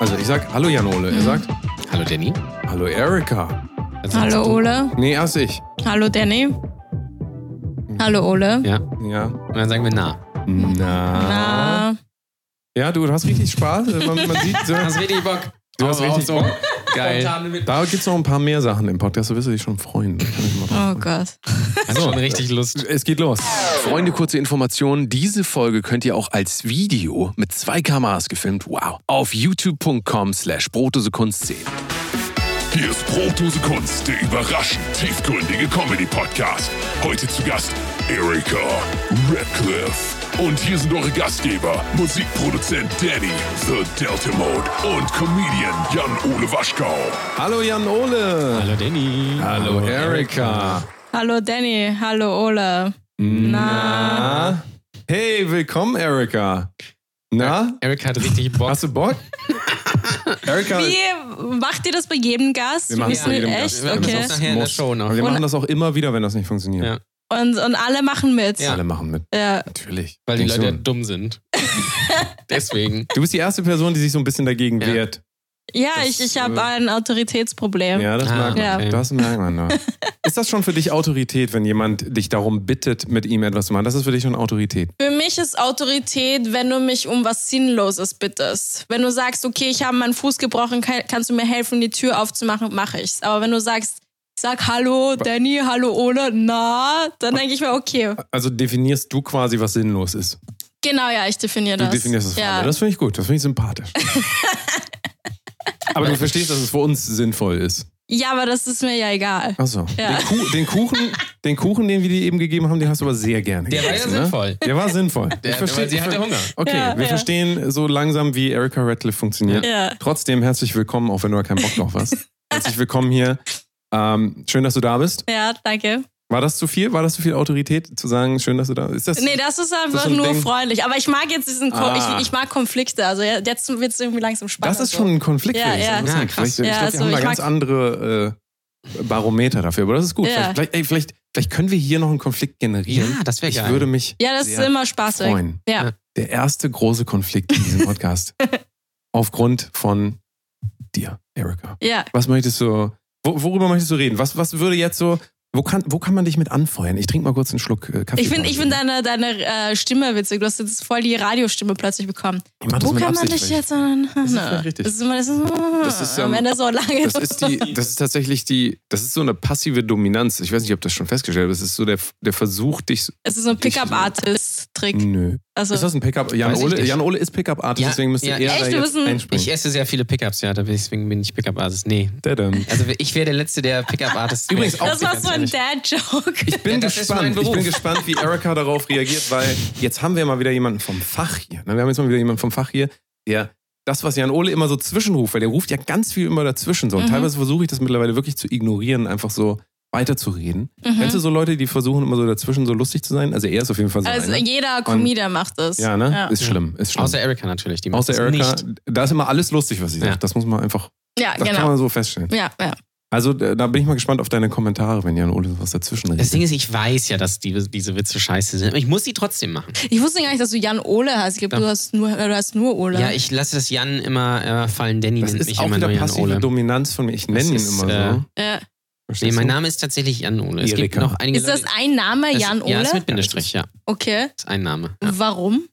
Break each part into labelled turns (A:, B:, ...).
A: Also ich sag Hallo Janole, er sagt
B: Hallo Danny.
A: Hallo Erika.
B: Also,
C: Hallo Ole.
A: Nee, erst ich.
C: Hallo Danny.
A: Hm.
C: Hallo Ole.
B: Ja, und
A: Ja.
B: dann sagen wir na.
A: Na.
C: Na,
A: Ja, du hast richtig Spaß. Äh, Man, man sieht, so,
B: Hast richtig Bock.
A: du hast
B: Aber auch
A: richtig
B: so
A: Bock.
B: Geil.
A: Da gibt es noch ein paar mehr Sachen im Podcast, du wirst du dich schon freuen. Da kann ich mal drauf-
C: oh Gott.
B: Hast schon richtig Lust.
A: Es geht los.
D: Freunde, kurze Information. Diese Folge könnt ihr auch als Video mit zwei Kameras gefilmt, wow, auf youtube.com slash Brotdosekunst sehen.
E: Hier ist Brotdose Kunst, der überraschend tiefgründige Comedy-Podcast. Heute zu Gast Erika Radcliffe. Und hier sind eure Gastgeber, Musikproduzent Danny, The Delta Mode und Comedian Jan-Ole Waschkau.
A: Hallo Janole.
B: Hallo Danny.
A: Hallo Erika.
C: Hallo Danny. Hallo Ole. Na.
A: Na. Hey, willkommen Erika. Na,
B: Eric hat richtig Bock.
A: hast du Bock? Erika,
C: Wie macht ihr das bei jedem Gast?
A: Wir machen
C: Wie-
A: es bei jedem
C: Echt?
A: Gast. Wir machen
B: das
C: Okay.
B: auch nachher in der
A: Muss.
B: Show noch.
A: wir
C: Und-
A: machen das auch immer wieder, wenn das nicht funktioniert.
B: Ja.
C: Und, und alle machen mit.
B: Ja.
A: Alle machen mit,
C: Ja.
A: natürlich.
B: Weil die
A: Denk
B: Leute ja
A: schon.
B: dumm sind. Deswegen.
A: Du bist die erste Person, die sich so ein bisschen dagegen
B: Ja.
A: wehrt.
C: Ja,
B: Das,
C: ich, ich
B: äh,
C: habe ein Autoritätsproblem.
A: Ja, das
B: Ah,
A: merkt man.
B: okay.
A: Das merkt man. ne? Ist das schon für dich Autorität, wenn jemand dich darum bittet, mit ihm etwas zu machen? Das ist für dich schon Autorität.
C: Für mich ist Autorität, wenn du mich um was Sinnloses bittest. Wenn du sagst, okay, ich habe meinen Fuß gebrochen, kann, kannst du mir helfen, die Tür aufzumachen, mache ich's. Aber wenn du sagst, ich sag Hallo, Danny, Hallo, Ole, na, dann denke ich mir, okay.
A: Also definierst du quasi, was sinnlos ist.
C: Genau, ja, ich definiere
A: Du
C: das.
A: definierst es.
C: ja.
A: Ja. Das finde ich gut. Das finde ich sympathisch. Aber du verstehst, dass es für uns sinnvoll ist.
C: ja, aber das ist mir ja egal.
A: Achso.
C: Ja.
A: Den, Ku den, Kuchen, den Kuchen, den wir dir eben gegeben haben, den hast du aber sehr gerne
B: Der war ja
A: gegessen. ne?
B: sinnvoll.
A: Der war sinnvoll.
B: Der- weil sie
A: ich
B: hatte
A: ver-
B: Hunger.
A: Okay,
C: Ja,
A: wir
C: ja.
A: verstehen so langsam, wie Erika Radcliffe funktioniert.
C: Ja.
A: Trotzdem herzlich willkommen, auch wenn du da keinen Bock drauf hast. herzlich willkommen hier. Ähm, schön, dass du da bist.
C: Ja, danke.
A: War das zu viel? War das zu viel Autorität zu sagen, schön, dass du da bist? Ist das
C: Nee, das ist einfach
A: so ein
C: nur
A: Ding.
C: freundlich. Aber ich mag jetzt diesen Ko
A: Ah.
C: ich, ich mag Konflikte. Also ja, jetzt wird es irgendwie langsam spannend.
A: Das ist schon ein Konflikt.
C: Ja,
A: finde ich.
C: ja.
A: Das ist
B: Ja,
A: ein-
B: krass.
A: vielleicht- Ich
C: Ja,
A: glaube, wir
C: also
A: haben da
C: ich
A: ganz
C: mag-
A: andere äh, Barometer dafür. Aber das ist gut.
C: Ja.
A: Vielleicht, vielleicht, ey, vielleicht, vielleicht können wir hier noch einen Konflikt generieren.
B: Ja, das wäre
A: ich
B: geil.
A: würde mich
C: Ja, das ist
A: sehr
C: immer spaßig.
A: freuen.
C: Ja.
A: Der erste große Konflikt in diesem Podcast. aufgrund von dir, Erika.
C: Ja.
A: Was möchtest du, wo, worüber möchtest du reden? Was, was würde jetzt so, wo kann, wo kann man dich mit anfeuern? Ich trinke mal kurz einen Schluck äh, Kaffee.
C: Ich finde ich find deine, deine äh, Stimme witzig. Du hast jetzt voll die Radiostimme plötzlich bekommen.
A: Ich mach das
C: Wo
A: mit
C: kann man
A: Absicht,
C: dich
A: weil ich-
C: jetzt an? Das
A: ist vielleicht richtig.
C: ist immer, das ist, das
A: ist,
C: ist
A: ähm,
C: am Ende so lange.
D: Das ist, die, das ist tatsächlich die, das ist so eine passive Dominanz. Ich weiß nicht, ob das schon festgestellt ist. Das ist so der, der Versuch, dich.
C: es ist so ein Pickup-Artist-Trick.
A: Nö.
C: Also,
A: Ist das ein Pickup? Jan
B: Weiß ich
A: Ole,
B: nicht.
A: Jan Ole ist Pickup-Artist,
B: Ja,
A: deswegen müsste
B: ja,
A: er
C: echt,
A: da
C: wir
A: jetzt
C: müssen-
A: einspringen.
B: Ich esse sehr viele Pickups, ja, deswegen bin ich Pickup-Artist. Nee.
A: Dadam.
B: Also ich wäre der Letzte, der Pickup-Artist
A: Übrigens auch
C: das war so ein Dad-Joke.
A: Ich bin
B: Ja, das ist mein
A: gespannt. Ich bin
B: Beruf.
A: gespannt, wie Erika darauf reagiert, weil jetzt haben wir mal wieder jemanden vom Fach hier. ne? Wir haben jetzt mal wieder jemanden vom Fach hier, der das, was Jan Ole immer so zwischenruft, weil der ruft ja ganz viel immer dazwischen. So. Und
C: Mhm.
A: teilweise versuche ich das mittlerweile wirklich zu ignorieren, einfach so weiterzureden. Kennst du so Leute, die versuchen immer so dazwischen so lustig zu sein? Also er ist auf jeden Fall so
C: Also
A: einer.
C: jeder Comedian macht das.
A: Ja, ne?
C: Ja,
A: Ist schlimm. Ist schlimm.
B: Außer Erika natürlich. Die macht
A: Außer
B: das
A: Erika,
B: Nicht.
A: da ist immer alles lustig, was sie
B: Ja.
A: sagt. Das muss man einfach,
C: ja
A: das kann
C: genau.
A: man so feststellen.
C: Ja, ja.
A: Also da da bin ich mal gespannt auf deine Kommentare, wenn Jan Ole was dazwischen
B: Das
A: redet.
B: Ding ist, ich weiß ja, dass die, diese Witze scheiße sind. aber Ich muss sie trotzdem machen.
C: Ich wusste gar nicht, dass du Jan Ole hast. Ich glaube, du hast nur, du hast nur Ole.
B: Ja, ich lasse das Jan immer äh, fallen. Danny
A: Das
B: nennt
A: ist
B: mich
A: auch
B: immer
A: wieder
B: nur Jan
A: passive
B: Ole.
A: Dominanz von mir. Ich nenne ihn
B: ist,
A: immer
B: äh,
A: so.
C: ja.
B: Nee,
A: Verstehst
B: mein
A: du?
B: Name ist tatsächlich Jan Ole. Es gibt
A: Erika.
B: noch einige
C: Ist das
B: Leute-
C: ein Name,
B: Das-
C: Jan Ole?
B: Ja, ist mit Bindestrich, ja.
C: okay.
B: Ist ein Name. Ja.
C: Warum?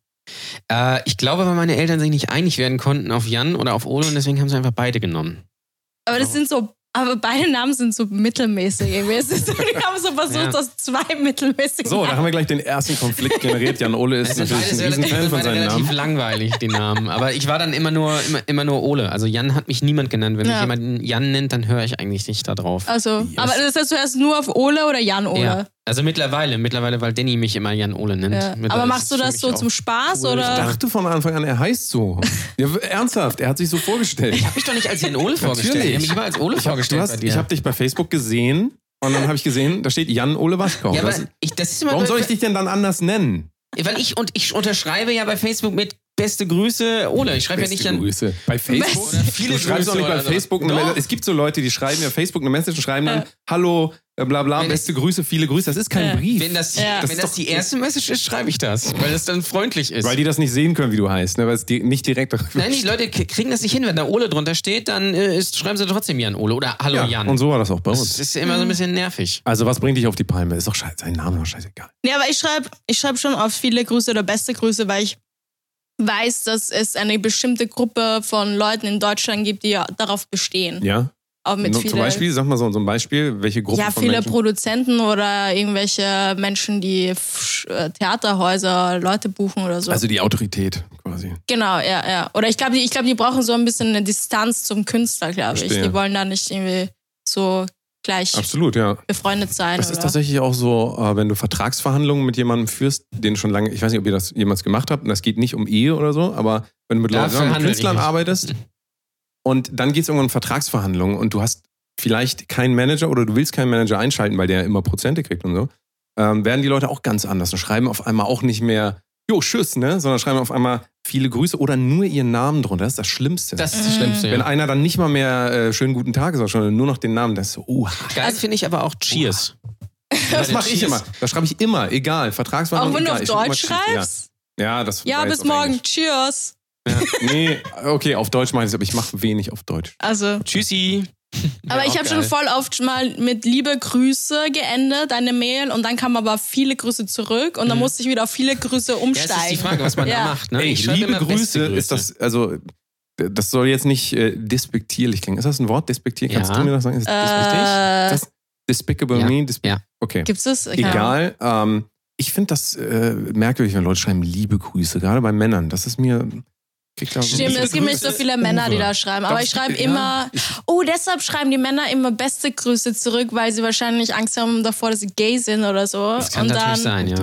B: Äh, ich glaube, weil meine Eltern sich nicht einig werden konnten auf Jan oder auf Ole und deswegen haben sie einfach beide genommen.
C: Aber das sind so, aber beide Namen sind so mittelmäßig irgendwie. Es ist, die haben so versucht,
B: Ja.
C: aus zwei mittelmäßigen
A: So, da
C: Namen.
A: haben wir gleich den ersten Konflikt generiert. Jan Ole ist natürlich ein Riesenfan von seinem
B: Also relativ
A: Namen.
B: langweilig, die Namen. Aber ich war dann immer nur, immer, immer nur Ole. Also Jan hat mich niemand genannt. Wenn
C: Ja.
B: mich jemand Jan nennt, dann höre ich eigentlich nicht da drauf.
C: Also,
A: Yes.
C: aber das heißt, du hast nur auf Ole oder Jan
B: Ja.
C: Ole.
B: Also mittlerweile, mittlerweile, weil Danny mich immer Jan Ole nennt.
C: Ja.
B: Mittlerweile
C: Aber
B: ist
C: machst du
B: es für
C: das
B: mich
C: so
B: auch
C: zum Spaß
B: cool.
A: Ich
C: oder?
A: dachte von Anfang an, er heißt so. Ja, w- ernsthaft, er hat sich so vorgestellt.
B: Ich habe mich doch nicht als Jan Ole vorgestellt. Ich
A: Natürlich.
B: habe mich immer als Ole
A: Du
B: vorgestellt. bei
A: hast,
B: dir.
A: ich habe dich bei Facebook gesehen und dann habe ich gesehen, da steht Jan Ole Waschkau.
B: ja, aber
A: Das-
B: ich, das ist immer
A: Warum soll ich dich denn dann anders nennen?
B: Weil ich und ich unterschreibe ja bei Facebook mit beste Grüße Ole. Ich schreibe ja nicht
A: Beste
B: Jan.
A: Grüße. Bei Facebook?
B: Oder viele
A: du schreibst
B: Grüße
A: doch nicht bei
B: oder so.
A: Facebook eine
B: Doch.
A: Message. Es gibt so Leute, die schreiben ja Facebook eine Message und schreiben dann, hallo, äh, äh, bla bla,
B: Wenn-
A: beste Grüße, viele Grüße. Das ist kein
C: Ja.
A: Brief.
B: Wenn das, die-
C: Ja.
B: wenn
C: Das
B: das,
A: ist doch-
B: die erste Message ist, schreibe ich das, weil das dann freundlich ist. Ne?
A: weil die das nicht sehen können, wie du heißt, ne? weil es die nicht direkt
B: Nein, die Leute k- kriegen das nicht hin. Wenn da Ole drunter steht, dann äh, ist, schreiben sie trotzdem Jan Ole oder Hallo
A: ja,
B: Jan.
A: Und so war das auch bei
B: Das
A: uns.
B: ist immer
C: Mhm.
B: so ein bisschen nervig.
A: Also was bringt dich auf die Palme? Ist doch scheiße, sein Name doch scheißegal.
C: Nee, aber ich schreibe ich schreib schon auf viele Grüße oder beste Grüße, weil ich weiß, dass es eine bestimmte Gruppe von Leuten in Deutschland gibt, die ja darauf bestehen.
A: Ja?
C: Auch mit
A: Nur
C: vielen,
A: zum Beispiel, sag mal so, so ein Beispiel, welche Gruppe
C: ja,
A: von
C: viele
A: Menschen...
C: Produzenten oder irgendwelche Menschen, die pff, äh, Theaterhäuser Leute buchen oder so.
A: Also die Autorität quasi.
C: genau, ja, ja. Oder ich glaube, die, ich glaub, die brauchen so ein bisschen eine Distanz zum Künstler, glaube ich.
A: Verstehe.
C: Die wollen da nicht irgendwie so gleich
A: Absolut, ja.
C: befreundet sein.
A: Das
C: oder?
A: ist tatsächlich auch so, äh, wenn du Vertragsverhandlungen mit jemandem führst, den schon lange, ich weiß nicht, ob ihr das jemals gemacht habt, und das geht nicht um Ehe oder so, aber wenn du mit
B: Da
A: Leuten, mit
B: verhandel ich
A: Künstlern
B: nicht.
A: arbeitest und dann geht es irgendwann um Vertragsverhandlungen und du hast vielleicht keinen Manager oder du willst keinen Manager einschalten, weil der immer Prozente kriegt und so, ähm, werden die Leute auch ganz anders und schreiben auf einmal auch nicht mehr, jo, tschüss, ne, sondern schreiben auf einmal viele Grüße oder nur ihren Namen drunter. Das ist das Schlimmste.
B: Das
C: Mhm.
B: ist das Schlimmste.
A: wenn
B: Ja.
A: einer dann nicht mal mehr äh, schönen guten Tag sagt, sondern nur noch den Namen, das ist so, uh,
C: Also
B: Geil finde ich aber auch Cheers.
A: das mache ich immer. Das schreibe ich immer, egal.
C: Auch
A: Vertragsverhandlung.
C: wenn du
A: egal.
C: auf
A: Ich schreib immer
C: Deutsch
A: Cheers.
C: schreibst?
A: Ja, ja das
C: Ja,
A: war jetzt
C: bis
A: auf
C: morgen. Cheers.
A: Englisch. Nee, okay, auf Deutsch mache ich das, aber ich mache wenig auf Deutsch.
C: Also,
B: Tschüssi. Ja,
C: aber ich
B: auch
C: habe schon
B: geil.
C: voll oft mal mit liebe Grüße geendet, eine Mail, und dann kam aber viele Grüße zurück und dann
A: Mhm.
C: musste ich wieder auf viele Grüße
B: Ja,
C: umsteigen.
B: das ist die Frage, was man
C: Ja.
B: da macht. Ne?
A: Ey,
B: schreibe
A: liebe
B: immer beste
A: Grüße ist das, also, das soll jetzt nicht äh, despektierlich klingen. Ist das ein Wort, despektierlich? Kannst
B: Ja.
A: du mir das sagen? Ist das
C: Äh.
A: richtig? Ist das despicable
B: Ja.
A: me? Desp
B: Ja.
A: Okay.
C: Gibt's das? Keine Ahnung.
A: Egal. Ähm, ich finde das äh, merkwürdig, wenn Leute schreiben liebe Grüße, gerade bei Männern. Das ist mir... kriegt da so-
C: Stimmt,
A: Liebe
C: es gibt nicht so
A: Grüße,
C: viele Männer, die
A: Uwe.
C: da schreiben. Aber
A: Das-
C: ich schreibe
A: ja.
C: immer, oh, deshalb schreiben die Männer immer beste Grüße zurück, weil sie wahrscheinlich Angst haben davor, dass sie gay sind oder so.
B: Das kann
C: und
B: natürlich
C: dann,
B: sein, ja.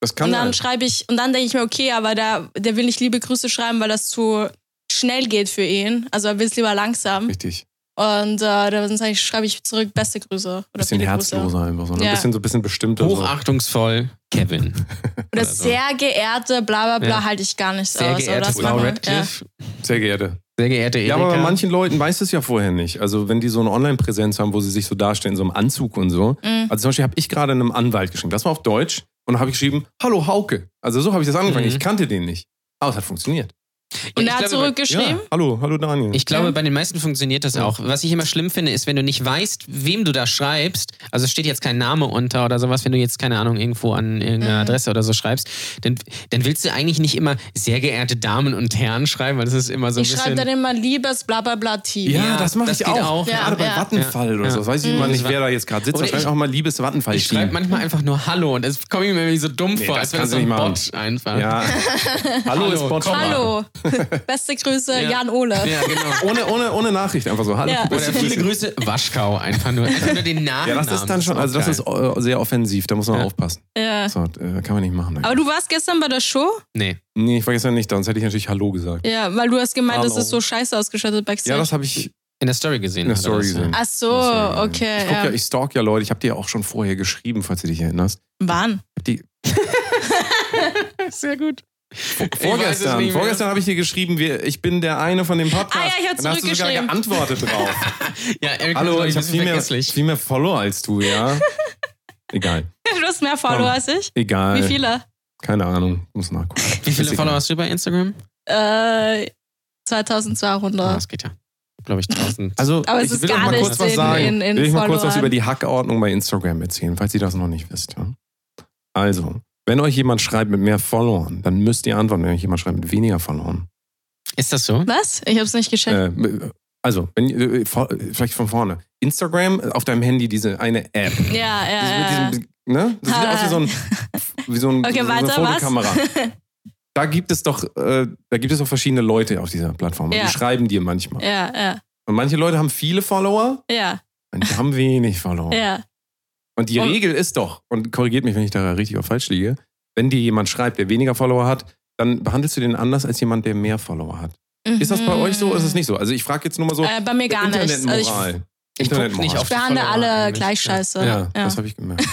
A: Das kann halt
C: Und dann
A: sein.
C: schreibe ich, und dann denke ich mir, okay, aber der, der will nicht liebe Grüße schreiben, weil das zu schnell geht für ihn. Also er will es lieber langsam.
A: Richtig.
C: Und äh, dann sage ich, schreibe ich zurück, beste Grüße. Oder
A: bisschen
C: viele Grüße.
A: herzloser einfach so. Ne?
C: Ja.
A: Ein bisschen so ein bisschen bestimmter. So.
B: Hochachtungsvoll, Kevin.
C: Oder
B: Oder so.
C: sehr geehrte, bla bla bla,
B: Ja.
C: halte ich gar nichts
B: Sehr
C: aus. Oder
B: geehrte
C: das
B: Frau
C: machen-
B: Radcliffe.
A: Sehr geehrte.
B: Sehr geehrte Erika.
A: Ja, aber bei manchen Leuten weiß es ja vorher nicht. Also wenn die so eine Online-Präsenz haben, wo sie sich so darstellen, in so einem Anzug und so.
C: Mhm.
A: Also zum Beispiel habe ich gerade einem Anwalt geschrieben. Das war auf Deutsch. Und dann habe ich geschrieben, hallo Hauke. Also so habe ich das angefangen.
B: Mhm.
A: Ich kannte den nicht. Aber es hat funktioniert.
C: Ja. Und
B: Ich
C: er hat
B: glaube,
C: zurückgeschrieben.
A: Ja, hallo, hallo Daniel.
B: Ich glaube,
C: Ja.
B: bei den meisten funktioniert das auch. Was ich immer schlimm finde, ist, wenn du nicht weißt, wem du da schreibst, also es steht jetzt kein Name unter oder sowas, wenn du jetzt, keine Ahnung, irgendwo an
C: Mhm.
B: irgendeine Adresse oder so schreibst, dann, dann willst du eigentlich nicht immer sehr geehrte Damen und Herren schreiben, weil das ist immer so ein
C: ich schreibe
B: bisschen...
C: dann immer liebes, bla bla bla Team.
A: ja,
B: ja,
A: das mache
B: das
A: ich
B: geht
A: auch.
B: auch.
A: Gerade
C: Ja,
A: bei
C: ja.
A: Vattenfall oder
B: Ja.
A: so. Das weiß ich immer nicht, wer da jetzt gerade sitzt.
B: Oder
A: Da schreibe ich
B: ich-
A: auch mal liebes vattenfall
B: Ich schreibe manchmal einfach nur Hallo und es komme ich mir irgendwie so dumm
A: Hm. Nee,
B: vor,
A: das
B: als wäre das
A: kannst
B: so
A: du
B: ein
A: nicht machen.
B: Bot einfach.
A: Ja. hallo ist
B: Hallo,
A: Bot.
B: komm.
C: Hallo, beste Grüße,
B: Ja.
C: Jan Ole.
B: Ja, genau.
A: Ohne, ohne, ohne Nachricht. Einfach so, hallo.
C: Ja.
A: beste
B: Oder viele Grüße, Waschkau, einfach nur, einfach nur den Namen.
A: Ja, das ist dann schon, also das ist äh, sehr offensiv, da muss man
B: Ja.
A: aufpassen.
C: Ja.
A: So, äh, kann man nicht machen.
C: Aber du warst gestern bei der Show?
B: Nee.
A: nee, ich war gestern nicht da, sonst hätte ich natürlich Hallo gesagt.
C: Ja, weil du hast gemeint, das
A: Hallo.
C: ist so scheiße ausgestattet
A: Ja,
C: Backstage.
A: das habe ich
B: In der Story gesehen.
A: in der
B: oder
A: Story
B: was?
A: gesehen.
C: Ach so,
A: Sorry. Ich,
C: okay.
A: guck ja.
C: Ja.
A: ich stalk ja Leute, ich habe dir ja auch schon vorher geschrieben, falls du dich erinnerst.
C: Wann?
B: Sehr gut.
A: Vorgestern, vorgestern habe ich dir geschrieben, wir, ich bin der eine von dem Podcast.
C: Ah ja, ich hab
A: Dann hast du sogar
C: zurückgeschrieben.
A: geantwortet drauf.
B: Ja, Erik
A: Hallo, ich habe
B: habe
A: viel mehr, viel mehr Follower als du, ja. Egal,
C: Du hast mehr Follower als ich?
A: egal.
C: Wie viele?
A: Keine Ahnung, muss nachgucken.
B: Wie
A: Ist
B: viele
A: egal.
B: Follower hast du bei Instagram?
C: Äh,
B: Ah,
C: 2200.
B: das geht ja. Glaube ich, 1000.
A: Also,
C: Aber es
A: ich
C: ist
A: will
C: gar
A: noch mal kurz
C: nicht
A: was
C: in-
A: sagen.
C: in- in
A: will ich mal kurz was
C: Followern.
A: über die Hackordnung bei Instagram erzählen, falls ihr das noch nicht wisst. Ja? Also, wenn euch jemand schreibt mit mehr Followern, dann müsst ihr antworten, wenn euch jemand schreibt mit weniger Followern.
B: ist das so?
C: Was? Ich hab's nicht gecheckt.
A: Äh, also, wenn, äh, vor- äh, vielleicht von vorne. Instagram, äh, auf deinem Handy diese eine App.
C: Ja,
A: Diese,
C: ja, ja.
A: mit diesem, ne? Das sieht
C: Ha.
A: aus wie so ein, wie so ein
C: Okay,
A: so
C: weiter,
A: eine
C: was?
A: Fotokamera. Da gibt es doch, äh, da gibt es doch verschiedene Leute auf dieser Plattform. und
C: Ja.
A: Die schreiben dir manchmal.
C: Ja, ja,
A: Und manche Leute haben viele Follower,
C: ja,
A: manche haben wenig Follower.
C: ja.
A: Und die
C: Und-
A: Regel ist doch, und korrigiert mich, wenn ich da richtig oder falsch liege, wenn dir jemand schreibt, der weniger Follower hat, dann behandelst du den anders als jemand, der mehr Follower hat. Ist das
B: Mhm.
A: bei euch so oder ist es nicht so? Also ich frage jetzt nur mal so,
C: Mhm. Äh, bei mir gar nicht. Also ich,
A: Internetmoral.
B: Ich guck
A: Internetmoral.
B: nicht auf
C: ich behandle
B: Follower
C: alle
B: eigentlich,
C: gleich
B: ja.
C: scheiße.
A: ja,
C: Ja,
A: das habe ich gemerkt.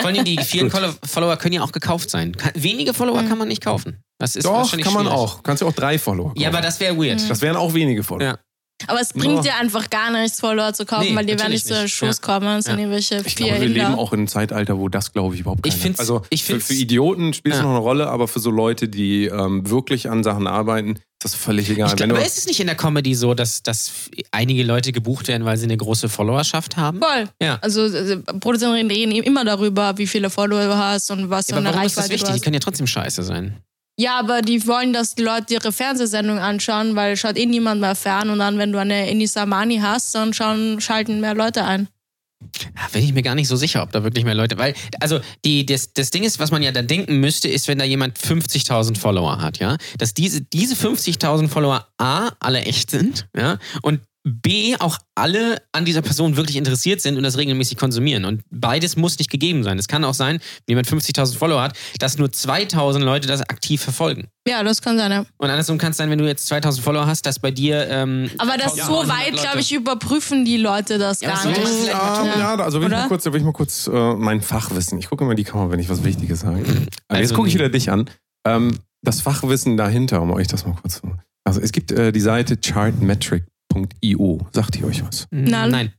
B: Vor allem die vielen Follow- Follower können ja auch gekauft sein. Ka- Wenige Follower
C: Hm.
B: kann man nicht kaufen. Das ist
A: Doch,
B: wahrscheinlich
A: kann man
B: schwierig.
A: auch. Kannst du auch drei Follower
B: Ja,
A: kaufen.
C: Hm.
B: aber das wäre weird.
A: Das wären auch wenige Follower.
B: Ja.
C: Aber es bringt dir einfach gar nichts, Follower zu kaufen,
B: Nee,
C: weil die werden
B: natürlich
C: nicht zu den
B: nicht.
C: Shows
B: Ja.
C: kommen, sondern
B: Ja.
C: irgendwelche
A: Ich
C: vier
A: glaube, wir leben
C: Inder.
A: auch in einem Zeitalter, wo das, glaube ich, überhaupt
B: Ich
A: keine
B: find's-
A: Also
B: ich
A: für,
B: find's-
A: für Idioten spielt es
B: Ja.
A: noch eine Rolle, aber für so Leute, die ähm, wirklich an Sachen arbeiten, ist das völlig egal.
B: Ich
A: Wenn
B: glaub,
A: du-
B: aber ist es nicht in der Comedy so, dass, dass einige Leute gebucht werden, weil sie eine große Followerschaft haben?
C: Voll.
B: Ja.
C: Also äh, Produzenten reden immer darüber, wie viele Follower du hast und was
B: Ja,
C: für
B: aber
C: eine
B: warum
C: Reichweite
B: ist das wichtig?
C: du
B: Die
C: hast.
B: können ja trotzdem scheiße sein.
C: Ja, aber die wollen, dass die Leute ihre Fernsehsendung anschauen, weil schaut eh niemand mehr fern und dann, wenn du eine Inisamani hast, dann schauen, schalten mehr Leute ein.
B: Da Ah, bin ich mir gar nicht so sicher, ob da wirklich mehr Leute. Weil, also, die, das, das Ding ist, was man ja dann denken müsste, ist, wenn da jemand 50.000 Follower hat, ja, dass diese, diese 50.000 Follower A, alle echt sind, ja, und B, auch alle an dieser Person wirklich interessiert sind und das regelmäßig konsumieren. Und beides muss nicht gegeben sein. Es kann auch sein, wenn jemand 50.000 Follower hat, dass nur 2.000 Leute das aktiv verfolgen.
C: Ja, das kann sein, ja.
B: Und andersrum kann es sein, wenn du jetzt 2.000 Follower hast, dass bei dir. Ähm,
C: Aber das
B: Ja,
C: so
B: und
C: weit,
B: Leute.
C: glaube ich, überprüfen die Leute das
B: Ja,
C: gar
B: aber
C: nicht.
B: sollte man vielleicht mal tun.
C: Ja.
A: ja, also will ich
C: Oder?
A: mal kurz, will ich mal kurz äh, mein Fachwissen. Ich gucke immer in die Kamera, wenn ich was Wichtiges sage. Also jetzt
B: Also
A: gucke ich
B: nie.
A: wieder dich an. Ähm, das Fachwissen dahinter, um euch das mal kurz zu. Also es gibt äh, die Seite chartmetric.io. Sagt ihr euch was?
C: Nein.
B: Nein.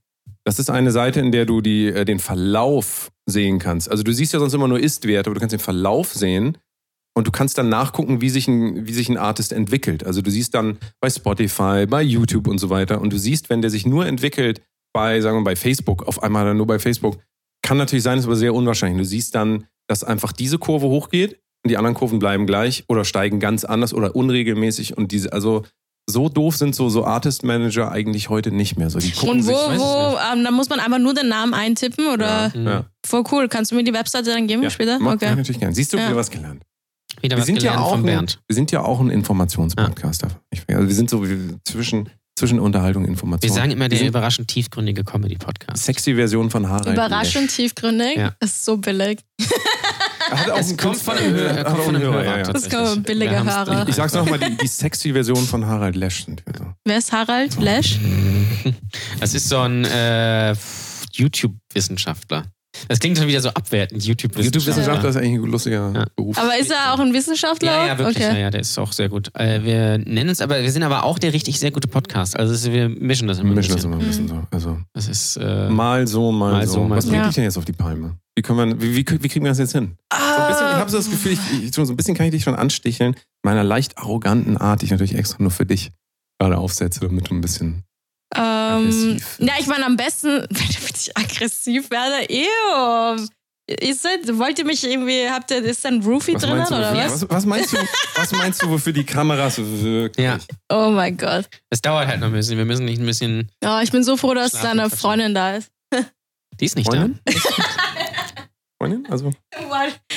A: Das ist eine Seite, in der du die, äh, den Verlauf sehen kannst. Also du siehst ja sonst immer nur Ist-Werte, aber du kannst den Verlauf sehen und du kannst dann nachgucken, wie sich, ein, wie sich ein Artist entwickelt. Also du siehst dann bei Spotify, bei YouTube und so weiter und du siehst, wenn der sich nur entwickelt bei, sagen wir mal, bei Facebook, auf einmal dann nur bei Facebook, kann natürlich sein, ist aber sehr unwahrscheinlich. Du siehst dann, dass einfach diese Kurve hochgeht und die anderen Kurven bleiben gleich oder steigen ganz anders oder unregelmäßig und diese, also so doof sind so, so Artist-Manager eigentlich heute nicht mehr. So, die gucken
C: Und wo,
A: sich,
C: wo, ähm, da muss man einfach nur den Namen eintippen oder
A: ja.
C: voll cool. Kannst du mir die Webseite dann geben Hm, später?
A: Mag ich
C: Okay.
A: natürlich gern. Siehst du,
C: Ja.
A: wieder was gelernt.
B: Wieder
A: Wir
B: was
A: sind, ja
B: gelernt
A: auch
B: von
A: ein,
B: Bernd.
A: wir sind ja auch ein Informationspodcast. darf ich- Also wir sind so wie- zwischen, zwischen Unterhaltung und Information.
B: Wir sagen immer der
A: sind-
B: überraschend tiefgründige Comedy-Podcast.
A: Sexy Version von Haare.
C: Überraschend tiefgründig.
B: Ja.
C: Das ist so billig.
A: Hat auch einen Künstler-
B: Hörer,
A: hat
B: kommt
A: auch
B: von
A: einen
B: einem
A: Hörer, ja, ja.
B: tatsächlich.
C: Das kommen billige
B: Wir haben's
C: Hörer.
B: drin.
A: Ich sag's nochmal, die, die sexy Version von Harald Lesch sind wir so.
C: Wer ist Harald Lesch?
B: Das ist so ein äh, YouTube-Wissenschaftler. Das klingt schon wieder so abwertend, YouTube-Wissenschaftler.
A: YouTube-Wissenschaftler ist eigentlich ein lustiger
B: Ja.
A: Beruf.
C: Aber ist er auch ein Wissenschaftler?
B: ja, ja, wirklich,
C: Okay.
B: ja, ja, der ist auch sehr gut. Äh, wir nennen uns aber, wir sind aber auch der richtig sehr gute Podcast. Also es- wir mischen das immer
A: wir
B: ein
A: mischen das
B: bisschen.
A: immer ein bisschen so. Also
B: Das ist, äh,
A: mal so, mal,
B: Mal
A: so.
B: so, mal
A: was
B: so.
A: bringt
C: Ja.
A: dich denn jetzt auf die Palme? Wie, können wir, wie, wie, wie kriegen wir das jetzt hin? So ein bisschen, ich habe so
C: Ah.
A: das Gefühl, ich, ich, so ein bisschen kann ich dich schon ansticheln. Meiner leicht arroganten Art, die ich natürlich extra nur für dich gerade aufsetze, damit du ein bisschen.
C: Ähm,
A: Aggressiv.
C: ja, ich meine, am besten, wenn ich aggressiv werde, ew. Ist das, wollt ihr mich irgendwie, habt ihr, ist da ein Roofie
A: Was
C: drin
A: meinst, du,
C: oder
A: wofür-
C: was?
A: was, was, meinst du, was meinst du, wofür die Kameras wirklich?
B: Ja.
C: Oh mein Gott.
B: es dauert halt noch ein bisschen. Wir müssen nicht ein bisschen.
C: Oh, ich bin so froh, dass
B: Schlafen
C: deine
B: verschlafen.
C: Freundin da ist.
B: Die ist nicht
A: Freundin? Freundin? Also,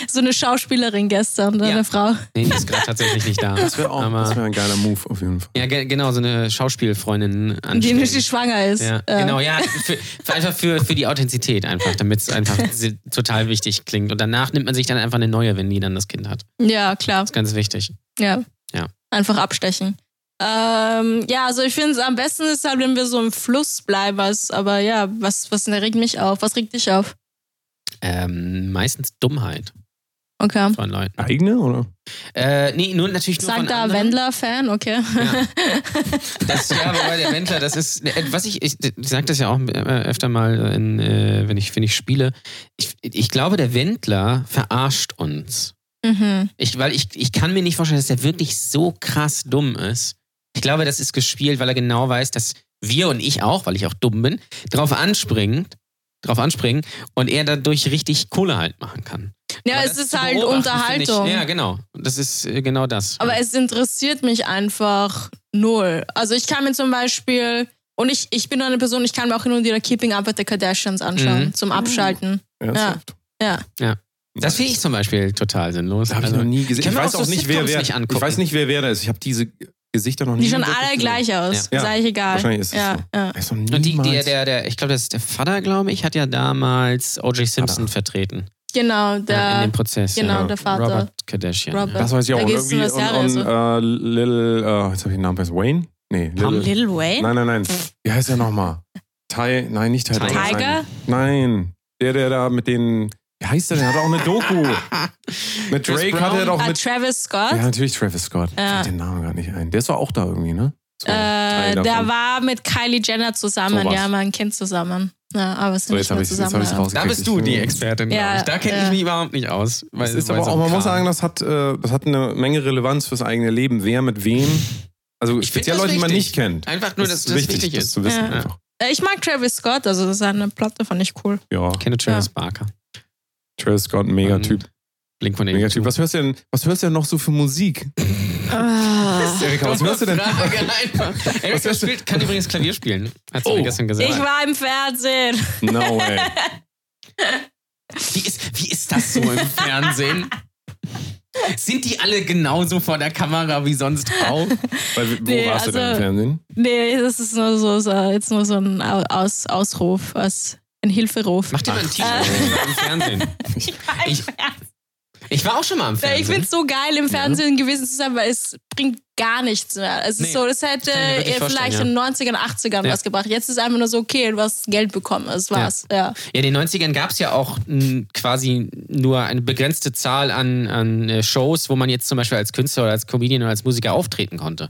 C: So eine Schauspielerin gestern, deine
B: Ja.
C: Frau.
B: da. Nee, die ist gerade tatsächlich nicht da.
A: das wäre auch
B: Aber-
A: oh, das wär ein geiler Move auf jeden Fall.
B: Ja, ge genau, so eine Schauspielfreundin
C: Die
B: anstellen.
C: nicht die schwanger ist. Äh,
B: Ja, genau, ja, für, für einfach für, für die Authentizität einfach, damit es einfach si- total wichtig klingt. Und danach nimmt man sich dann einfach eine neue, wenn die dann das Kind hat.
C: Ja, klar.
B: Ist ganz wichtig.
C: Ja.
B: Ja.
C: Einfach abstechen. Ähm, ja, also ich finde es am besten ist halt, wenn wir so im Fluss bleiben. Was, aber ja, was, was regt mich auf? Was regt dich auf?
B: Ähm, meistens Dummheit
C: Okay.
B: von Leuten.
A: Eigene oder?
B: Äh, nee, nur natürlich nur
C: Sagt
B: von
C: da
B: anderen.
C: Wendler-Fan, okay.
B: Ja. Das, ja, wobei der Wendler, das ist, äh, was ich, ich, ich sage das ja auch äh, öfter mal, in, äh, wenn, ich, wenn ich spiele. Ich, ich glaube, der Wendler verarscht uns.
C: Mhm.
B: Ich, weil ich, ich kann mir nicht vorstellen, dass er wirklich so krass dumm ist. Ich glaube, das ist gespielt, weil er genau weiß, dass wir und ich auch, weil ich auch dumm bin, drauf anspringt, drauf anspringen und er dadurch richtig Kohle halt machen kann.
C: Ja,
B: Aber
C: es
B: das
C: ist
B: zu
C: halt
B: beobachten,
C: Unterhaltung.
B: finde Ich, ja, genau. Das ist äh, genau das.
C: Aber es interessiert mich einfach null. Also ich kann mir zum Beispiel, und ich, ich bin eine Person, ich kann mir auch hin und wieder Keeping Up with the Kardashians anschauen,
B: Mhm.
C: zum Abschalten.
A: Ernsthaft?
C: Ja.
B: das finde ich zum Beispiel total sinnlos. Also,
A: Da habe ich noch nie gesehen.
B: kann
A: Ich
B: man
A: weiß
B: auch
A: auch
B: so
A: nicht, wer
B: Sitcoms
A: wer.
B: nicht
A: ich
B: angucken.
A: weiß nicht, wer wer da ist. Ich habe diese Gesichter noch nie.
C: Die schon
A: wirklich
C: alle
A: gesehen.
C: gleich aus.
A: Ja.
C: Sei ich egal.
A: Wahrscheinlich ist es
C: ja,
A: so.
C: ja.
A: Weißt du,
B: und die, die,
A: niemals-
B: der, der, ich glaube, das ist der Vater, glaube ich, hat ja damals O.J. Simpson vertreten.
C: Genau, der.
B: ja, in dem Prozess.
C: genau,
B: ja.
C: der Vater.
B: Robert Kardashian.
C: Robert.
A: Das weiß ich auch.
C: Da
A: Und
C: geht's
A: irgendwie
C: um das Jahr
A: und, und, äh, Little, äh, jetzt habe ich den Namen vergessen. Wayne? Nee,
B: Ja.
A: Little.
C: Lil Wayne?
A: Nein, nein, nein. Wie heißt der nochmal? Ty, nein, nicht Ty.
B: Tiger?
A: Dolla Sign. Nein. Der, der da mit den. Wie heißt der? Der hat auch eine Doku. mit
B: Chris
A: Drake
B: Brown?
A: hat er doch
C: Ah,
A: mit.
C: Travis Scott?
A: Ja, natürlich Travis Scott. Ich
C: Ja.
A: fällt den Namen gar nicht ein. Der ist doch auch da irgendwie, ne? Einer
C: Äh, der
A: davon.
C: war mit Kylie Jenner zusammen.
A: So was.
C: die haben ein Kind zusammen. Ja, aber sind
A: So,
C: nicht
A: jetzt
C: mehr
A: habe ich es
C: zusammen. ne?
A: rausgekriegt. Mhm.
B: Da bist du die Expertin, glaube
C: Ja,
B: ich. Da kenne
C: ja.
B: ich mich überhaupt nicht aus. Weil,
A: Das ist
B: weil
A: aber
B: so
A: auch,
B: ein
A: man muss
B: Kram.
A: sagen, das hat, äh, das hat eine Menge Relevanz fürs eigene Leben. Wer mit wem? Also
B: Ich find
A: speziell
B: das
A: Leute, die man
B: wichtig.
A: nicht kennt.
B: Einfach nur, dass das wichtig,
A: das
B: ist.
A: zu wissen
C: Ja.
A: einfach.
C: Äh, Ich mag Travis Scott, also das ist eine Platte, fand ich cool.
A: Ja,
B: Ich kenne Travis Barker.
A: Travis Scott, mega Typ.
B: Mhm. Blink von
A: Mega Typ. Was hörst du denn, was hörst du denn noch so für Musik? Erika, was hörst du denn?
B: Frage einfach. Erika spielt, kann übrigens Klavier spielen. Hat sie
A: Oh.
B: mir gestern gesagt.
C: Ich war im Fernsehen.
A: No way.
B: wie, ist, wie ist das so im Fernsehen? Sind die alle genauso vor der Kamera wie sonst auch?
A: Weil, wo
C: Nee,
A: warst du denn im
C: also-
A: Fernsehen?
C: Nee, das ist nur so, so jetzt nur so ein Au- Aus, Ausruf, als ein Hilferuf. Äh,
B: Macht ihr mal ein T-Shirt im Fernsehen?
C: Ich war im
B: Ich-
C: Fernsehen.
B: Ich war auch schon mal im
C: Ich
B: Fernsehen.
C: find's so geil, im Fernsehen gewesen zu sein, weil es bringt gar nichts mehr. Es ist
B: Nee,
C: so, das hätte
B: kann ich mir wirklich
C: ihr vielleicht in
B: vorstellen,
C: den 90ern, 80ern
B: Ja.
C: was gebracht. Jetzt ist einfach nur so, okay, du hast Geld bekommen, das war's. Ja.
B: Ja, in den 90ern gab es ja auch m, quasi nur eine begrenzte Zahl an, an äh, Shows, wo man jetzt zum Beispiel als Künstler oder als Comedian oder als Musiker auftreten konnte.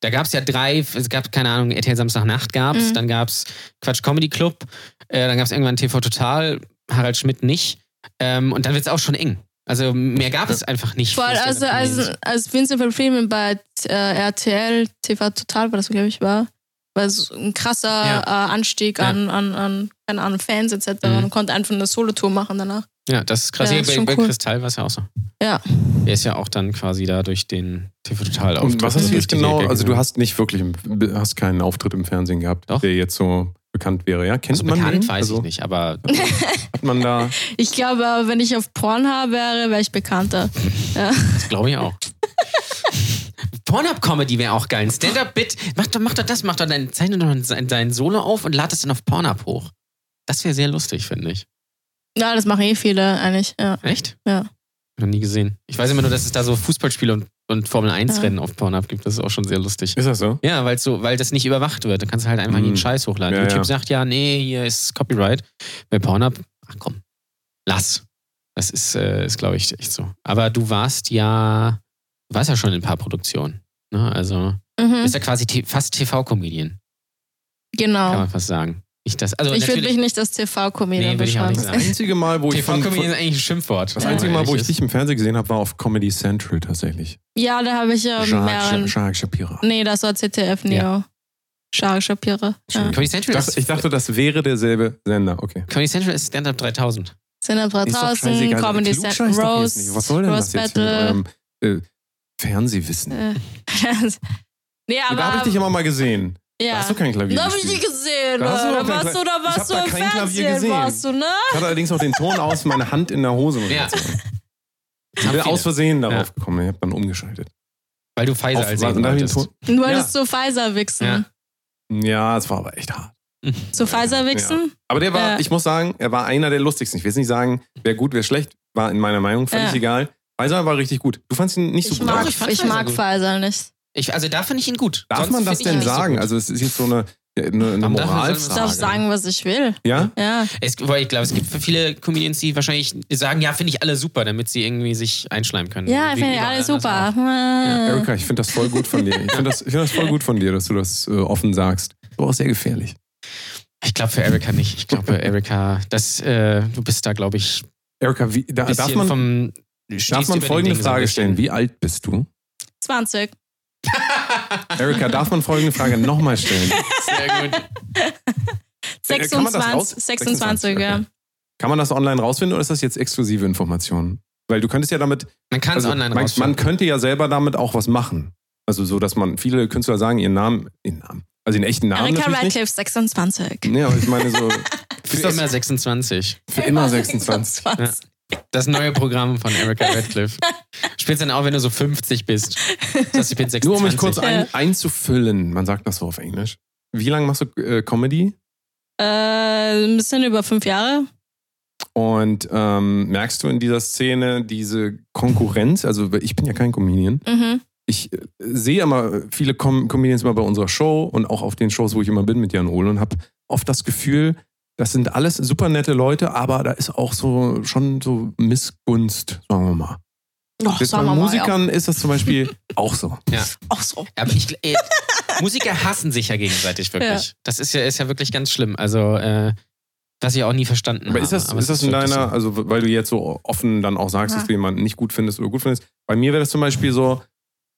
B: Da gab es ja drei, es gab, keine Ahnung, RTL Samstagnacht gab
C: Mhm.
B: es, dann gab es Quatsch Comedy Club, äh, dann gab es irgendwann TV Total, Harald Schmidt nicht. Ähm, und dann wird es auch schon eng. Also mehr gab es einfach nicht.
C: Vor allem,
B: für
C: also, als,
B: Stand-up-Comedians.
C: als Vincent von Freeman bei äh, RTL, TV Total, war das, glaube ich, war, war so ein krasser äh, Anstieg
B: Ja.
C: an, an, an, keine Ahnung, Fans etc.
B: Mhm.
C: Und konnte einfach eine Solo-Tour machen danach.
B: Ja, das ist krass.
C: Ja,
B: Ja,
C: ist
B: bei
C: schon
B: bei
C: cool.
B: Kristall war es ja auch so.
C: Ja.
B: Er ist ja auch dann quasi da durch den TV Total
A: Und was hast du jetzt
B: durch die
A: genau?
B: Decke
A: Also du
B: gegangen.
A: hast nicht wirklich, im- hast keinen Auftritt im Fernsehen gehabt,
B: Doch.
A: der jetzt so bekannt wäre. Ja, kennt
B: Also
A: man
B: bekannt
A: den?
B: weiß
A: also,
B: ich nicht, aber
A: Hat man da?
C: Ich glaube, äh, wenn ich auf Pornhub wäre, wäre ich bekannter. ja.
B: Glaube ich auch. Pornhub-Comedy wäre auch geil. Ein Stand-up-Bit. Mach doch, mach doch das, mach doch dein, zeichne doch sein, dein Solo auf und lad es dann auf Pornhub hoch. Das wäre sehr lustig, finde ich.
C: ja, das machen eh viele eigentlich. Ja.
B: Echt?
C: Ja.
B: Noch nie gesehen. Ich weiß immer nur, dass es da so Fußballspiele und, und
C: Ja.
B: Formel-1-Rennen auf Pornhub gibt. Das ist auch schon sehr lustig.
A: Ist das so?
B: Ja, weil's so, weil das nicht überwacht wird. Da kannst du halt einfach
A: Mhm.
B: jeden Scheiß hochladen.
A: Ja,
B: YouTube
A: ja.
B: sagt ja, nee, hier ist Copyright. Bei Pornhub, ach komm, lass. Das ist, äh, ist glaube ich, echt so. Aber du warst ja, du warst ja schon in ein paar Produktionen. Ne? Also, du
C: Mhm.
B: bist ja quasi t- fast TV-Comedian, kann
C: Genau.
B: man fast sagen. Nicht das, also
C: Ich würde mich
B: natürlich-
C: nicht als TV-Comedian
B: Nee, würd ich auch
C: beschreiben.
B: nicht
A: Das einzige Mal, wo Oh, ich von,
B: TV-Comedian
A: von,
B: ist eigentlich ein Schimpfwort.
A: das einzige Mal, wo ich
B: dich
A: dich im Fernsehen gesehen habe, war auf Comedy Central tatsächlich.
C: Ja, da habe ich Ähm, ja
A: Shark,
C: mehreren.
A: Shark Shapira.
C: Nee, das war ZDF Neo. Shari Shapira. Ja.
B: Comedy
A: Ich
B: Central
A: dachte,
B: ist,
A: ich dachte, das wäre derselbe Sender. Okay.
B: Comedy Central ist Stand-Up 3000.
C: Sender
A: Ist doch
C: 3000,
A: scheißegal.
C: Comedy
A: Klugscheiß
C: Central,
A: doch jetzt
C: Rose,
A: nicht. Was soll denn das
C: Rose
A: jetzt hier mit
C: Battle.
A: eurem äh, Fernsehwissen?
C: Äh, nee,
A: da habe ich dich
C: aber.
A: immer mal gesehen. Da
C: Ja.
A: hast du kein Klavier
C: Da habe ich dich
A: gespielt.
C: gesehen.
A: Da hast du
C: Da,
A: doch kein
C: warst du, da
A: Klavier- Ich hab
C: warst du
A: da
C: im
A: kein Klavier
C: Fernsehen,
A: gesehen.
C: warst du, ne?
A: Ich hatte allerdings noch den Ton aus, meine Hand in der Hose.
B: Ja. Das
A: Ich
B: haben
A: bin
B: viele.
A: aus Versehen darauf gekommen. Ich habe dann umgeschaltet.
B: Weil du Pfizer als
A: warte, darf ich den Ton?
C: Du wolltest zu Pfizer wichsen.
B: Ja.
A: ja, es war aber echt hart.
C: Zu Pfizer wichsen?
A: Aber der war,
C: Ja.
A: ich muss sagen, er war einer der lustigsten. Ich will jetzt nicht sagen, wer gut, wer schlecht. War in meiner Meinung völlig
C: Ja.
A: egal. Weiser war richtig gut. Du fandst ihn nicht so
C: Ich
A: gut.
C: mag,
A: aber
B: ich fand
C: ich
B: Pfizer
C: mag
B: gut.
C: Pfizer nicht.
B: Ich, also da finde ich ihn gut.
A: Darf
B: Sonst
A: man das
B: find ich ihn
A: denn
B: nicht so
A: sagen?
B: gut.
A: also es ist jetzt so eine, eine, eine
B: Warum darf man
C: Ich
B: Frage.
C: darf
A: Moralfrage.
C: sagen, was ich will.
A: Ja?
C: Ja.
B: Es, weil ich glaube, es gibt für viele Comedians, die wahrscheinlich sagen, ja, finde ich alle super, damit sie irgendwie sich einschleimen können.
C: Ja,
B: Wie
C: ich finde
B: überall
C: alles
B: anders
C: super.
B: auch.
A: Erika, ich finde das voll gut von dir. Ich finde das, ich find das voll gut von dir, dass du das äh, offen sagst. Du auch sehr gefährlich.
B: Ich glaube für Erika nicht. Ich glaube, Erika, das, äh, du bist da, glaube ich,
A: Erika, wie, da,
B: ein
A: Ah, darf
B: bisschen
A: man,
B: vom.
A: darf man folgende Frage stellen? Wie alt bist du?
C: 20.
A: Erika, darf man folgende Frage nochmal stellen?
B: Sehr gut.
A: Äh, kann man das
C: 26,
A: raus-
C: 26, ja.
A: okay. Kann man das online rausfinden oder ist das jetzt exklusive Information? Weil du könntest ja damit,
B: Man kann es
A: also,
B: online
A: man,
B: rausfinden.
A: man könnte ja selber damit auch was machen. Also so, dass man, viele Künstler sagen ihren Namen, ihren Namen, also ihren echten Namen
C: Erika
A: natürlich nicht.
C: Radcliffe, 26.
A: Nee, aber ich meine so,
B: Für
A: ist das-
B: immer 26.
A: für immer 26.
B: Das neue Programm von Erika Radcliffe. Spielst dann auch, wenn du so 50 bist. Das, ich bin 26.
A: Nur um mich kurz ein,
C: Ja.
A: einzufüllen, man sagt das so auf Englisch. Wie lange machst du äh, Comedy?
C: Äh, ein bisschen über fünf Jahre.
A: Und ähm, merkst du in dieser Szene diese Konkurrenz? Also ich bin ja kein Comedian.
C: Mhm.
A: Ich äh, sehe immer viele Com Comedians immer bei unserer Show und auch auf den Shows, wo ich immer bin mit Jan Ohl und habe oft das Gefühl, das sind alles super nette Leute, aber da ist auch so schon so Missgunst, sagen wir mal. Jetzt
C: Och,
A: bei
C: sagen wir mal, ja.
A: Musikern ist das zum Beispiel auch so.
C: Auch so.
B: Aber ich, äh, Musiker hassen sich ja gegenseitig wirklich.
C: Ja.
B: Das ist ja, ist ja wirklich ganz schlimm. Also, äh, was ich auch nie verstanden
A: Aber
B: habe.
A: ist das,
B: Aber
A: ist
B: es
A: das in
B: wirklich
A: deiner, also weil du jetzt so offen dann auch sagst,
C: Ja.
A: dass du jemanden nicht gut findest oder gut findest, bei mir wäre das zum Beispiel so,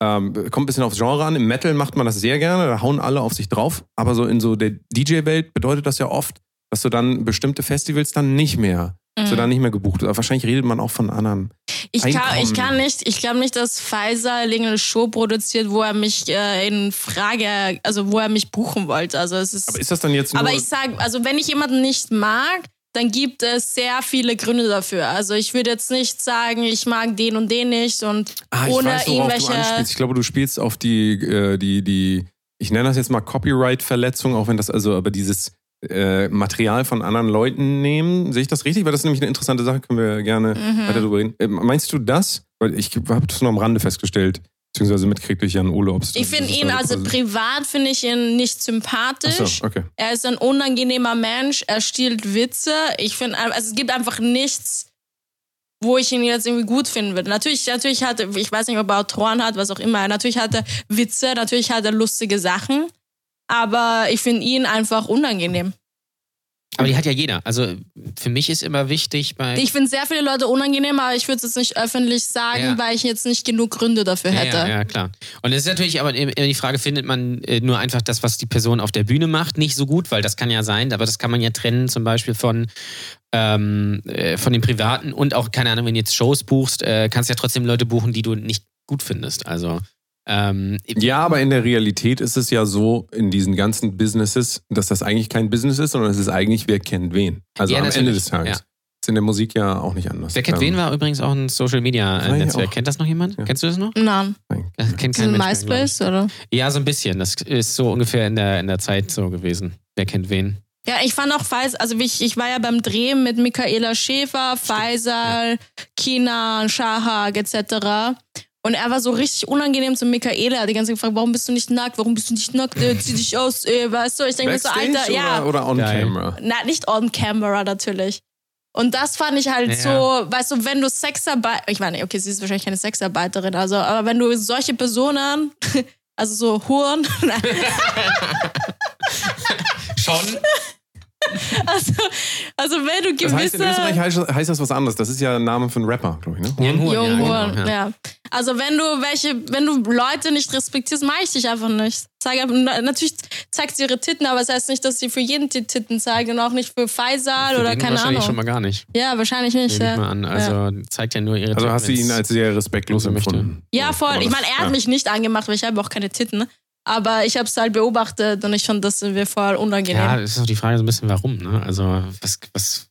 A: ähm, kommt ein bisschen aufs Genre an, im Metal macht man das sehr gerne, da hauen alle auf sich drauf, aber so in so der DJ-Welt bedeutet das ja oft, dass du dann bestimmte Festivals dann nicht mehr,
C: Mhm.
A: dass du dann nicht mehr gebucht wirst. Aber wahrscheinlich redet man auch von anderen.
C: Ich kann,
A: Einkommen.
C: ich kann nicht, ich glaube nicht, dass Pfizer irgendeine Show produziert, wo er mich äh, in Frage, also wo er mich buchen wollte. Also es ist.
A: Aber ist das dann jetzt nur,
C: Aber ich sage, also wenn ich jemanden nicht mag, dann gibt es sehr viele Gründe dafür. Also ich würde jetzt nicht sagen, ich mag den und den nicht und
A: ah, ich
C: ohne
A: weiß, worauf du
C: irgendwelche.
A: anspielst. Ich glaube, du spielst auf die, äh, die, die, ich nenne das jetzt mal Copyright-Verletzung, auch wenn das also, aber dieses äh, Material von anderen Leuten nehmen. Sehe ich das richtig? Weil das ist nämlich eine interessante Sache, können wir gerne
B: Mhm.
A: weiter drüber reden. Äh, meinst du das? Weil ich habe das nur am Rande festgestellt, beziehungsweise mitkriegt durch Jan Ole, ob's-
C: Ich finde
A: das ist
C: ihn,
A: da
C: also
A: quasi-
C: privat finde ich ihn nicht sympathisch.
A: Ach so, okay.
C: Er ist ein unangenehmer Mensch, er stiehlt Witze. Ich finde, also es gibt einfach nichts, wo ich ihn jetzt irgendwie gut finden würde. Natürlich, natürlich hat er, ich weiß nicht, ob er Autoren hat, was auch immer. Natürlich hat er Witze, natürlich hat er lustige Sachen. Aber ich finde ihn einfach unangenehm.
B: so. Aber die hat ja jeder. Also, für mich ist immer wichtig bei.
C: Ich finde sehr viele Leute unangenehm, aber ich würde es jetzt nicht öffentlich sagen,
B: Ja.
C: weil ich jetzt nicht genug Gründe dafür hätte.
B: Ja, ja, ja, klar. Und es ist natürlich aber immer die Frage, findet man äh, nur einfach das, was die Person auf der Bühne macht, nicht so gut, weil das kann ja sein, aber das kann man ja trennen zum Beispiel von, ähm, äh, von den Privaten und auch, keine Ahnung, wenn du jetzt Shows buchst, äh, kannst du ja trotzdem Leute buchen, die du nicht gut findest. Also, ähm,
A: Ja, aber in der Realität ist es ja so, in diesen ganzen Businesses, dass das eigentlich kein Business ist, sondern es ist eigentlich, wer kennt wen. Also
B: Ja,
A: am
B: natürlich.
A: Ende des Tages.
B: Ja.
A: Ist in der Musik ja auch nicht anders.
B: wer kennt
A: Ähm,
B: wen war übrigens auch ein Social Media
A: Ja,
B: äh,
A: ja,
B: Netzwerk.
A: auch.
B: Kennt das noch jemand?
A: Ja.
B: Kennst du das noch?
C: Nein.
A: nein.
B: Das kennt kein
C: Sind
B: Mensch. Mehr, glaub ich.
C: MySpace, oder?
B: ja, so ein bisschen. Das ist so ungefähr in der, in der Zeit so gewesen. Wer kennt wen?
C: Ja, ich fand auch Faisal, also ich, ich war ja beim Dreh mit Michaela Schäfer, Faisal, Kina, Shahak etc. Und er war so richtig unangenehm zu Michaela. Er hat die ganze Zeit gefragt, warum bist du nicht nackt? Warum bist du nicht nackt? Äh, zieh dich aus, äh, weißt du? Ich denke mir so,
A: Backstage
C: Alter,
A: oder,
C: ja.
A: oder on
B: Geil.
A: camera?
C: Na, nicht on camera natürlich. Und das fand ich halt
B: Ja.
C: so, weißt du, wenn du Sexarbeit, ich meine, okay, sie ist wahrscheinlich keine Sexarbeiterin, also, aber wenn du solche Personen, also so Huren, nein,
B: Schon?
C: also, also wenn du
A: Das
C: gewisse...
A: heißt, in Österreich heißt, heißt das was anderes. Das ist ja ein Name für einen Rapper, glaube ich, ne?
C: Jung Huren,
B: genau,
C: ja. Also wenn du welche, wenn du Leute nicht respektierst, mag ich dich einfach nicht. Zeig, einfach- na- natürlich zeigt sie ihre Titten, aber es das heißt nicht, dass sie für jeden die Titten zeigt und auch nicht für Faisal
B: Für
C: oder
B: den
C: keine
B: wahrscheinlich
C: Ahnung.
B: schon mal gar nicht.
C: ja, wahrscheinlich nicht.
B: Nehme ich mal
C: Ja.
B: an. Also zeigt ja nur ihre
A: Also hast du ihn
B: Titmans.
A: als sehr respektlos
B: Wenn man möchte.
A: empfunden.
C: ja,
A: Kann
C: voll.
A: man
C: Ich
A: das-
C: meine, er hat
A: ja.
C: mich nicht angemacht, weil ich habe auch keine Titten. ne? Aber ich habe es halt beobachtet und ich fand das mir voll unangenehm.
B: Ja, das ist auch die Frage so ein bisschen, warum, ne? Also, was, was,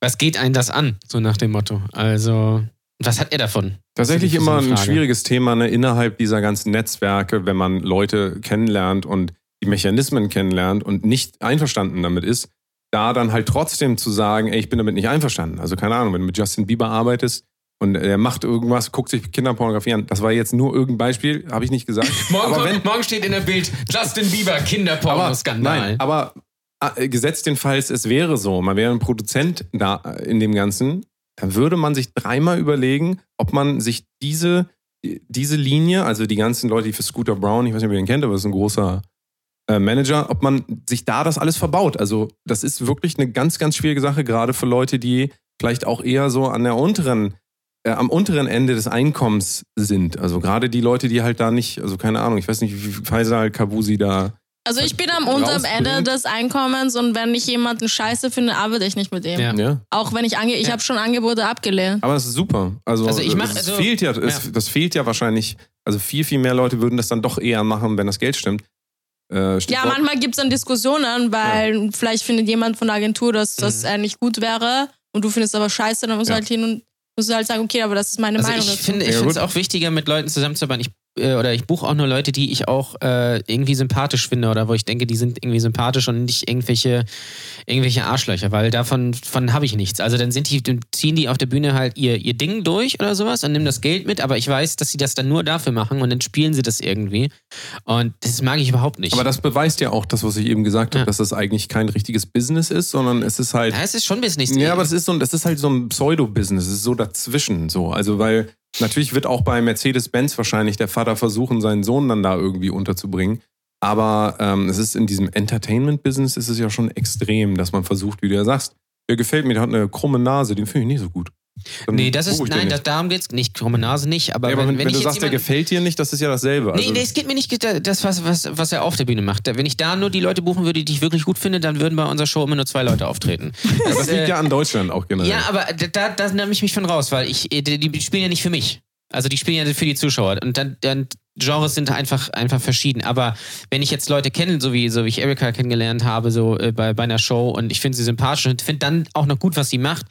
B: was geht einen das an, so nach dem Motto? Also, was hat er davon?
A: Tatsächlich
B: Das ist
A: immer
B: eine
A: ein
B: Frage.
A: schwieriges Thema ne, innerhalb dieser ganzen Netzwerke, wenn man Leute kennenlernt und die Mechanismen kennenlernt und nicht einverstanden damit ist, da dann halt trotzdem zu sagen, ey, ich bin damit nicht einverstanden. Also keine Ahnung, wenn du mit Justin Bieber arbeitest und er macht irgendwas, guckt sich Kinderpornografie an. Das war jetzt nur irgendein Beispiel, habe ich nicht gesagt. aber wenn,
B: morgen steht in der Bild Justin Bieber,
A: aber, nein, aber äh, gesetzt den Fall, es wäre so, man wäre ein Produzent da äh, in dem Ganzen, dann würde man sich dreimal überlegen, ob man sich diese, diese Linie, also die ganzen Leute, die für Scooter Brown, ich weiß nicht, ob ihr den kennt, aber das ist ein großer äh, Manager, ob man sich da das alles verbaut. Also das ist wirklich eine ganz, ganz schwierige Sache, gerade für Leute, die vielleicht auch eher so an der unteren äh, am unteren Ende des Einkommens sind. Also gerade die Leute, die halt da nicht, also keine Ahnung, ich weiß nicht, wie viel Faisal Kabusi da
C: Also ich bin am unteren
A: Rausbringt.
C: Ende des Einkommens und wenn ich jemanden scheiße finde, arbeite ich nicht mit ihm.
B: Ja.
A: Ja.
C: Auch wenn ich ange ich
B: Ja.
C: habe schon Angebote abgelehnt.
A: Aber es ist super. Also,
B: Also ich mach-
A: es
B: also-
A: fehlt ja, es,
B: ja.
A: das fehlt ja wahrscheinlich. Also viel, viel mehr Leute würden das dann doch eher machen, wenn das Geld stimmt. Äh,
C: Ja,
A: Stichwort-
C: manchmal gibt es dann Diskussionen, weil vielleicht findet jemand von der Agentur,
B: Mhm.
C: dass das äh, nicht gut wäre und du findest aber scheiße, dann musst
A: Ja.
C: du halt hin und musst du halt sagen, okay, aber das ist meine Meinung.
B: Also ich
C: dazu.
B: finde ich
A: Ja,
B: finde es
A: gut.
B: auch wichtiger, mit Leuten zusammenzuarbeiten. Ich, äh, oder ich buche auch nur Leute, die ich auch äh, irgendwie sympathisch finde oder wo ich denke, die sind irgendwie sympathisch und nicht irgendwelche, irgendwelche Arschlöcher, weil davon, davon habe ich nichts. Also dann sind die, dann ziehen die auf der Bühne halt ihr, ihr Ding durch oder sowas und nehmen das Geld mit, aber ich weiß, dass sie das dann nur dafür machen und dann spielen sie das irgendwie. Und das mag ich überhaupt nicht.
A: Aber das beweist ja auch das, was ich eben gesagt habe,
B: Ja.
A: dass das eigentlich kein richtiges Business ist, sondern es ist halt.
B: ja, es ist schon ein bisschen nichts.
A: Ja, aber das ist, so, ein- das ist halt so ein Pseudo-Business. Es ist so dazwischen. So. Also, weil natürlich wird auch bei Mercedes-Benz wahrscheinlich der Vater versuchen, seinen Sohn dann da irgendwie unterzubringen. Aber ähm, es ist in diesem Entertainment-Business ist es ja schon extrem, dass man versucht, wie du ja sagst, der gefällt mir, der hat eine krumme Nase, den finde ich nicht so gut. Dann
B: Nee, das ist,
A: buche ich den
B: nein,
A: nicht.
B: da, darum geht's nicht. Krumme Nase nicht, aber,
A: ja, aber wenn, wenn,
B: ich
A: du
B: jetzt
A: sagst, der
B: jemanden-
A: gefällt dir nicht, das ist ja dasselbe. Also,
B: nee, nee, es geht mir nicht ge- das, was, was, was er auf der Bühne macht. Da- Wenn ich da nur die Leute buchen würde, die ich wirklich gut finde, dann würden bei unserer Show immer nur zwei Leute auftreten. äh,
A: aber das liegt ja an Deutschland auch generell.
B: Ja, aber da, da, da nehme ich mich von raus, weil ich, äh, die, die spielen ja nicht für mich. Also die spielen ja für die Zuschauer. Und dann, dann Genres sind einfach, einfach verschieden. Aber wenn ich jetzt Leute kenne, so wie, so wie ich Erika kennengelernt habe, so äh, bei, bei einer Show und ich finde sie sympathisch und finde dann auch noch gut, was sie macht,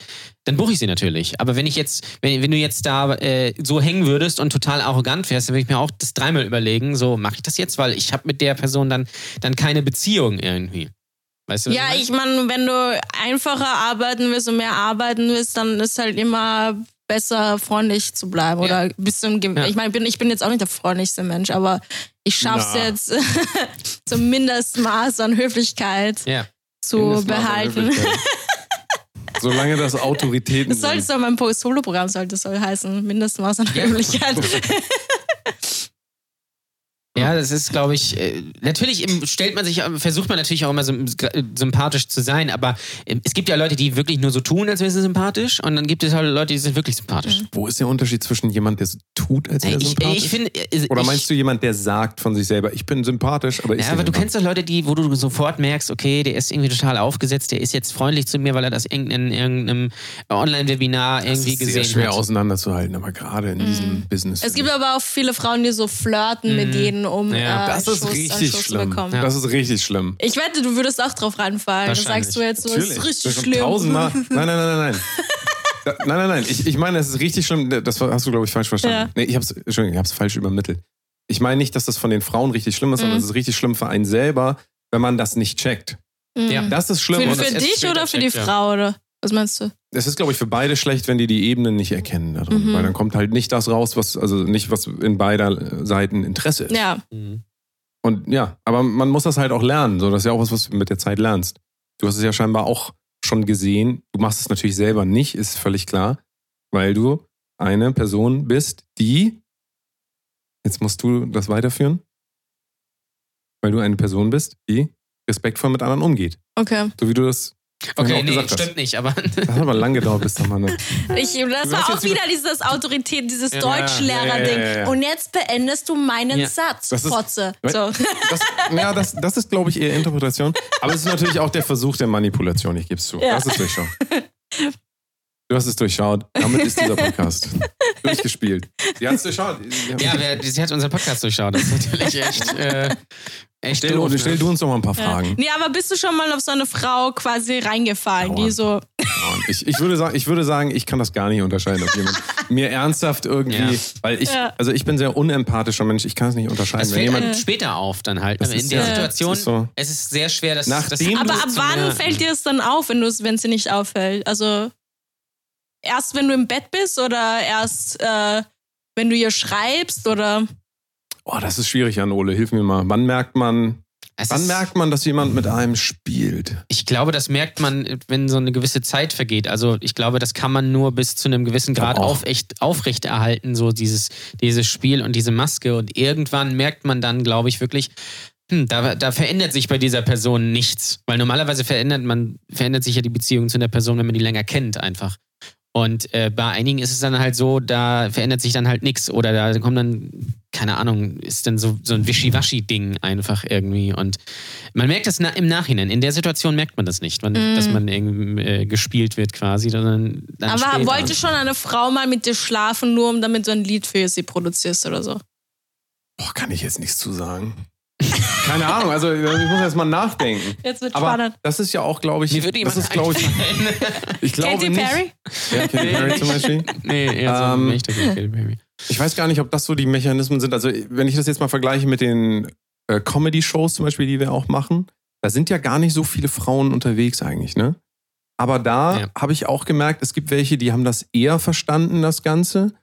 B: dann buche ich sie natürlich. Aber wenn ich jetzt, wenn, wenn du jetzt da äh, so hängen würdest und total arrogant wärst, dann würde ich mir auch das dreimal überlegen, so mache ich das jetzt, weil ich habe mit der Person dann, dann keine Beziehung irgendwie. Weißt du, was
C: Ja,
B: ich, meine?
C: ich meine, wenn du einfacher arbeiten willst und mehr arbeiten willst, dann ist halt immer besser freundlich zu bleiben oder bis zum Ge
B: Ja.
C: ich meine bin ich bin jetzt auch nicht der freundlichste Mensch aber ich schaff's
A: Na.
C: jetzt zum Mindestmaß an Höflichkeit
B: Ja.
C: zu behalten
A: Solange das Autoritäten
C: das soll
A: sind.
C: so mein Po- Solo-Programm sollte soll heißen Mindestmaß an
B: Ja.
C: Höflichkeit
B: Ja, das ist, glaube ich, äh, natürlich im, stellt man sich, äh, versucht man natürlich auch immer sym- äh, sympathisch zu sein, aber äh, es gibt ja Leute, die wirklich nur so tun, als wären sie sympathisch, und dann gibt es halt Leute, die sind wirklich sympathisch.
A: Wo ist der Unterschied zwischen jemand, der so tut, als wäre er
B: ich
A: Mhm. sympathisch?
B: ich finde, äh,
A: Oder
B: ich,
A: meinst du jemand, der sagt von sich selber, ich bin sympathisch, aber ich
B: Ja, aber du kennst doch Leute, die, wo du sofort merkst, okay, der ist irgendwie total aufgesetzt, der ist jetzt freundlich zu mir, weil er das in irgendeinem, irgendeinem Online-Webinar irgendwie
A: ist sehr
B: gesehen halt.
A: schwer
B: hat.
A: auseinanderzuhalten, aber gerade in diesem Business.
C: Mhm. es gibt aber auch viele Frauen die so flirten mit denen um
B: Ja,
C: äh,
A: Mhm. das ist
C: Schuss an
A: richtig
C: Schuss zu
A: schlimm.
C: bekommen
A: Das ist richtig schlimm.
C: ich wette du würdest auch drauf reinfallen dann
B: Wahrscheinlich.
C: sagst du jetzt so das ist richtig
A: schon
C: schlimm
A: Tausendmal. Nein, nein, nein, nein, nein. Da, nein, nein, nein. Ich, ich meine, es ist richtig schlimm. Das war- hast du, glaube ich, falsch verstanden. Nee, ich habe es Entschuldigung, ich hab's falsch übermittelt. Ich meine nicht, dass das von den Frauen richtig schlimm ist, sondern
C: Mhm.
A: es ist richtig schlimm für einen selber, wenn man das nicht checkt.
B: Ja.
A: Das ist schlimm.
C: Mhm. Für,
A: und
C: für
A: das,
C: dich oder für die
B: checkt, ja.
C: Frau, oder? Was meinst du?
A: es ist, glaube ich, für beide schlecht, wenn die die Ebenen nicht erkennen. Darin, Weil dann kommt halt nicht das raus, was also nicht was in beider Seiten Interesse ist.
C: Ja.
B: Mhm.
A: Und ja, aber man muss das halt auch lernen. So, das ist ja auch was, was du mit der Zeit lernst. Du hast es ja scheinbar auch schon gesehen. Du machst es natürlich selber nicht, ist völlig klar, weil du eine Person bist, die. Jetzt musst du das weiterführen. Weil du eine Person bist, die respektvoll mit anderen umgeht.
C: Okay.
A: So wie du das. vorhin
B: Okay,
A: auch
B: nee,
A: gesagt hast.
B: stimmt nicht, aber
A: Das hat aber lang gedauert, bis da mal eine.
C: Ich, das
A: hast
C: war auch
A: jetzt
C: wieder dieses Autorität, dieses
B: Ja,
C: Deutschlehrer-Ding.
A: ja, ja, ja.
C: Und jetzt beendest du meinen
B: Ja.
C: Satz,
A: Das ist-
C: Fotze.
A: Weil-
C: So.
A: Das, ja, das, das ist, glaube ich, eher Interpretation. Aber es ist natürlich auch der Versuch der Manipulation, ich gebe es zu.
C: Ja.
A: Das ist durchschaut. Du hast es durchschaut. Damit ist dieser Podcast durchgespielt. Sie hat es durchschaut.
B: ja, wer, sie hat unseren Podcast durchschaut. Das ist natürlich echt, äh, echt
A: stell,
B: doof,
A: du,
B: ne?
A: stell du uns noch mal ein paar Fragen.
C: Nee, aber bist du schon mal auf so eine Frau quasi reingefallen, die
A: Dauernd.
C: so.
A: Und Ich, ich, würde sagen, ich würde sagen, ich kann das gar nicht unterscheiden, ob jemand mir ernsthaft irgendwie,
B: Ja.
A: weil ich,
C: Ja.
A: also ich bin ein sehr unempathischer Mensch, ich kann es nicht unterscheiden.
B: Das
A: Also Wenn
B: fällt
A: jemand
B: einem später auf dann halt.
A: Das
B: Aber in
A: ist
B: der
A: ja-
B: Situation,
A: das ist so.
B: es ist sehr schwer, dass das
A: Nachdem
C: Aber
A: du
C: ab wann fällt dir es dann auf, wenn, du's- wenn sie nicht auffällt? Also erst wenn du im Bett bist oder erst äh, wenn du ihr schreibst oder.
A: Oh, das ist schwierig, Jan Ole. Hilf mir mal. Wann merkt man,
B: es
A: wann
B: ist,
A: merkt man, dass jemand mit einem spielt?
B: Ich glaube, das merkt man, wenn so eine gewisse Zeit vergeht. Also ich glaube, das kann man nur bis zu einem gewissen Grad
A: auch.
B: auf echt aufrechterhalten, so dieses, dieses Spiel und diese Maske. Und irgendwann merkt man dann, glaube ich, wirklich, hm, da, da verändert sich bei dieser Person nichts. Weil normalerweise verändert man, verändert sich ja die Beziehung zu einer Person, wenn man die länger kennt, einfach. Und äh, bei einigen ist es dann halt so, da verändert sich dann halt nichts. Oder da kommt dann, keine Ahnung, ist dann so, so ein Wischiwaschi-Ding einfach irgendwie. Und man merkt das na im Nachhinein. In der Situation merkt man das nicht, man,
C: Mhm.
B: dass man irgendwie äh, gespielt wird quasi. Sondern dann
C: Aber
B: später.
C: wollte schon eine Frau mal mit dir schlafen, nur um damit du ein Lied für sie produzierst oder so?
A: Boah, kann ich jetzt nichts zu sagen. Keine Ahnung, also ich muss erst mal nachdenken.
C: Jetzt wird
A: Aber
C: spannend.
A: das ist ja auch, glaube ich,
B: Mir würde
A: das
B: jemand
A: ist, glaube ich, ich glaube
C: Katy
A: nicht.
C: Perry?
A: Ja, Katy Perry zum Beispiel.
B: nee, eher so
A: Ähm,
B: nicht. Okay, okay, Baby.
A: Ich weiß gar nicht, ob das so die Mechanismen sind. Also wenn ich das jetzt mal vergleiche mit den äh, Comedy-Shows zum Beispiel, die wir auch machen, da sind ja gar nicht so viele Frauen unterwegs eigentlich, ne? Aber da
B: Ja.
A: habe ich auch gemerkt, es gibt welche, die haben das eher verstanden, das Ganze.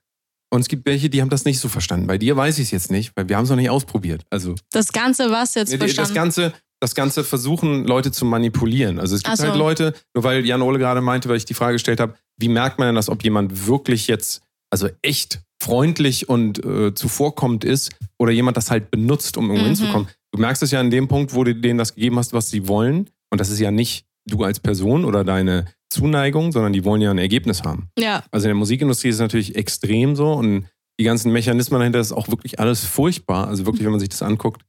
A: Und es gibt welche, die haben das nicht so verstanden. Bei dir weiß ich es jetzt nicht, weil wir haben es noch nicht ausprobiert. Also
C: Das Ganze was jetzt
A: Nee, die- das
C: verstanden?
A: ganze das ganze versuchen Leute zu manipulieren. Also es gibt
C: Ach so.
A: halt Leute, nur weil Jan Ole gerade meinte, weil ich die Frage gestellt habe, wie merkt man denn das, ob jemand wirklich jetzt also echt freundlich und äh, zuvorkommend ist oder jemand das halt benutzt, um irgendwo
C: Mhm.
A: hinzukommen. Du Du merkst es ja an dem Punkt, wo du denen das gegeben hast, was sie wollen. Und das ist ja nicht du als Person oder deine Zuneigung, sondern die wollen ja ein Ergebnis haben.
C: Ja,
A: Also in der Musikindustrie ist es natürlich extrem so und die ganzen Mechanismen dahinter ist auch wirklich alles furchtbar. Also wirklich, wenn man sich das anguckt.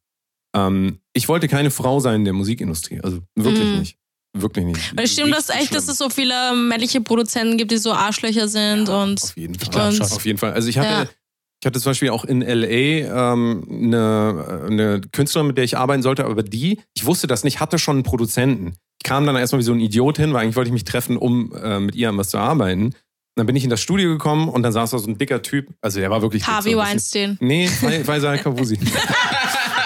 A: Ähm, ich wollte keine Frau sein in der Musikindustrie. Also wirklich
C: Mhm.
A: nicht. Wirklich nicht.
C: weil es stimmt das echt, dass es so viele männliche Produzenten gibt, die so Arschlöcher sind und
A: Auf jeden Fall.
C: glaub schon.
A: Auf jeden Fall. Also ich hatte,
C: Ja.
A: ich hatte zum Beispiel auch in LA ähm, eine, eine Künstlerin, mit der ich arbeiten sollte, aber die, ich wusste das nicht, hatte schon einen Produzenten. Ich kam dann erstmal wie so ein Idiot hin, weil eigentlich wollte ich mich treffen, um äh, mit ihr an was zu arbeiten. Und dann bin ich in das Studio gekommen und dann saß da so ein dicker Typ. Also der war wirklich. dick,
C: Harvey
A: so ein bisschen-
C: Weinstein.
A: Nee, Fai- Faisal Kavusi.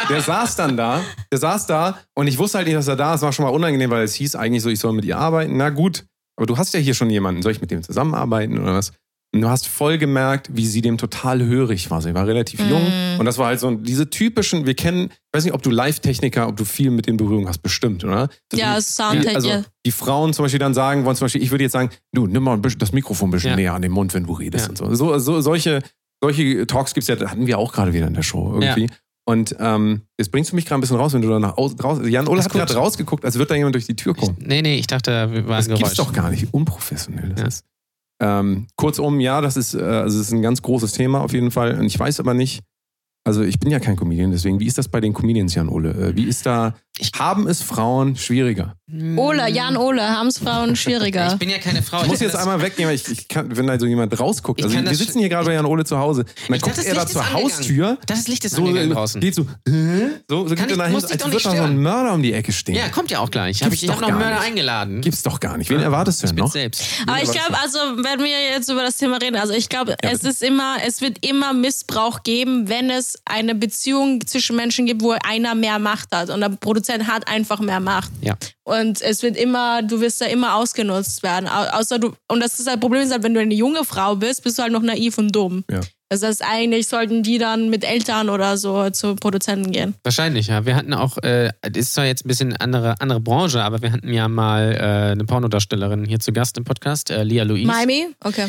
A: Der saß dann da, der saß da und ich wusste halt nicht, dass er da ist. War schon mal unangenehm, weil es hieß eigentlich so, ich soll mit ihr arbeiten. Na gut, aber du hast ja hier schon jemanden. Soll ich mit dem zusammenarbeiten oder was? Und du hast voll gemerkt, wie sie dem total hörig war. Sie war relativ jung und das war halt so ein- diese typischen, wir kennen, ich weiß nicht, ob du Live-Techniker, ob du viel mit dem Berührung hast, bestimmt, oder? Das
C: Ja,
A: sind-
C: Soundtech,
A: also,
C: ja.
A: die Frauen zum Beispiel dann sagen wollen, zum Beispiel, ich würde jetzt sagen, du, nimm mal ein bisschen, das Mikrofon ein bisschen
B: Ja.
A: näher an den Mund, wenn du redest
B: Ja.
A: und so. so, so solche, solche Talks gibt es ja, hatten wir auch gerade wieder in der Show irgendwie. Und ähm, jetzt bringst du mich gerade ein bisschen raus, wenn du da nach außen raus. Jan Ole
B: Ist
A: hat
B: gut.
A: gerade rausgeguckt, als würde da jemand durch die Tür kommen.
B: Nee, nee, ich dachte, da war
A: Das
B: ein Geräusch.
A: gibt's doch gar nicht. Unprofessionell. Das
B: Ja.
A: ist. Ähm, kurzum, ja, das ist, äh, also das ist ein ganz großes Thema auf jeden Fall. Und ich weiß aber nicht, also ich bin ja kein Comedian, deswegen, wie ist das bei den Comedians, Jan Ole? Äh, wie ist da,
B: Ich-
A: haben es Frauen schwieriger?
C: Ola, Jan Ola, haben es Frauen schwieriger.
B: Ich bin ja keine Frau.
A: hm. Ich muss
B: kann
A: jetzt
B: das-
A: einmal weggehen, weil ich, ich kann, wenn da so jemand rausguckt.
B: Ich
A: Also
B: kann
A: wir
B: das
A: sitzen
B: schon-
A: hier gerade bei Jan Ole zu Hause. Und dann
B: Ich
A: guckt
B: dachte, das
A: er da
B: Licht ist
A: zur
B: angegangen.
A: Haustür.
B: Das Licht ist
A: So,
B: angegangen
A: äh,
B: draußen.
A: geht so, so, so
B: Kann
A: geht er
B: ich-
A: da hin,
B: muss ich
A: als
B: doch
A: würde
B: nicht
A: da so ein
B: stören.
A: Mörder um die Ecke stehen.
B: Ja, kommt ja auch gleich. Hab
A: Gibt's
B: ich ich
A: doch
B: habe
A: gar
B: noch einen Mörder
A: nicht.
B: eingeladen.
A: Gibt's doch gar nicht. Wen erwartest du denn
B: Spitz
A: noch?
B: selbst.
C: Aber ich glaube, also wenn wir jetzt über das Thema reden, also ich glaube, es ist immer, es wird immer Missbrauch geben, wenn es eine Beziehung zwischen Menschen gibt, wo einer mehr Macht hat und der Produzent hat einfach mehr Macht.
B: Ja.
C: Und es wird immer, du wirst da immer ausgenutzt werden. Au- Außer du, und das ist halt Problem ist halt, wenn du eine junge Frau bist, bist du halt noch naiv und dumm.
A: Ja.
C: Das heißt, eigentlich sollten die dann mit Eltern oder so zu Produzenten gehen.
B: Wahrscheinlich, ja. Wir hatten auch, äh, das ist zwar jetzt ein bisschen andere, andere Branche, aber wir hatten ja mal äh, eine Pornodarstellerin hier zu Gast im Podcast, äh, Lia Louise.
C: Miami? Okay.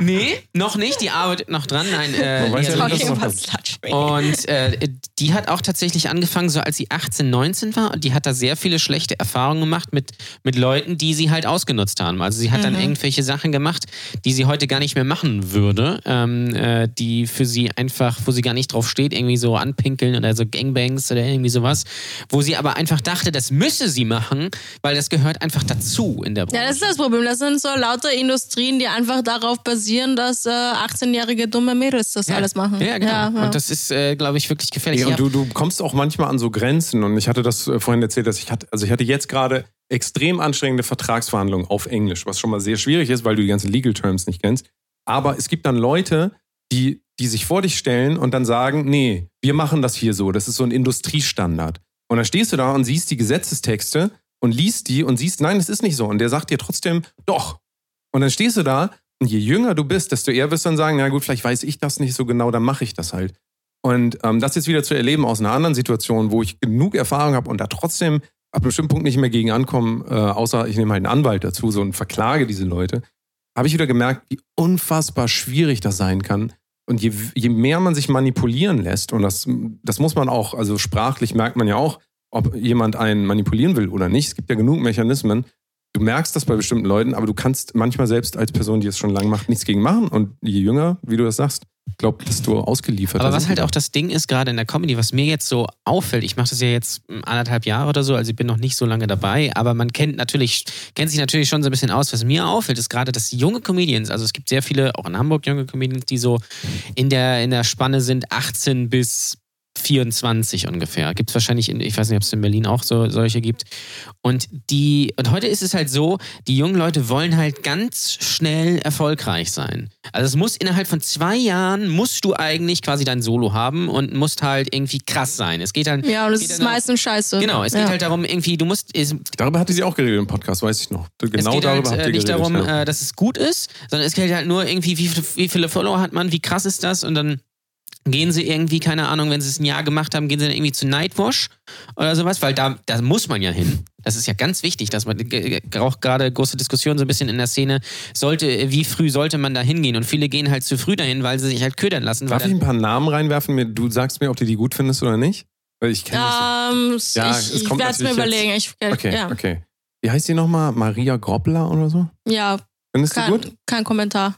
B: Nee, noch nicht, die arbeitet noch dran. Nein, äh,
A: Man weiß
B: Lia
A: ja
B: Louise.
A: nicht,
C: Okay,
A: das noch
C: was latscht mich?
B: Und äh, die hat auch tatsächlich angefangen, so als sie 18, 19 war. Und die hat da sehr viele schlechte Erfahrungen gemacht mit, mit Leuten, die sie halt ausgenutzt haben. Also sie hat
C: Mhm.
B: dann irgendwelche Sachen gemacht, die sie heute gar nicht mehr machen würde, ähm, äh, die für sie einfach, wo sie gar nicht drauf steht, irgendwie so anpinkeln oder so Gangbangs oder irgendwie sowas. Wo sie aber einfach dachte, das müsse sie machen, weil das gehört einfach dazu in der Branche.
C: Ja, das ist das Problem. Das sind so lauter Industrien, die einfach darauf basieren, dass äh, 18-jährige dumme Mädels das alles machen.
B: Ja, genau.
C: Ja, ja.
B: Und das ist, äh, glaube ich, wirklich gefährlich.
A: Ja,
B: Ja,
A: und du, du kommst auch manchmal an so Grenzen. Und ich hatte das äh, vorhin erzählt, dass ich hatte, also ich hatte jetzt gerade extrem anstrengende Vertragsverhandlungen auf Englisch, was schon mal sehr schwierig ist, weil du die ganzen Legal Terms nicht kennst. Aber es gibt dann Leute, die, die sich vor dich stellen und dann sagen, nee, wir machen das hier so. Das ist so ein Industriestandard. Und dann stehst du da und siehst die Gesetzestexte und liest die und siehst, nein, das ist nicht so. Und der sagt dir trotzdem, doch. Und dann stehst du da und je jünger du bist, desto eher wirst du dann sagen, na gut, vielleicht weiß ich das nicht so genau, dann mache ich das halt. Und ähm, das jetzt wieder zu erleben aus einer anderen Situation, wo ich genug Erfahrung habe und da trotzdem ab einem bestimmten Punkt nicht mehr gegen ankommen, äh, außer ich nehme halt einen Anwalt dazu so und verklage diese Leute, habe ich wieder gemerkt, wie unfassbar schwierig das sein kann. Und je, je mehr man sich manipulieren lässt, und das, das muss man auch, also sprachlich merkt man ja auch, ob jemand einen manipulieren will oder nicht. Es gibt ja genug Mechanismen. Du merkst das bei bestimmten Leuten, aber du kannst manchmal selbst als Person, die es schon lange macht, nichts gegen machen. Und je jünger, wie du das sagst, glaub, bist du ausgeliefert.
B: Aber
A: Da
B: was
A: sind
B: halt
A: die
B: auch das Ding ist, gerade in der Comedy, was mir jetzt so auffällt, ich mache das ja jetzt mm, anderthalb Jahre oder so, also ich bin noch nicht so lange dabei, aber man kennt natürlich, kennt sich natürlich schon so ein bisschen aus. Was mir auffällt, ist gerade, dass junge Comedians, also es gibt sehr viele, auch in Hamburg junge Comedians, die so in der, in der Spanne sind 18 bis 24 ungefähr. Gibt es wahrscheinlich, in, ich weiß nicht, ob es in Berlin auch so solche gibt. Und die, und heute ist es halt so, die jungen Leute wollen halt ganz schnell erfolgreich sein. Also es muss innerhalb von zwei Jahren musst du eigentlich quasi dein Solo haben und musst halt irgendwie krass sein. Es geht halt.
C: ja, und das
B: geht
C: ist
B: dann auch-
C: meistens scheiße.
B: Genau, es geht
C: ja.
B: halt darum, irgendwie, du musst, es,
A: Darüber hatte sie auch geredet im Podcast, weiß ich noch. Genau
B: es geht
A: darüber
B: halt,
A: habt ihr
B: äh, nicht
A: geredet.
B: darum,
A: ja.
B: äh, dass es gut ist, sondern es geht halt nur irgendwie, wie, viel- wie viele Follower hat man, wie krass ist das und dann gehen sie irgendwie, keine Ahnung, wenn sie es ein Jahr gemacht haben, gehen sie dann irgendwie zu Nightwash oder sowas, weil da, da muss man ja hin. Das ist ja ganz wichtig, dass man ge- ge- auch gerade große Diskussionen so ein bisschen in der Szene, sollte, wie früh sollte man da hingehen und viele gehen halt zu früh dahin, weil sie sich halt ködern lassen. Weil
A: Darf ich
B: dann,
A: ein paar Namen reinwerfen? Mir- Du sagst mir, ob du die gut findest oder nicht. Weil ich kenne
B: Äh,
A: das.
C: Ähm,
A: Ja,
C: ich
A: es
C: ich
A: kommt
C: werde es mir
A: natürlich jetzt.
C: überlegen. Ich, äh,
A: so. Okay,
C: ja,
A: okay. Wie heißt die nochmal? Maria Groppler oder so?
C: ja
A: Findest du gut?
C: kein, kein Kommentar.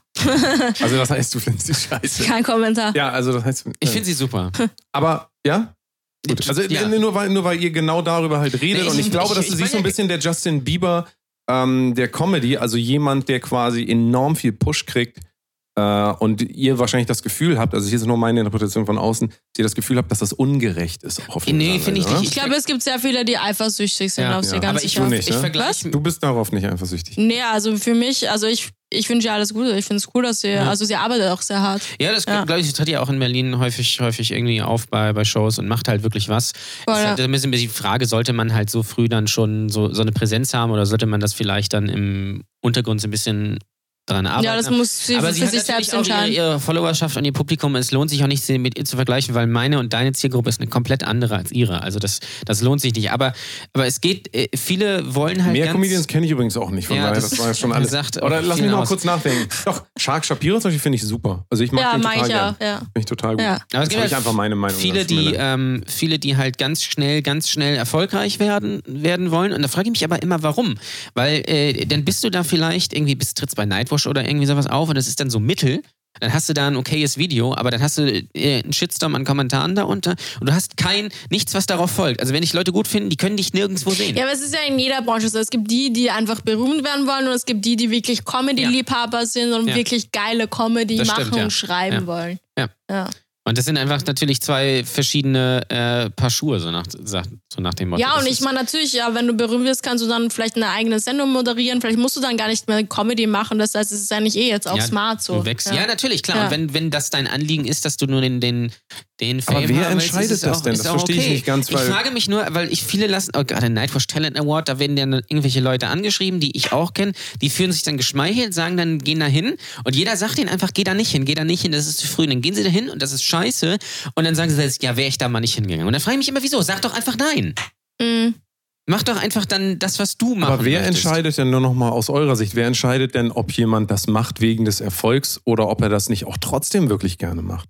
A: Also das heißt, du findest die scheiße.
C: Kein Kommentar.
A: Ja, also das heißt.
B: Ich finde sie super.
A: Aber, ja? Gut. Also
B: Ja.
A: n- nur, weil, nur weil ihr genau darüber halt redet
B: Nee,
A: und ich
B: ich-
A: glaube, dass
B: ich-
A: du
B: ich
A: siehst so ein
B: meine-
A: bisschen der Justin Bieber ähm, der Comedy, also jemand, der quasi enorm viel Push kriegt äh, und ihr wahrscheinlich das Gefühl habt, also hier ist nur meine Interpretation von außen, dass ihr das Gefühl habt, dass das ungerecht ist. Auch auf eine
B: Nee,
A: Art und
B: finde ich
A: Weise,
B: nicht.
C: Ich glaube, es gibt sehr viele, die eifersüchtig sind
B: Ja,
C: auf sie
A: ja.
C: ganz
B: Aber ich,
C: sicher.
A: du nicht,
B: ich
A: ne?
B: vergleiche.
A: oder? Du bist darauf nicht eifersüchtig.
C: Nee, also für mich, also ich, ich wünsche ihr alles Gute. Ich finde es cool, dass sie, also sie arbeitet auch sehr hart.
B: Ja, das
C: Ja.
B: glaube ich, tritt ja auch in Berlin häufig, häufig irgendwie auf bei, bei Shows und macht halt wirklich was.
C: Voll,
B: ist
C: ja.
B: halt ein bisschen die Frage, sollte man halt so früh dann schon so, so eine Präsenz haben oder sollte man das vielleicht dann im Untergrund so ein bisschen dran arbeiten?
C: ja, das muss sie
B: aber
C: für
B: sie hat natürlich
C: sich selbst
B: auch ihre,
C: entscheiden.
B: ihre Followerschaft und ihr Publikum. Es lohnt sich auch nicht, sie mit ihr zu vergleichen, weil meine und deine Zielgruppe ist eine komplett andere als ihre. Also das, das lohnt sich nicht. Aber, aber es geht, äh, viele wollen halt
A: Mehr
B: ganz...
A: Comedians kenne ich übrigens auch nicht, von
B: Ja,
A: daher, das,
B: das
A: war ja schon alles.
B: sagt auch
A: Oder lass mich
B: viel
A: noch mal
B: aus.
A: kurz nachdenken. Doch, Shark Shapiro zum Beispiel finde ich super. Also ich mag
C: Ja,
A: den
C: mag
A: total
C: ich
A: gern.
C: auch, ja.
A: Finde ich total gut.
C: Ja.
B: Aber es
A: Das
B: gibt
A: habe
B: halt
A: ich einfach meine Meinung.
B: viele,
A: dazu, Mille.
B: die, ähm, viele, die halt ganz schnell, ganz schnell erfolgreich werden, werden wollen. Und da frage ich mich aber immer, warum? Weil äh, dann bist du da vielleicht irgendwie, bist trittst bei Nightwash oder irgendwie sowas auf und das ist dann so Mittel. Dann hast du da ein okayes Video, aber dann hast du äh, einen Shitstorm an Kommentaren darunter und du hast kein, nichts, was darauf folgt. Also wenn dich Leute gut finden, die können dich nirgendwo sehen.
C: Ja, aber es ist ja in jeder Branche so. Es gibt die, die einfach berühmt werden wollen und es gibt die, die wirklich Comedy-Liebhaber sind und
B: Ja.
C: wirklich geile Comedy
B: Das
C: machen
B: stimmt, ja.
C: und schreiben
B: Ja.
C: wollen.
B: Ja.
C: Ja.
B: Und das sind einfach natürlich zwei verschiedene äh, Paar Schuhe, so nach, so nach dem Motto.
C: Ja,
B: Das
C: und
B: ist-
C: ich meine natürlich, ja, wenn du berühmt wirst, kannst du dann vielleicht eine eigene Sendung moderieren. Vielleicht musst du dann gar nicht mehr Comedy machen. Das heißt, es ist eigentlich eh jetzt auch
B: Ja,
C: smart so.
B: Du wächst. Ja. natürlich, klar.
C: Ja.
B: Und wenn, wenn das dein Anliegen ist, dass du nur den, den, den Fame
A: Aber wer
B: haben willst,
A: entscheidet
B: ist es
A: das
B: auch,
A: denn?
B: ist
A: Das
B: auch
A: verstehe ich
B: okay.
A: nicht ganz, weil-
B: Ich frage mich nur, weil ich viele lassen, oh, gerade Nightwatch Talent Award, da werden dann irgendwelche Leute angeschrieben, die ich auch kenne, die fühlen sich dann geschmeichelt, sagen dann, gehen da hin. Und jeder sagt denen einfach, geh da nicht hin, geh da nicht hin, das ist zu früh. Und dann gehen sie da hin und das ist scheiße. Und dann sagen sie, selbst, ja, wäre ich da mal nicht hingegangen. Und dann frage ich mich immer, wieso? Sag doch einfach nein.
C: Mhm.
B: Mach doch einfach dann das, was du machst.
A: Aber wer entscheidet denn nur nochmal aus eurer Sicht, wer entscheidet denn, ob jemand das macht wegen des Erfolgs oder ob er das nicht auch trotzdem wirklich gerne macht?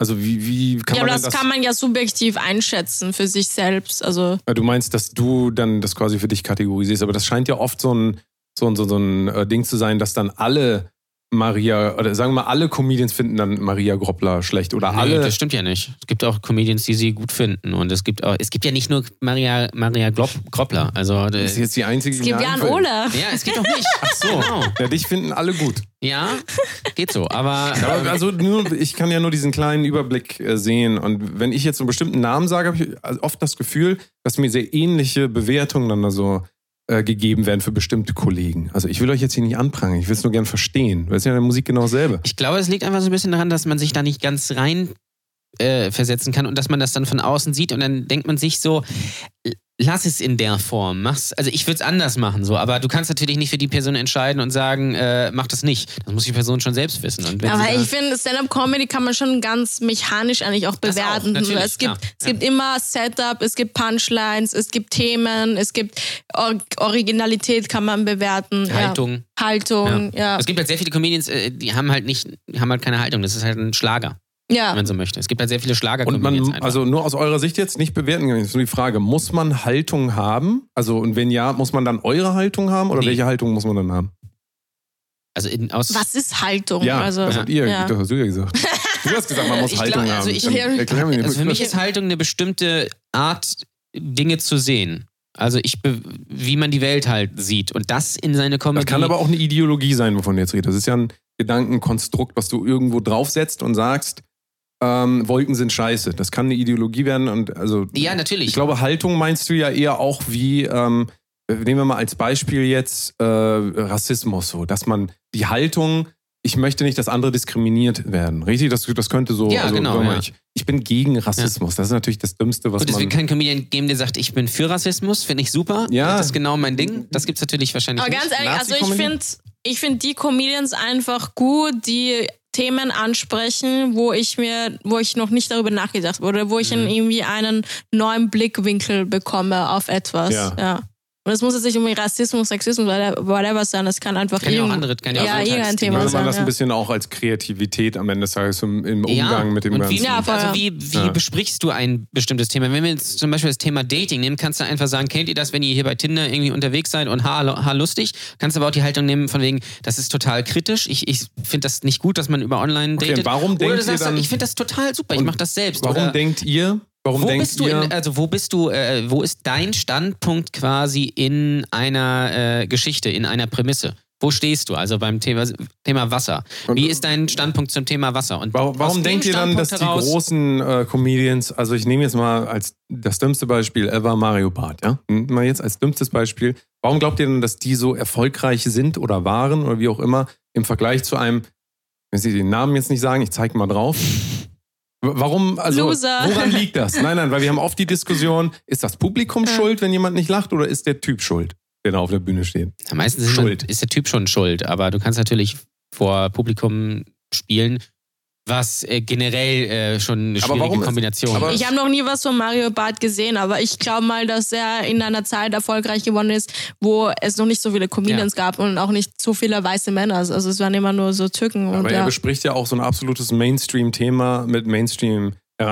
A: Also wie, wie kann
C: ja,
A: man
C: aber
A: denn
C: das,
A: das,
C: kann man ja subjektiv einschätzen für sich selbst. Also
A: Weil Äh, Du meinst, dass du dann das quasi für dich kategorisierst, aber das scheint ja oft so ein, so ein, so ein, so ein äh, Ding zu sein, dass dann alle Maria, oder sagen wir mal, alle Comedians finden dann Maria Groppler schlecht oder
B: Nee,
A: alle...
B: das stimmt ja nicht. Es gibt auch Comedians, die sie gut finden. Und es gibt auch, es gibt ja nicht nur Maria, Maria Glob, Groppler. Also, äh,
A: Das ist jetzt die einzige,
C: es gibt ja einen Ole.
B: ja, es gibt auch mich. Ach so. Genau.
A: Ja, dich finden alle gut.
B: Ja, geht so. Aber,
A: Aber also nur, ich kann ja nur diesen kleinen Überblick äh, sehen. Und wenn ich jetzt einen bestimmten Namen sage, habe ich also oft das Gefühl, dass mir sehr ähnliche Bewertungen dann da so äh, gegeben werden für bestimmte Kollegen. Also ich will euch jetzt hier nicht anprangern, ich will es nur gern verstehen. Weil es ist ja in der Musik genau dasselbe.
B: ich glaube, es liegt einfach so ein bisschen daran, dass man sich da nicht ganz rein äh, versetzen kann und dass man das dann von außen sieht und dann denkt man sich so, l- lass es in der Form, mach's, also ich würde es anders machen, so, aber du kannst natürlich nicht für die Person entscheiden und sagen, äh, mach das nicht. Das muss die Person schon selbst wissen. Und wenn
C: Aber
B: sie da-
C: ich finde, Stand-up-Comedy kann man schon ganz mechanisch eigentlich auch
B: Das auch,
C: bewerten. so,
B: natürlich,
C: es gibt,
B: klar.
C: es
B: Ja.
C: gibt immer Setup, es gibt Punchlines, es gibt Themen, es gibt Or Originalität kann man bewerten.
B: Haltung.
C: Ja. Haltung, ja.
B: Es gibt halt sehr viele Comedians, äh, die haben halt nicht, haben halt keine Haltung. Das ist halt ein Schlager,
C: Ja,
B: wenn man so möchte. Es gibt halt sehr viele Schlager
A: Und
B: Comedians
A: man,
B: einfach.
A: also nur aus eurer Sicht jetzt nicht bewerten, ist nur die Frage, muss man Haltung haben? Also und wenn ja, muss man dann eure Haltung haben oder
B: Nee.
A: welche Haltung muss man dann haben?
B: also in, aus
C: was ist Haltung?
A: Ja,
C: also,
A: das habt ihr,
C: ja.
A: das hast du ja gesagt. Du hast gesagt, man muss
B: Oh, Ich
A: Haltung
B: glaub, also
A: haben.
B: ich-
A: Dann erklär mir den
B: also für mich
A: Begriff.
B: ist Haltung eine bestimmte Art, Dinge zu sehen. Also ich be- wie man die Welt halt sieht. Und das in seine Comedy.
A: Das kann aber auch eine Ideologie sein, wovon du jetzt redest. Das ist ja ein Gedankenkonstrukt, was du irgendwo draufsetzt und sagst, ähm, Wolken sind scheiße. Das kann eine Ideologie werden und also
B: ja, natürlich.
A: ich glaube, Haltung meinst du ja eher auch wie, ähm, nehmen wir mal als Beispiel jetzt äh, Rassismus so, dass man die Haltung, ich möchte nicht, dass andere diskriminiert werden. Richtig? Das, das könnte so, also,
B: Ja, genau,
A: sagen wir mal,
B: ja.
A: ich, ich bin gegen Rassismus. Das ist natürlich das Dümmste, was
B: Gut, es
A: man...
B: wird kein Comedian geben, der sagt, ich bin für Rassismus, finde ich super.
A: Ja.
B: Das ist genau mein Ding. Das gibt es natürlich wahrscheinlich
C: Aber
B: nicht.
C: ganz ehrlich, also ich
A: Nazi-Comedy?
C: finde ich find die Comedians einfach gut, die Themen ansprechen, wo ich mir, wo ich noch nicht darüber
B: Mhm.
C: nachgedacht wurde, wo ich dann irgendwie einen neuen Blickwinkel bekomme auf etwas.
A: Ja.
C: Ja. Und es muss jetzt nicht unbedingt Rassismus, Sexismus, whatever sein. Das kann einfach
B: Kann ja auch
C: irgendein,
B: andere- kann ja
C: ja,
B: auch Alltagsdinge
C: irgendein Thema
A: Könnte man
C: sein.
A: das
C: Ja.
A: ein bisschen auch als Kreativität am Ende des Tages im, im Umgang mit dem
B: und
A: Ganzen.
B: wie,
C: Ja, voll, ja.
B: also wie, wie
A: Ja.
B: besprichst du ein bestimmtes Thema? Wenn wir jetzt zum Beispiel das Thema Dating nehmen, kannst du einfach sagen, kennt ihr das, wenn ihr hier bei Tinder irgendwie unterwegs seid und haar, haar lustig? Kannst aber auch die Haltung nehmen von wegen, das ist total kritisch. Ich, ich finde das nicht gut, dass man über online
A: Okay, und
B: datet.
A: warum
B: Oder
A: denkt
B: du
A: ihr
B: sagst,
A: dann-
B: ich finde das total super, ich
A: Und
B: mache das selbst.
A: Warum
B: Oder
A: denkt ihr, warum
B: wo
A: denkt
B: bist du
A: ihr,
B: in, also wo bist du, äh, wo ist dein Standpunkt quasi in einer äh, Geschichte, in einer Prämisse? Wo stehst du also beim Thema, Thema Wasser? Wie ist dein Standpunkt zum Thema Wasser? Und
A: Warum,
B: aus
A: warum
B: dem
A: denkt ihr dann, dass
B: Standpunkt
A: die
B: heraus-
A: großen äh, Comedians, also ich nehme jetzt mal als das dümmste Beispiel ever Mario Barth, ja? Hm, Mal jetzt als dümmstes Beispiel. Warum glaubt ihr denn, dass die so erfolgreich sind oder waren oder wie auch immer im Vergleich zu einem, wenn Sie den Namen jetzt nicht sagen, ich zeige mal drauf. W- Warum, also
C: Loser.
A: woran liegt das? Nein, nein, weil wir haben oft die Diskussion, ist das Publikum
B: Hm.
A: schuld, wenn jemand nicht lacht oder ist der Typ schuld, der da auf der Bühne steht?
B: Ja, meistens ist,
A: Schuld.
B: Man, ist der Typ schon schuld, aber du kannst natürlich vor Publikum spielen, was äh, generell äh, schon eine
A: Aber
B: schwierige
A: warum ist-
B: Kombination
A: aber-
B: ist.
C: Ich habe noch nie was von Mario Barth gesehen, aber ich glaube mal, dass er in einer Zeit erfolgreich geworden ist, wo es noch nicht so viele Comedians gab und auch nicht so viele weiße Männer. Also es waren immer nur so Türken.
A: Aber
C: und
A: er
C: ja.
A: bespricht ja auch so ein absolutes Mainstream-Thema mit
B: Ja, aber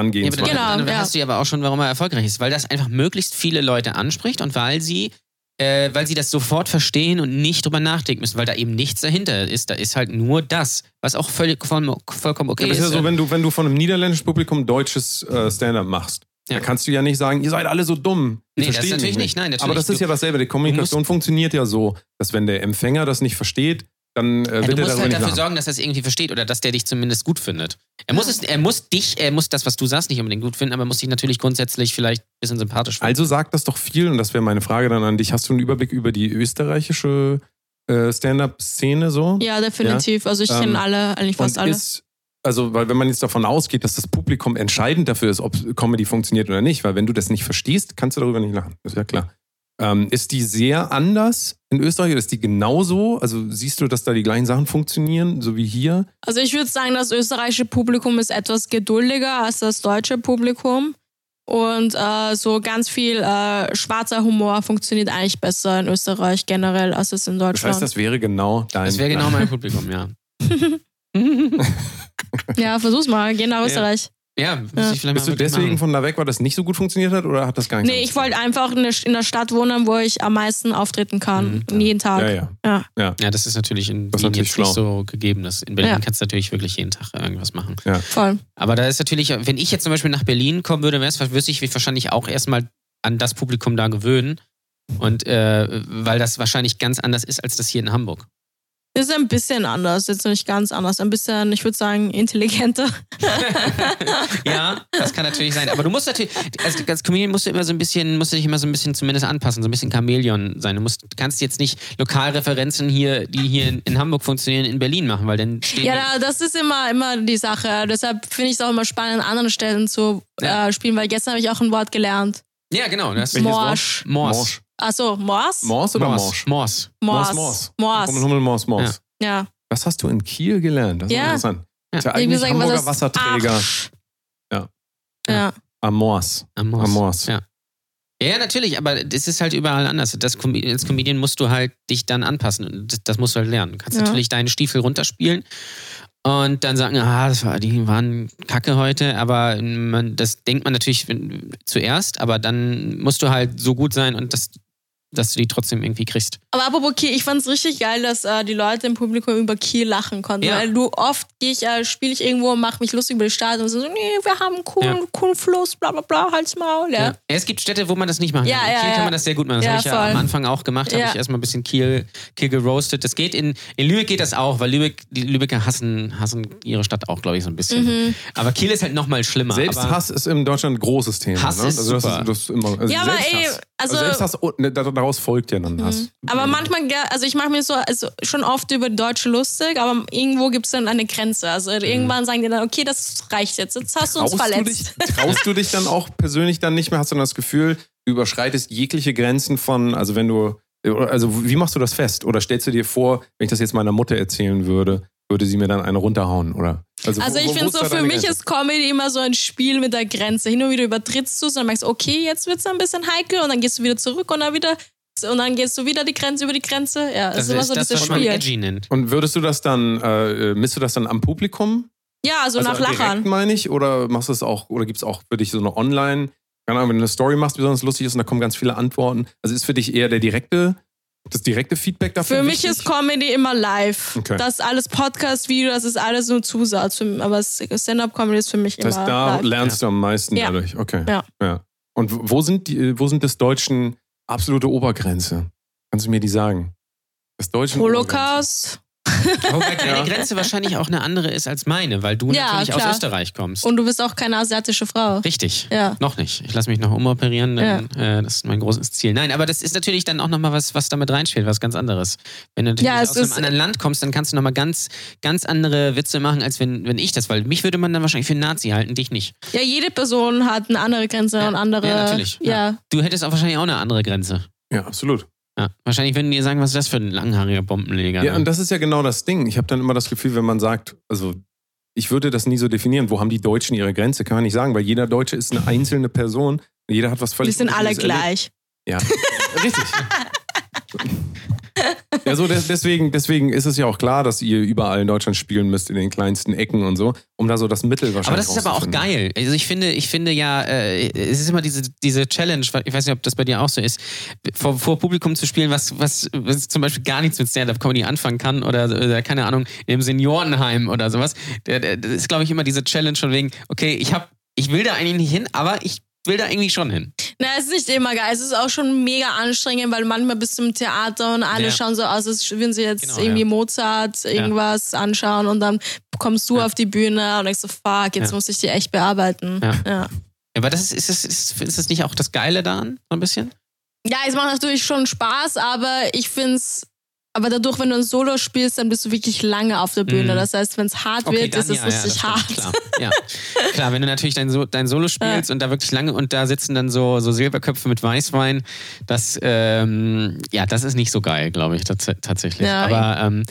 A: Mainstream-Herangehensweise.
B: dann,
C: Genau,
B: dann
C: ja.
B: hast du ja aber auch schon, warum er erfolgreich ist, weil das einfach möglichst viele Leute anspricht und weil sie, äh, weil sie das sofort verstehen und nicht drüber nachdenken müssen, weil da eben nichts dahinter ist. Da ist halt nur das, was auch völlig voll, vollkommen okay
A: Ja, das
B: ist.
A: ist ja so, wenn du, wenn du von einem niederländischen Publikum deutsches äh, Stand-up machst,
B: Ja.
A: dann kannst du ja nicht sagen, ihr seid alle so dumm. Ihr
B: Nee, das
A: versteht
B: natürlich
A: mich
B: nicht. Nein, natürlich.
A: Aber das
B: Du-
A: ist ja dasselbe. Die Kommunikation funktioniert ja so, dass wenn der Empfänger das nicht versteht, dann äh, wird
B: Ja, du
A: er
B: musst
A: darüber
B: halt
A: nicht
B: dafür
A: lachen.
B: sorgen, dass er es irgendwie versteht oder dass der dich zumindest gut findet. Er muss, es, er muss dich, er muss das, was du sagst, nicht unbedingt gut finden, aber muss dich natürlich grundsätzlich vielleicht ein bisschen sympathisch finden.
A: Also sagt das doch viel, und das wäre meine Frage dann an dich. Hast du einen Überblick über die österreichische äh, Stand-up-Szene so?
C: ja, definitiv. Also ich kenne
A: Ähm,
C: alle, eigentlich fast
A: und
C: alle.
A: Ist, also, weil wenn man jetzt davon ausgeht, dass das Publikum entscheidend dafür ist, ob Comedy funktioniert oder nicht, weil wenn du das nicht verstehst, kannst du darüber nicht lachen. Das ist ja klar. Ähm, ist die sehr anders in Österreich oder ist die genauso? Also siehst du, dass da die gleichen Sachen funktionieren, so wie hier?
C: Also ich würde sagen, das österreichische Publikum ist etwas geduldiger als das deutsche Publikum. Und äh, so ganz viel äh, schwarzer Humor funktioniert eigentlich besser in Österreich generell als es in
A: Das
C: Deutschland.
A: heißt, das wäre genau dein.
B: das wäre genau
A: Nein.
B: mein Publikum, ja.
C: ja, versuch's mal, geh nach Österreich.
B: Ja, muss ich vielleicht
A: Bist
B: mal
A: du deswegen
B: machen.
A: von da weg, weil das nicht so gut funktioniert hat oder hat das gar nichts?
C: Nee, ich
A: damit
C: wollte einfach in der- in der Stadt wohnen, wo ich am meisten auftreten kann. Jeden Tag.
A: zu tun? Mhm. Ja, ja.
C: Ja.
B: Ja, das ist natürlich in
A: Das ist
B: Wien
A: natürlich
B: jetzt
A: schlau.
B: nicht so gegeben. Das in Berlin
C: Ja.
B: kannst du natürlich wirklich jeden Tag irgendwas machen.
C: voll.
B: Aber da ist natürlich, wenn ich jetzt zum Beispiel nach Berlin kommen würde, wär's, wüsste ich mich wahrscheinlich auch erstmal an das Publikum da gewöhnen. Und äh, weil das wahrscheinlich ganz anders ist als das hier in Hamburg.
C: Ist ein bisschen anders, jetzt nicht ganz anders. Ein bisschen, ich würde sagen, intelligenter.
B: Ja, das kann natürlich sein. Aber du musst natürlich, als, als Comedian musst du immer so ein bisschen, musst du dich immer so ein bisschen zumindest anpassen, so ein bisschen Chamäleon sein. Du musst, du kannst jetzt nicht Lokalreferenzen hier, die hier in, in Hamburg funktionieren, in Berlin machen, weil dann stehen
C: Ja, da- das ist immer, immer die Sache. Deshalb finde ich es auch immer spannend, an anderen Stellen zu
B: Ja.
C: äh, spielen, weil gestern habe ich auch ein Wort gelernt.
B: ja genau. Das
A: Welches Wort?
C: Morsch.
B: Morsch.
C: Achso, Mors?
A: Mors oder Morsch?
B: Morsch. Morsch.
C: Mors.
A: Mors. Hummel,
C: Mors.
A: Hummel, Mors, Mors.
B: Ja.
C: Ja.
A: Das hast du in Kiel gelernt. Das ist
C: Ja.
A: interessant.
B: Ja.
A: Ist ja
C: Ich würde
A: eigentlich
C: sagen,
A: Hamburger
C: was das- Ah.
A: Wasserträger. Ja.
C: Ja.
A: Amors.
B: Amors.
A: Amors.
B: Ja. ja, natürlich, aber das ist halt überall anders. Das, Com- als Comedian musst du halt dich dann anpassen. Und Das, das musst du halt lernen. Du kannst
C: Ja.
B: natürlich deinen Stiefel runterspielen und dann sagen, ah, das war, die waren kacke heute, aber man, das denkt man natürlich wenn- zuerst, aber dann musst du halt so gut sein und das, dass du die trotzdem irgendwie kriegst.
C: Aber apropos Kiel, ich fand's richtig geil, dass äh, die Leute im Publikum über Kiel lachen konnten.
B: Ja.
C: Weil du oft gehe ich, äh, spiele ich irgendwo und mache mich lustig über die Stadt und so, nee, wir haben einen coolen,
B: Ja.
C: coolen Fluss, bla bla bla, halt's Maul. Ja.
B: Ja. Es gibt Städte, wo man das nicht machen
C: Ja,
B: kann. In
C: ja,
B: Kiel
C: ja.
B: kann man das sehr gut machen. Das
C: Ja,
B: habe ich ja
C: voll.
B: am Anfang auch gemacht.
C: Ja.
B: Habe ich erstmal ein bisschen Kiel, Kiel geroastet. Das geht in, in Lübeck geht das auch, weil Lübeck, die Lübecker hassen, hassen ihre Stadt auch, glaube ich, so ein
C: Mhm.
B: bisschen. Aber Kiel ist halt nochmal schlimmer. aber
A: Selbsthass ist in Deutschland ein großes Thema.
B: Hass
A: ne?
B: ist
A: also das
B: super.
A: Ist, das ist immer, also
C: Ja, aber
A: Selbsthass.
C: ey, also- Mhm.
A: Selbsthass, und- ne, dar- daraus folgt ja dann Hass.
C: Aber manchmal, ge- also ich mache mir so also schon oft über Deutsche lustig, aber irgendwo gibt's dann eine Grenze. Also irgendwann sagen die dann, okay, das reicht jetzt, jetzt hast du uns
A: Mhm. Traust du,
C: verletzt.
A: dich, Also traust du dich dann auch persönlich dann nicht mehr? Hast du dann das Gefühl, du überschreitest jegliche Grenzen von, also wenn du, also wie machst du das fest? Oder stellst du dir vor, wenn ich das jetzt meiner Mutter erzählen würde, würde sie mir dann eine runterhauen? Oder?
C: Also
A: wo- wo-
C: ich
A: wo
C: finde
A: ist
C: so,
A: da
C: für
A: deine
C: mich
A: Grenze?
C: ist Comedy immer so ein Spiel mit der Grenze. Hin und wieder übertrittst du es und dann merkst, okay, jetzt wird es ein bisschen heikel und dann gehst du wieder zurück und dann wieder und dann gehst du wieder die Grenze über die Grenze. Ja, es
B: Das
A: Also
C: ist immer
B: ist
C: so
B: das,
C: dieses
B: was man
C: Spiel.
B: edgy nennt.
A: Und würdest du das dann, äh, äh, misst du das dann am Publikum?
C: Ja, also, nach
A: direkt,
C: Lachern.
A: meine ich? Oder machst du es auch, oder gibt es auch für dich so eine Online, keine Ahnung, wenn du eine Story machst, die besonders lustig ist und da kommen ganz viele Antworten. Also ist für dich eher der direkte, das direkte Feedback dafür?
C: Für mich
A: wichtig?
C: ist Comedy immer live.
A: Okay.
C: Das ist alles Podcast, Video, das ist alles nur Zusatz. Für- Aber Stand-up-Comedy ist für mich
A: Das heißt,
C: immer
A: da
C: live.
A: lernst du am meisten
C: Ja.
A: dadurch. Okay.
C: Ja.
A: Und w- wo sind die, wo sind des Deutschen absolute Obergrenze? Kannst du mir die sagen? Das Deutschen
C: Holocaust
B: Wobei deine Grenze wahrscheinlich auch eine andere ist als meine, weil du
C: Ja,
B: natürlich
C: klar.
B: aus Österreich kommst.
C: und du bist auch keine asiatische Frau.
B: Richtig.
C: Ja.
B: Noch nicht. Ich lasse mich noch umoperieren, dann, äh, das ist mein großes Ziel. Nein, aber das ist natürlich dann auch nochmal was, was damit reinspielt, was ganz anderes. Wenn du natürlich
C: Ja, es
B: aus einem
C: ist-
B: anderen Land kommst, dann kannst du nochmal ganz, ganz andere Witze machen, als wenn, wenn ich das, weil mich würde man dann wahrscheinlich für einen Nazi halten, dich nicht.
C: Ja, jede Person hat eine andere Grenze und andere.
B: ja, natürlich.
C: Ja.
B: Du hättest auch wahrscheinlich auch eine andere Grenze.
A: Ja, absolut.
B: Ja, wahrscheinlich würden die sagen, was ist das für ein langhaariger Bombenleger?
A: Ja,
B: ne?
A: und das ist ja genau das Ding. Ich habe dann immer das Gefühl, wenn man sagt, also ich würde das nie so definieren, wo haben die Deutschen ihre Grenze? Kann man nicht sagen, weil jeder Deutsche ist eine einzelne Person. Jeder hat was
C: Wir
A: völlig
C: sind alle
A: Unterschiedliches erlebt.
C: gleich.
A: Ja, richtig. Ja, so des- deswegen, deswegen ist es ja auch klar, dass ihr überall in Deutschland spielen müsst, in den kleinsten Ecken und so, um da so das Mittel wahrscheinlich
B: Aber das ist aber auch
A: rauszufinden.
B: geil. Also ich finde, ich finde ja, äh, es ist immer diese, diese Challenge, ich weiß nicht, ob das bei dir auch so ist, vor, vor Publikum zu spielen, was, was, was zum Beispiel gar nichts mit Stand-Up-Comedy anfangen kann oder, oder keine Ahnung, im Seniorenheim oder sowas. Der- der- Das ist, glaube ich, immer diese Challenge von wegen, okay, ich hab, ich will da eigentlich nicht hin, aber ich will da irgendwie schon hin.
C: Na, es ist nicht immer geil. Es ist auch schon mega anstrengend, weil manchmal bist du im Theater und alle
B: Ja.
C: schauen so aus, als würden sie jetzt
B: Genau,
C: irgendwie
B: ja.
C: Mozart irgendwas anschauen und dann kommst du auf die Bühne und denkst so, fuck, jetzt
B: Ja.
C: muss ich die echt bearbeiten.
B: Ja.
C: Ja. ja.
B: Aber das ist, ist, das- ist, ist das nicht auch das Geile daran, so ein bisschen?
C: es macht natürlich schon Spaß, aber ich find's, aber dadurch, wenn du ein Solo spielst, dann bist du wirklich lange auf der Bühne.
B: Mhm.
C: Das heißt, wenn's hart wird, ist es
B: das
C: richtig
B: stimmt,
C: hart.
B: Klar, ja. klar, wenn du natürlich dein, so dein Solo spielst und da wirklich lange und da sitzen dann so, so Silberköpfe mit Weißwein, das, ähm, ja, das ist nicht so geil, glaube ich, tats tatsächlich.
C: Ja,
B: Aber, ähm,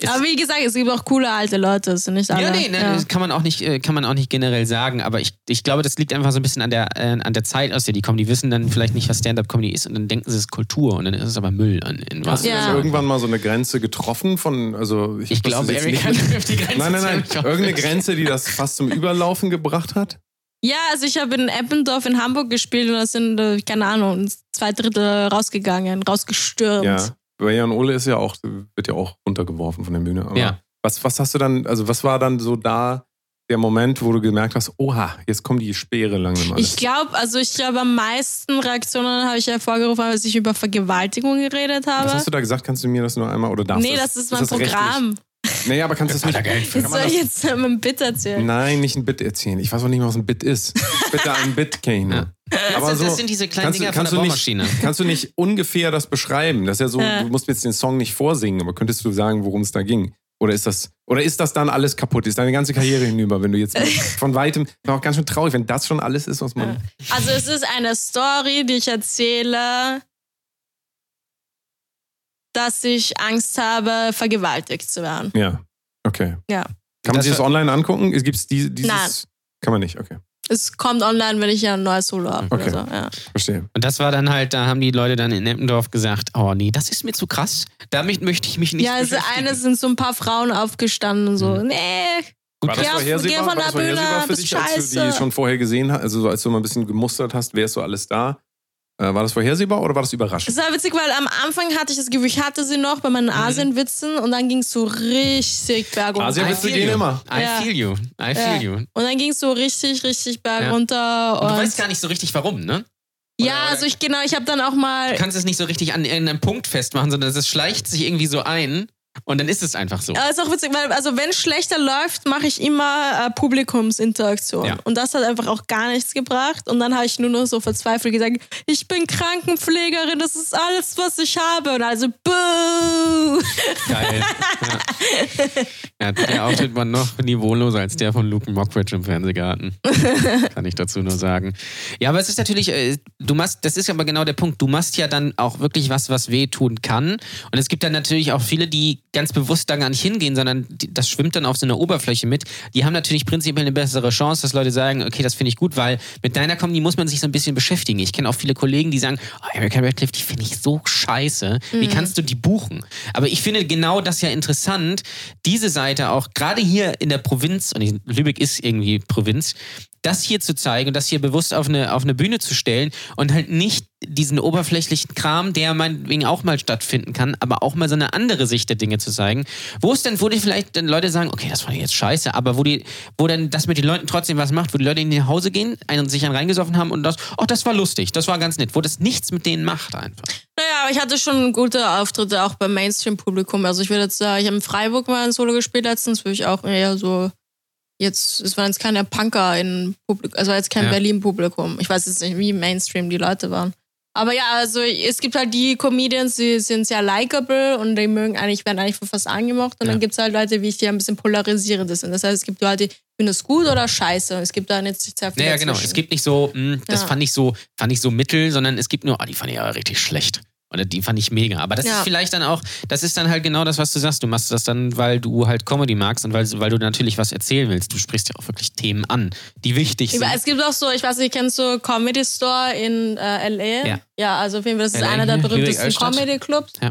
B: es,
C: Aber wie gesagt, es gibt auch coole alte Leute, es sind nicht alle.
B: ja, nee, nee das kann man auch nicht, äh, kann man auch nicht generell sagen, aber ich, ich glaube, das liegt einfach so ein bisschen an der, äh, an der Zeit, aus der die kommen. Die wissen dann vielleicht nicht, was Stand-Up-Comedy ist und dann denken sie, es ist Kultur und dann ist es aber Müll an, in was.
A: Hast du
C: Ja.
A: denn irgendwann mal so eine Grenze getroffen von, also
B: Ich
A: hab das
B: glaube,
A: jetzt
B: Eric
A: nicht
B: hat
A: mit-
B: die Grenze
A: Nein, nein, nein.
B: ziemlich offen.
A: Irgendeine Grenze, die das fast zum Überlaufen gebracht hat?
C: Ja, also ich habe in Eppendorf in Hamburg gespielt und da sind, äh, keine Ahnung, zwei Drittel rausgegangen, rausgestürmt.
A: Ja. Bei Jan Ole ist ja auch, wird ja auch runtergeworfen von der Bühne. Aber
B: Ja.
A: was, was hast du dann, also was war dann so da der Moment, wo du gemerkt hast, oha, jetzt kommen die Speere langsam an?
C: Ich glaube, also ich glaube, am meisten Reaktionen habe ich hervorgerufen, als ich über Vergewaltigung geredet
A: Was
C: habe.
A: hast du da gesagt? Kannst du mir das nur einmal oder darfst du
C: nee, das ist mein
A: das
C: Programm.
A: rechtlich? Naja, aber kannst du das nicht.
C: Jetzt soll ich jetzt äh, mein Bit erzählen.
A: Nein, nicht ein Bit erzählen. Ich weiß auch nicht mehr, was ein Bit ist. Bitte ein Bit, Kane. Aber
B: das
A: so,
B: sind diese kleinen
A: kannst du-
B: Dinger von
A: kannst
B: der
A: du nicht-
B: Bohrmaschine.
A: Kannst du nicht ungefähr das beschreiben? Das ist ja so,
C: Ja.
A: du musst mir jetzt den Song nicht vorsingen, aber könntest du sagen, worum es da ging? Oder ist das, oder ist das dann alles kaputt? Ist deine ganze Karriere hinüber, wenn du jetzt von weitem, das ist auch ganz schön traurig, wenn das schon alles ist, was man.
C: Also es ist eine Story, die ich erzähle, dass ich Angst habe, vergewaltigt zu werden.
A: Ja, okay.
C: Ja.
A: Kann man
B: Das
A: sich das
B: war-
A: online angucken? Gibt es die, dieses?
C: Nein.
A: Kann man nicht, okay.
C: Es kommt online, wenn ich ja ein neues Solo habe.
A: Okay.
C: Oder so. ja.
A: Verstehe.
B: Und das war dann halt, da haben die Leute dann in Eppendorf gesagt, oh nee, das ist mir zu krass. Damit möchte ich mich nicht
C: ja, also
B: beschäftigen.
C: eine sind so ein paar Frauen aufgestanden und so. Nee,
A: War
C: geh auf- geh von
A: War
C: der
A: das vorhersehbar
C: Bühne,
A: für
C: bist
A: dich, als du die
C: scheiße.
A: schon vorher gesehen hast, also so, als du mal ein bisschen gemustert hast, wer ist so alles da? Äh, war das vorhersehbar oder war das überraschend?
C: Es war witzig, weil am Anfang hatte ich das Gefühl, ich hatte sie noch bei
B: Mhm.
C: meinen Asienwitzen und dann ging es so richtig bergunter.
A: Asien- Asienwitze
B: I feel
A: gehen
B: you.
A: immer.
B: I
C: Ja.
B: feel you. I feel
C: Ja.
B: you. Und
C: Und dann ging es so richtig, richtig
B: Ja.
C: bergunter.
B: du
C: Und
B: weißt gar nicht so richtig warum, ne?
C: ja, also ich genau, ich habe dann auch mal.
B: Du kannst es nicht so richtig an irgendeinem Punkt festmachen, sondern es schleicht sich irgendwie so ein und dann ist es einfach so.
C: Aber es ist auch witzig, weil also wenn es schlechter läuft, mache ich immer äh, Publikumsinteraktion.
B: Ja.
C: Und das hat einfach auch gar nichts gebracht. Und dann habe ich nur noch so verzweifelt gesagt, ich bin Krankenpflegerin, das ist alles, was ich habe. Und also, buh!
B: Geil. ja. Ja, der Auftritt war noch niveauloser als der von Luke Mockridge im Fernsehgarten. Kann ich dazu nur sagen. Ja, aber es ist natürlich, äh, du machst, das ist aber genau der Punkt, du machst ja dann auch wirklich was, was wehtun kann. Und es gibt dann natürlich auch viele, die ganz bewusst da gar nicht hingehen, sondern die, das schwimmt dann auf so einer Oberfläche mit. Die haben natürlich prinzipiell eine bessere Chance, dass Leute sagen, okay, das finde ich gut, weil mit deiner Comedy muss man sich so ein bisschen beschäftigen. Ich kenne auch viele Kollegen, die sagen, oh, American Radcliffe, die finde ich so scheiße. Wie kannst du die buchen? Aber ich finde genau das ja interessant, diese Seite auch, gerade hier in der Provinz, und ich, Lübeck ist irgendwie Provinz, das hier zu zeigen und das hier bewusst auf eine, auf eine Bühne zu stellen und halt nicht diesen oberflächlichen Kram, der meinetwegen auch mal stattfinden kann, aber auch mal so eine andere Sicht der Dinge zu zeigen. Wo es dann, wo die vielleicht dann Leute sagen, okay, das fand ich jetzt scheiße, aber wo die, wo dann das mit den Leuten trotzdem was macht, wo die Leute in die Hause gehen, einen sich einen reingesoffen haben und das, oh, das war lustig, das war ganz nett, wo das nichts mit denen macht einfach.
C: Naja, aber ich hatte schon gute Auftritte auch beim Mainstream-Publikum. Also ich würde jetzt sagen, ich habe in Freiburg mal ein Solo gespielt letztens, würde ich auch eher so jetzt, es waren jetzt keine Punker in Publikum, also jetzt kein
B: Ja.
C: Berlin-Publikum. Ich weiß jetzt nicht, wie Mainstream die Leute waren. Aber ja, also es gibt halt die Comedians, die sind sehr likable und die mögen eigentlich, werden eigentlich von fast angemocht. Und dann gibt es halt Leute, wie ich, die ein bisschen polarisierender sind. Das heißt, es gibt Leute, die finden es gut oder scheiße. Es gibt da jetzt nicht sehr viel
B: Naja, genau.
C: dazwischen.
B: Es gibt nicht so, mh, das
C: Ja.
B: fand ich so, fand ich so mittel, sondern es gibt nur, ah, die fand ich aber richtig schlecht. Oder die fand ich mega. Aber das
C: Ja.
B: ist vielleicht dann auch, das ist dann halt genau das, was du sagst. Du machst das dann, weil du halt Comedy magst und weil, weil du natürlich was erzählen willst. Du sprichst ja auch wirklich Themen an, die wichtig
C: Ich
B: sind.
C: weiß, es gibt auch so, ich weiß nicht, kennst du Comedy Store in äh, L.A.?
B: Ja.
C: also auf jeden Fall, das ist
B: LA
C: einer der
B: hier,
C: berühmtesten
B: Lübeck-Altstadt.
C: Comedy-Clubs.
B: Ja.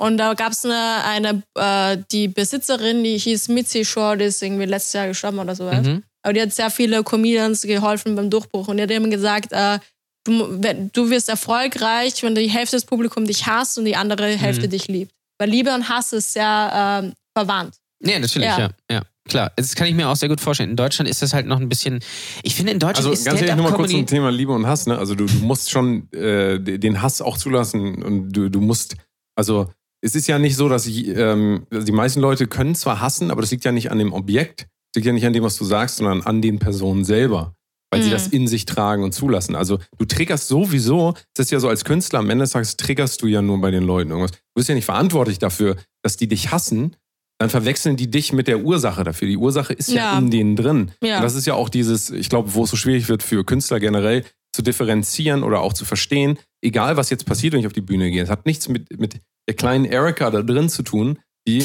C: Und da gab es eine, eine äh, die Besitzerin, die hieß Mitzi Shaw, die ist irgendwie letztes Jahr gestorben oder sowas.
B: Mhm.
C: Aber die hat sehr viele Comedians geholfen beim Durchbruch. Und die hat eben gesagt, äh, du, mu- wenn- du wirst erfolgreich, wenn die Hälfte des Publikums dich hasst und die andere
A: Mhm.
C: Hälfte dich liebt. Weil Liebe und Hass ist sehr ähm, verwandt.
B: Ja, natürlich, ja.
C: Ja.
B: ja. Klar, das kann ich mir auch sehr gut vorstellen. In Deutschland ist das halt noch ein bisschen. Ich finde, in Deutschland
A: Also
B: ist
A: ganz ehrlich,
B: Stand-up
A: nochmal kurz
B: Comedy.
A: zum Thema Liebe und Hass. Ne? Also du, du musst schon äh, de- den Hass auch zulassen und du, du musst, also es ist ja nicht so, dass ich, ähm, also die meisten Leute können zwar hassen, aber das liegt ja nicht an dem Objekt, das liegt ja nicht an dem, was du sagst, sondern an den Personen selber, weil sie
C: Mhm.
A: das in sich tragen und zulassen. Also du triggerst sowieso, das ist ja so als Künstler, am Ende des Tages triggerst du ja nur bei den Leuten irgendwas. Du bist ja nicht verantwortlich dafür, dass die dich hassen, dann verwechseln die dich mit der Ursache dafür. Die Ursache ist ja,
C: Ja.
A: in denen drin.
C: Ja.
A: Und das ist ja auch dieses, ich glaube, wo es so schwierig wird für Künstler generell, zu differenzieren oder auch zu verstehen, egal was jetzt passiert, wenn ich auf die Bühne gehe. Es hat nichts mit, mit der kleinen Erika da drin zu tun, die,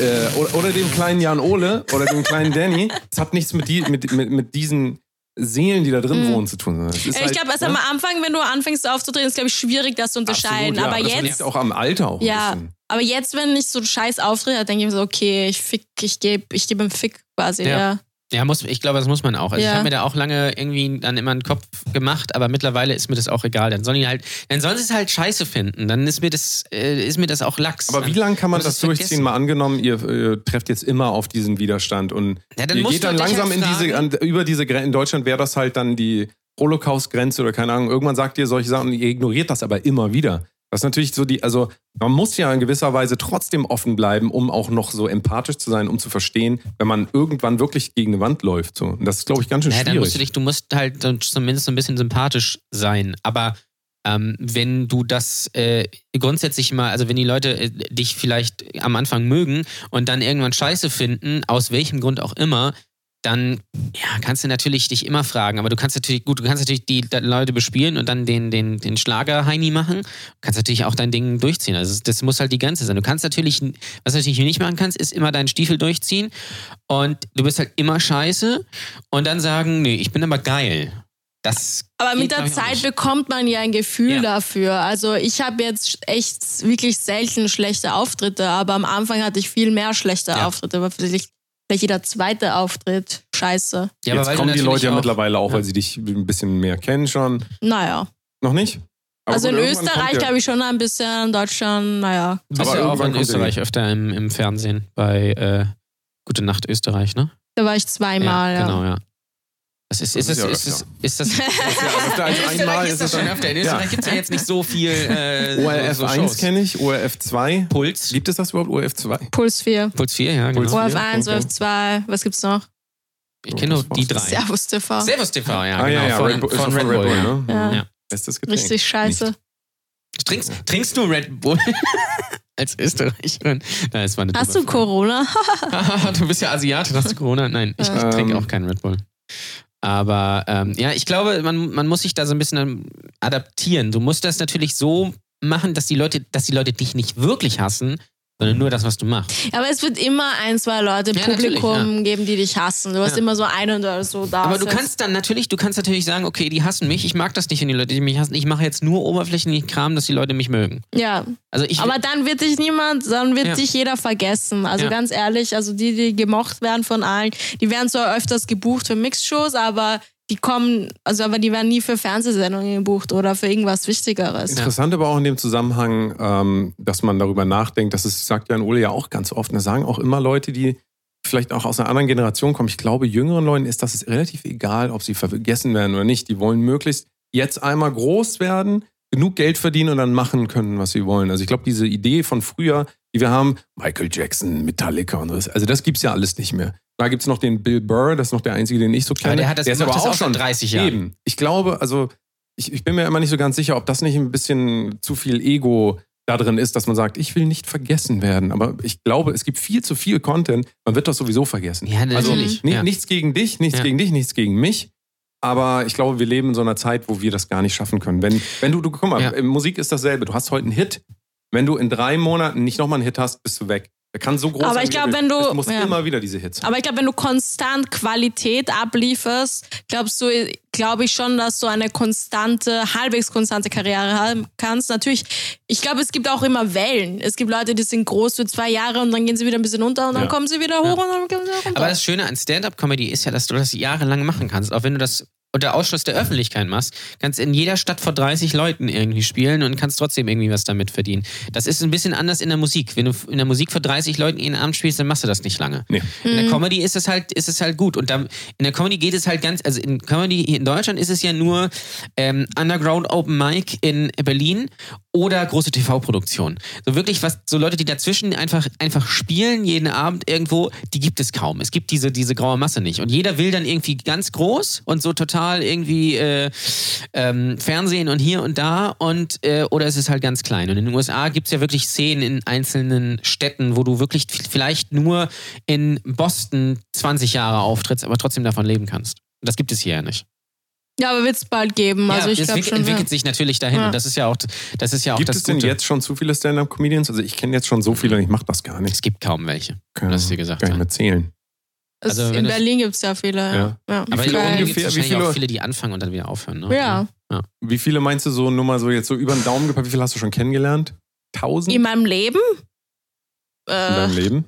A: äh, oder, oder dem kleinen Jan Ole oder dem kleinen Danny. Es hat nichts mit, die, mit, mit, mit diesen Seelen, die da drin wohnen, zu tun. sondern es ist
C: Mhm. ich
A: halt,
C: glaube, erst
A: ne?
C: am Anfang, wenn du anfängst aufzutreten, ist glaube ich schwierig, das zu
A: Absolut,
C: unterscheiden.
A: ja.
C: Aber
A: das
C: jetzt,
A: liegt auch am Alter auch ein
C: Ja,
A: bisschen.
C: aber jetzt, wenn ich so einen Scheiß auftrete, denke ich mir so, okay, ich fick, ich gebe ich geb ihm Fick quasi.
B: Ja.
C: Ja.
B: Ja, muss, ich glaube, das muss man auch. Also ich
C: Ja.
B: habe mir da auch lange irgendwie dann immer einen Kopf gemacht, aber mittlerweile ist mir das auch egal. Dann sollen die halt, dann sollen sie es halt scheiße finden. Dann ist mir das, äh, ist mir das auch lax.
A: Aber wie lange kann man
B: Muss
A: das
B: es
A: durchziehen?
B: vergessen.
A: Mal angenommen, ihr äh, trefft jetzt immer auf diesen Widerstand und
B: Ja, dann
A: ihr
B: musst
A: geht
B: du
A: dann
B: dich
A: langsam
B: halt
A: in diese, an,
B: fragen.
A: über diese Grenze. In Deutschland wäre das halt dann die Holocaust-Grenze oder keine Ahnung. Irgendwann sagt ihr solche Sachen und ihr ignoriert das aber immer wieder. Das ist natürlich so die, also man muss ja in gewisser Weise trotzdem offen bleiben, um auch noch so empathisch zu sein, um zu verstehen, wenn man irgendwann wirklich gegen eine Wand läuft. So. Und das ist, glaube ich, ganz schön
B: Ja, dann musst du
A: schwierig.
B: dich, du musst halt dann zumindest so ein bisschen sympathisch sein. Aber ähm, wenn du das äh, grundsätzlich mal, also wenn die Leute äh, dich vielleicht am Anfang mögen und dann irgendwann Scheiße finden, aus welchem Grund auch immer, dann ja, kannst du natürlich dich immer fragen. Aber du kannst natürlich, gut, du kannst natürlich die da- Leute bespielen und dann den, den, den Schlager-Heini machen. Du kannst natürlich auch dein Ding durchziehen. Also das muss halt die Grenze sein. Du kannst natürlich, was du natürlich nicht machen kannst, ist immer deinen Stiefel durchziehen und du bist halt immer scheiße und dann sagen, nee, ich bin aber geil. Das
C: Aber
B: geht,
C: mit
B: glaub
C: der
B: ich, auch
C: Zeit
B: nicht.
C: bekommt man ja ein Gefühl
B: Ja.
C: dafür. Also ich habe jetzt echt wirklich selten schlechte Auftritte, aber am Anfang hatte ich viel mehr schlechte
B: Ja.
C: Auftritte, weil vielleicht, vielleicht jeder zweite Auftritt scheiße.
B: Ja, aber weil
A: jetzt
B: du
A: kommen die
B: natürlich
A: Leute ja
B: auch-
A: mittlerweile auch,
B: Ja.
A: weil sie dich ein bisschen mehr kennen schon.
C: Naja.
A: Noch nicht? Aber
C: also
A: gut,
C: in
A: irgendwann kommt
C: Österreich
A: ihr-
C: glaube ich schon ein bisschen, in Deutschland, naja.
B: Du bist
A: Aber
B: ja auch
A: irgendwann
B: in
A: kommt
B: Österreich öfter im, im Fernsehen bei äh, Gute Nacht Österreich, ne?
C: Da war ich zweimal, ja.
B: Genau, ja. Das ist, ist,
A: Das
B: das,
A: ist ja
B: ist, das,
A: öfter.
B: ist das.
A: öfter als
B: In Österreich
A: einmal also ist
B: ist das
A: es
B: schon
A: dann-
B: öfter. In Österreich
A: Ja.
B: gibt es ja jetzt nicht so viel. Äh, so-
A: ORF
B: so
A: 1
B: Shows.
A: kenne ich, ORF 2.
B: Puls.
A: Gibt es das überhaupt, ORF 2?
C: Puls 4.
B: Puls 4, ja, genau.
A: Puls
C: ORF
A: vier,
C: 1,
A: okay.
C: ORF 2, was gibt's noch?
B: Ich kenne nur die drei.
C: Servus TV.
B: Servus TV, ja.
A: Ah,
B: genau.
A: ja, ja,
B: Von,
A: Red Bull, ist
B: von Red Bull. ja.
A: ne?
C: Ja.
B: Ja.
A: Bestes Getränk.
C: Richtig scheiße.
B: Trinkst, trinkst du Red Bull? Als Österreicherin. Nein, das war eine
C: Hast du
B: dumme Frage.
C: Corona?
B: Haha, Ah, du bist ja Asiatin, hast du Corona? Nein, ich
A: Ähm.
B: trinke auch keinen Red Bull. Aber ähm, ja, ich glaube, man, man muss sich da so ein bisschen ähm, adaptieren. Du musst das natürlich so machen, dass die Leute, dass die Leute dich nicht wirklich hassen, sondern nur das, was du machst.
C: Aber es wird immer ein, zwei Leute im
B: Ja, natürlich,
C: Publikum geben, die dich hassen. Du hast
B: Ja.
C: immer so einen oder Ah, so da.
B: Aber du
C: sitzt.
B: kannst dann natürlich, du kannst natürlich sagen, okay, die hassen mich, ich mag das nicht, wenn die Leute mich hassen. Ich mache jetzt nur oberflächlichen Kram, dass die Leute mich mögen.
C: Ja.
B: Also ich
C: Aber dann wird dich niemand, dann wird
B: Ja.
C: dich jeder vergessen. Also
B: Ja.
C: ganz ehrlich, also die, die gemocht werden von allen, die werden zwar öfters gebucht für Mixshows, aber die kommen, also aber die werden nie für Fernsehsendungen gebucht oder für irgendwas Wichtigeres.
A: Interessant aber auch in dem Zusammenhang, ähm, dass man darüber nachdenkt, das ist, sagt Jan Ole ja auch ganz oft, das sagen auch immer Leute, die vielleicht auch aus einer anderen Generation kommen. Ich glaube, jüngeren Leuten ist das relativ egal, ob sie vergessen werden oder nicht. Die wollen möglichst jetzt einmal groß werden, genug Geld verdienen und dann machen können, was sie wollen. Also ich glaube, diese Idee von früher, die wir haben, Michael Jackson, Metallica und so, also das gibt es ja alles nicht mehr. Da gibt es noch den Bill Burr, das ist noch der einzige, den ich so kenne.
B: der hat das
A: der ist
B: gemacht,
A: aber
B: das
A: auch
B: auch seit
A: schon
B: 30 Jahren.
A: Eben. Ich glaube, also ich, ich bin mir immer nicht so ganz sicher, ob das nicht ein bisschen zu viel Ego da drin ist, dass man sagt, ich will nicht vergessen werden. Aber ich glaube, es gibt viel zu viel Content. Man wird doch sowieso vergessen.
B: Ja, natürlich.
A: Also, ni-
B: Ja.
A: Nichts gegen dich, nichts
B: Ja.
A: gegen dich, nichts gegen mich. Aber ich glaube, wir leben in so einer Zeit, wo wir das gar nicht schaffen können. Wenn, wenn du, du, guck mal,
B: Ja.
A: in Musik ist dasselbe. Du hast heute einen Hit. Wenn du in drei Monaten nicht nochmal einen Hit hast, bist du weg. Der kann so groß
C: Aber
A: sein,
C: ich
A: wie
C: glaub,
A: er will.
C: wenn du-
A: Du musst
C: ja.
A: immer wieder diese Hits haben.
C: Aber ich glaube, wenn du konstant Qualität ablieferst, glaubst du, glaube ich schon, dass du eine konstante, halbwegs konstante Karriere haben kannst. Natürlich, ich glaube, es gibt auch immer Wellen. Es gibt Leute, die sind groß für zwei Jahre und dann gehen sie wieder ein bisschen unter und dann
A: Ja.
C: kommen sie wieder hoch und dann kommen sie wieder runter.
B: Aber das Schöne an Stand-up-Comedy ist ja, dass du das jahrelang machen kannst. Auch wenn du das unter Ausschluss der Öffentlichkeit machst, kannst in jeder Stadt vor 30 Leuten irgendwie spielen und kannst trotzdem irgendwie was damit verdienen. Das ist ein bisschen anders in der Musik. Wenn du in der Musik vor 30 Leuten jeden Abend spielst, dann machst du das nicht lange.
A: Nee.
B: In der Comedy ist es halt, ist es halt gut. Und dann, in der Comedy geht es halt ganz, also in Comedy hier in Deutschland ist es ja nur ähm, Underground Open Mic in Berlin oder große TV-Produktionen. So wirklich was, so Leute, die dazwischen einfach, einfach spielen, jeden Abend irgendwo, die gibt es kaum. Es gibt diese, diese graue Masse nicht. Und jeder will dann irgendwie ganz groß und so total irgendwie äh, ähm, Fernsehen und hier und da und äh, oder es ist halt ganz klein. Und in den USA gibt es ja wirklich Szenen in einzelnen Städten, wo du wirklich v- vielleicht nur in Boston 20 Jahre auftrittst, aber trotzdem davon leben kannst. Und Das gibt es hier ja nicht.
C: ja, aber wird es bald geben. Also
B: ja,
C: ich
B: das
C: glaube
B: entwick-
C: schon. Ja.
B: entwickelt sich natürlich dahin.
C: Ja.
B: Und das ist ja auch, das ist ja auch
A: Gibt
B: das
A: es denn
B: Gute.
A: jetzt schon zu viele Stand-Up-Comedians? Also ich kenne jetzt schon so viele und ich mache das gar nicht.
B: Es gibt kaum welche.
A: Kann,
B: Das hast du gesagt,
A: Kann ich
B: ja.
A: mir zählen.
C: Es-
B: also wenn
C: in
B: du's-
C: Berlin gibt es ja viele. Ja. Ja.
B: Aber in
A: viele
B: Berlin
A: ungefähr-
B: gibt es
A: wie
B: wahrscheinlich
A: viele-
B: auch viele, die anfangen und dann wieder aufhören. Ne?
C: Ja.
A: Wie viele meinst du so, nur mal so jetzt so über den Daumen gepackt, wie viele hast du schon kennengelernt? Tausend
C: In meinem Leben?
A: in
C: Äh,
A: deinem
C: ich
A: Leben?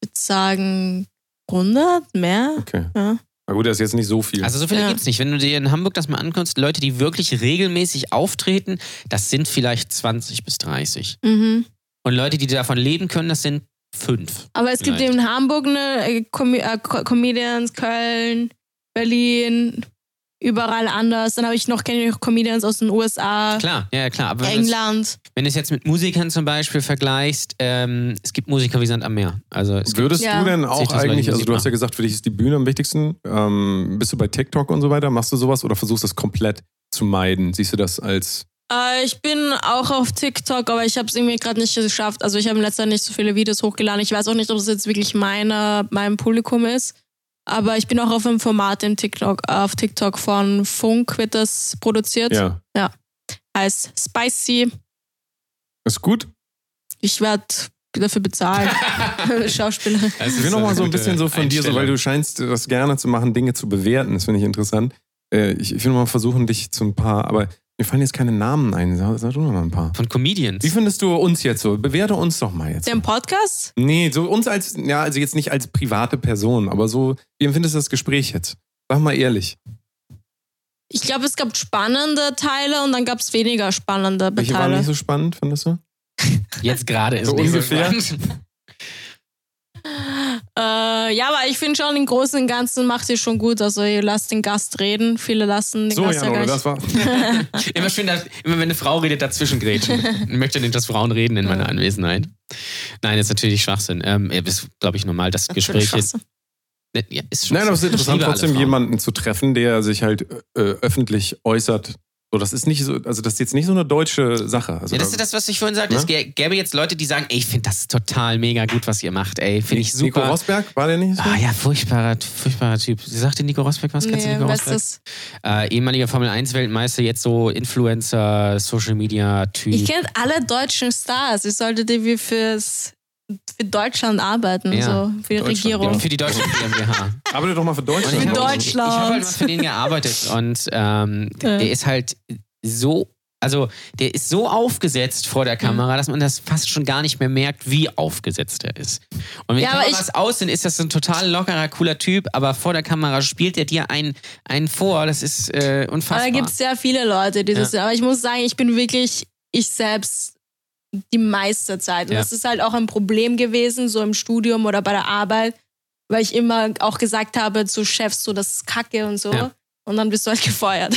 C: würde sagen 100 mehr.
A: Okay.
C: Ja.
A: Na gut, das ist jetzt nicht so viel.
B: Also so viele
C: Ja.
B: gibt's gibt es nicht. Wenn du dir in Hamburg das mal anguckst, Leute, die wirklich regelmäßig auftreten, das sind vielleicht 20 bis 30.
C: Mhm.
B: Und Leute, die davon leben können, das sind fünf.
C: Aber es gibt
B: Vielleicht.
C: in Hamburg eine äh, Com äh, Co- Comedians, Köln, Berlin, überall anders. Dann habe ich noch kenne ich noch Comedians aus den USA,
B: Klar, ja, ja, klar. Aber wenn du es-
C: England.
B: wenn du es jetzt mit Musikern zum Beispiel vergleichst, ähm, es gibt Musiker wie Sand am Meer. Also es gibt,
A: Würdest
C: Ja.
A: du denn
B: Sich
A: auch
B: das mal
A: eigentlich,
B: die
A: also
B: Musik
A: du hast ja gesagt, für dich ist die Bühne am wichtigsten. Ähm, bist du bei TikTok und so weiter? Machst du sowas oder versuchst das komplett zu meiden? Siehst du das als
C: Äh, ich bin auch auf TikTok, aber ich habe es irgendwie gerade nicht geschafft. Also ich habe in letzter Zeit nicht so viele Videos hochgeladen. Ich weiß auch nicht, ob es jetzt wirklich meine, mein Publikum ist. Aber ich bin auch auf einem Format in TikTok, auf TikTok von Funk wird das produziert.
A: ja.
C: Heißt Spicy.
A: Ist gut?
C: Ich werde dafür bezahlt. Schauspielerin.
A: Ich will noch mal so ein bisschen so von dir, so, weil du scheinst das gerne zu machen, Dinge zu bewerten. Das finde ich interessant. Äh, ich, ich will mal versuchen, dich zu ein paar, aber mir fallen jetzt keine Namen ein. Sag, sag du noch mal ein paar.
B: Von Comedians.
A: Wie findest du uns jetzt so? Bewerte uns doch mal jetzt.
C: Den Podcast?
A: Nee, so uns als, ja, also jetzt nicht als private Person, aber so, wie empfindest du das Gespräch jetzt? Sag mal ehrlich.
C: Ich glaube, es gab spannende Teile und dann gab es weniger spannende
A: Welche waren
C: Teile.
A: nicht so spannend, findest du?
B: Jetzt gerade ist
A: So
B: nicht
A: ungefähr.
B: So spannend.
C: äh, ja, aber ich finde schon, im Großen und Ganzen macht ihr schon gut. Also ihr lasst den Gast reden. Viele lassen den
A: So,
C: Gast
A: Jan,
C: ja
A: oder
C: gar
A: das
C: nicht.
A: war.
B: immer schön, dass, immer wenn eine Frau redet, dazwischen grätschen. Ich möchte nicht, dass Frauen reden in meiner Anwesenheit. Nein, das ist natürlich Schwachsinn. Ähm, ja, ist, glaube ich, normal, das Gespräch ist. ne,
C: Scheiße.
B: Ja, ist
A: Nein, aber es ist
B: Ich liebe
A: interessant,
B: alle
A: trotzdem
B: Frauen.
A: jemanden zu treffen, der sich halt äh, öffentlich äußert So, das ist nicht so, also das ist jetzt nicht so eine deutsche Sache. Also
B: Ja, das
A: da-
B: ist das, was ich vorhin sagte.
A: Ne?
B: Es gä- gäbe jetzt Leute, die sagen, ey, ich finde das total mega gut, was ihr macht, ey. Finde ich
A: Nico
B: super.
A: Rosberg, war der nicht so?
B: Ah ja, furchtbarer, furchtbarer Typ. Sie sagte Nico Rosberg was? Kennst du Nico
C: was
B: Rosberg?
C: ist
B: Äh, ehemaliger Formel-1-Weltmeister, jetzt so Influencer, Social-Media-Typ.
C: Ich kenne alle deutschen Stars. Ich sollte die wie fürs für Deutschland arbeiten,
B: Ja.
C: so für die
A: Deutschland,
C: Regierung.
A: ja.
B: Für die deutsche GmbH.
A: Arbeite doch mal für
B: Und ich
A: Deutschland.
B: hab- Ich, ich
C: Deutschland.
B: habe halt mal für den gearbeitet und ähm,
C: Ja.
B: der ist halt so, also der ist so aufgesetzt vor
C: Mhm.
B: der Kamera, dass man das fast schon gar nicht mehr merkt, wie aufgesetzt er ist. Und wenn
C: Ja,
B: die
C: aber
B: Kameras
C: ich-
B: aus sind, ist das ein total lockerer, cooler Typ, aber vor der Kamera spielt er dir einen, einen vor, das ist äh,
C: Aber
B: unfassbar.
C: da gibt es sehr viele Leute, die
B: Ja.
C: das sind. Aber ich muss sagen, ich bin wirklich ich selbst die meiste Zeit. Und
B: Ja.
C: das ist halt auch ein Problem gewesen, so im Studium oder bei der Arbeit, weil ich immer auch gesagt habe zu Chefs, so das ist Kacke und so.
B: Ja.
C: Und dann bist du halt gefeuert.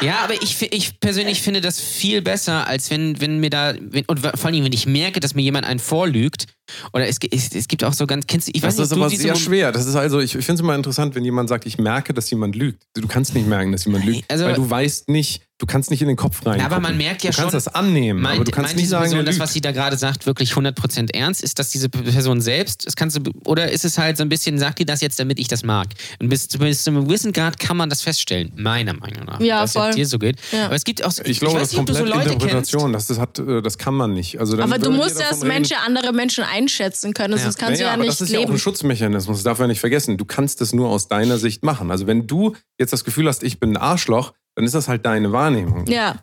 B: Ja, aber ich, fi- ich persönlich finde das viel besser, als wenn, wenn mir da, wenn, und vor allem, wenn ich merke, dass mir jemand einen vorlügt, oder es, gi- es, es gibt auch so ganz, kennst du, ich weiß
A: Das ist
B: nicht, du
A: aber
B: siehst
A: sehr
B: im Moment-
A: schwer. Das ist also, ich, ich finde es immer interessant, wenn jemand sagt, ich merke, dass jemand lügt. Du kannst nicht merken, dass jemand lügt,
B: also-
A: weil du weißt nicht, du kannst nicht in den Kopf rein.
B: Ja, aber man merkt ja
A: du kannst
B: schon-
A: das annehmen,
B: Meint,
A: aber du kannst
B: meint
A: nicht
B: diese
A: sagen,
B: Person
A: der
B: das,
A: lügt.
B: was sie da gerade sagt, wirklich 100% ernst? Ist das diese Person selbst? Das kannst du, be- oder ist es halt so ein bisschen, sagt die das jetzt, damit ich das mag? Und bis, bis zu einem gewissen Grad kann man das feststellen, meiner Meinung nach.
C: Ja,
B: dass es jetzt
C: voll.
B: Dir so geht.
C: Ja.
B: Aber es gibt auch,
A: ich glaube,
B: weiß
A: das ist
B: nicht, ob du
A: komplett
B: so Leute
A: Interpretation. Das, das, hat, äh, das kann man nicht. Also dann
C: Aber du
A: würde
C: musst
A: jeder
C: ja als
A: davon reden,
C: Mensch andere Menschen einschätzen können,
B: Ja.
C: sonst kannst
A: Naja,
C: du
A: aber
C: ja
A: das
C: nicht
A: ist ja auch
C: leben.
A: ein Schutzmechanismus, das darf man nicht vergessen. Du kannst das nur aus deiner Sicht machen. Also wenn du jetzt das Gefühl hast, ich bin ein Arschloch, dann ist das halt deine Wahrnehmung.
C: ja,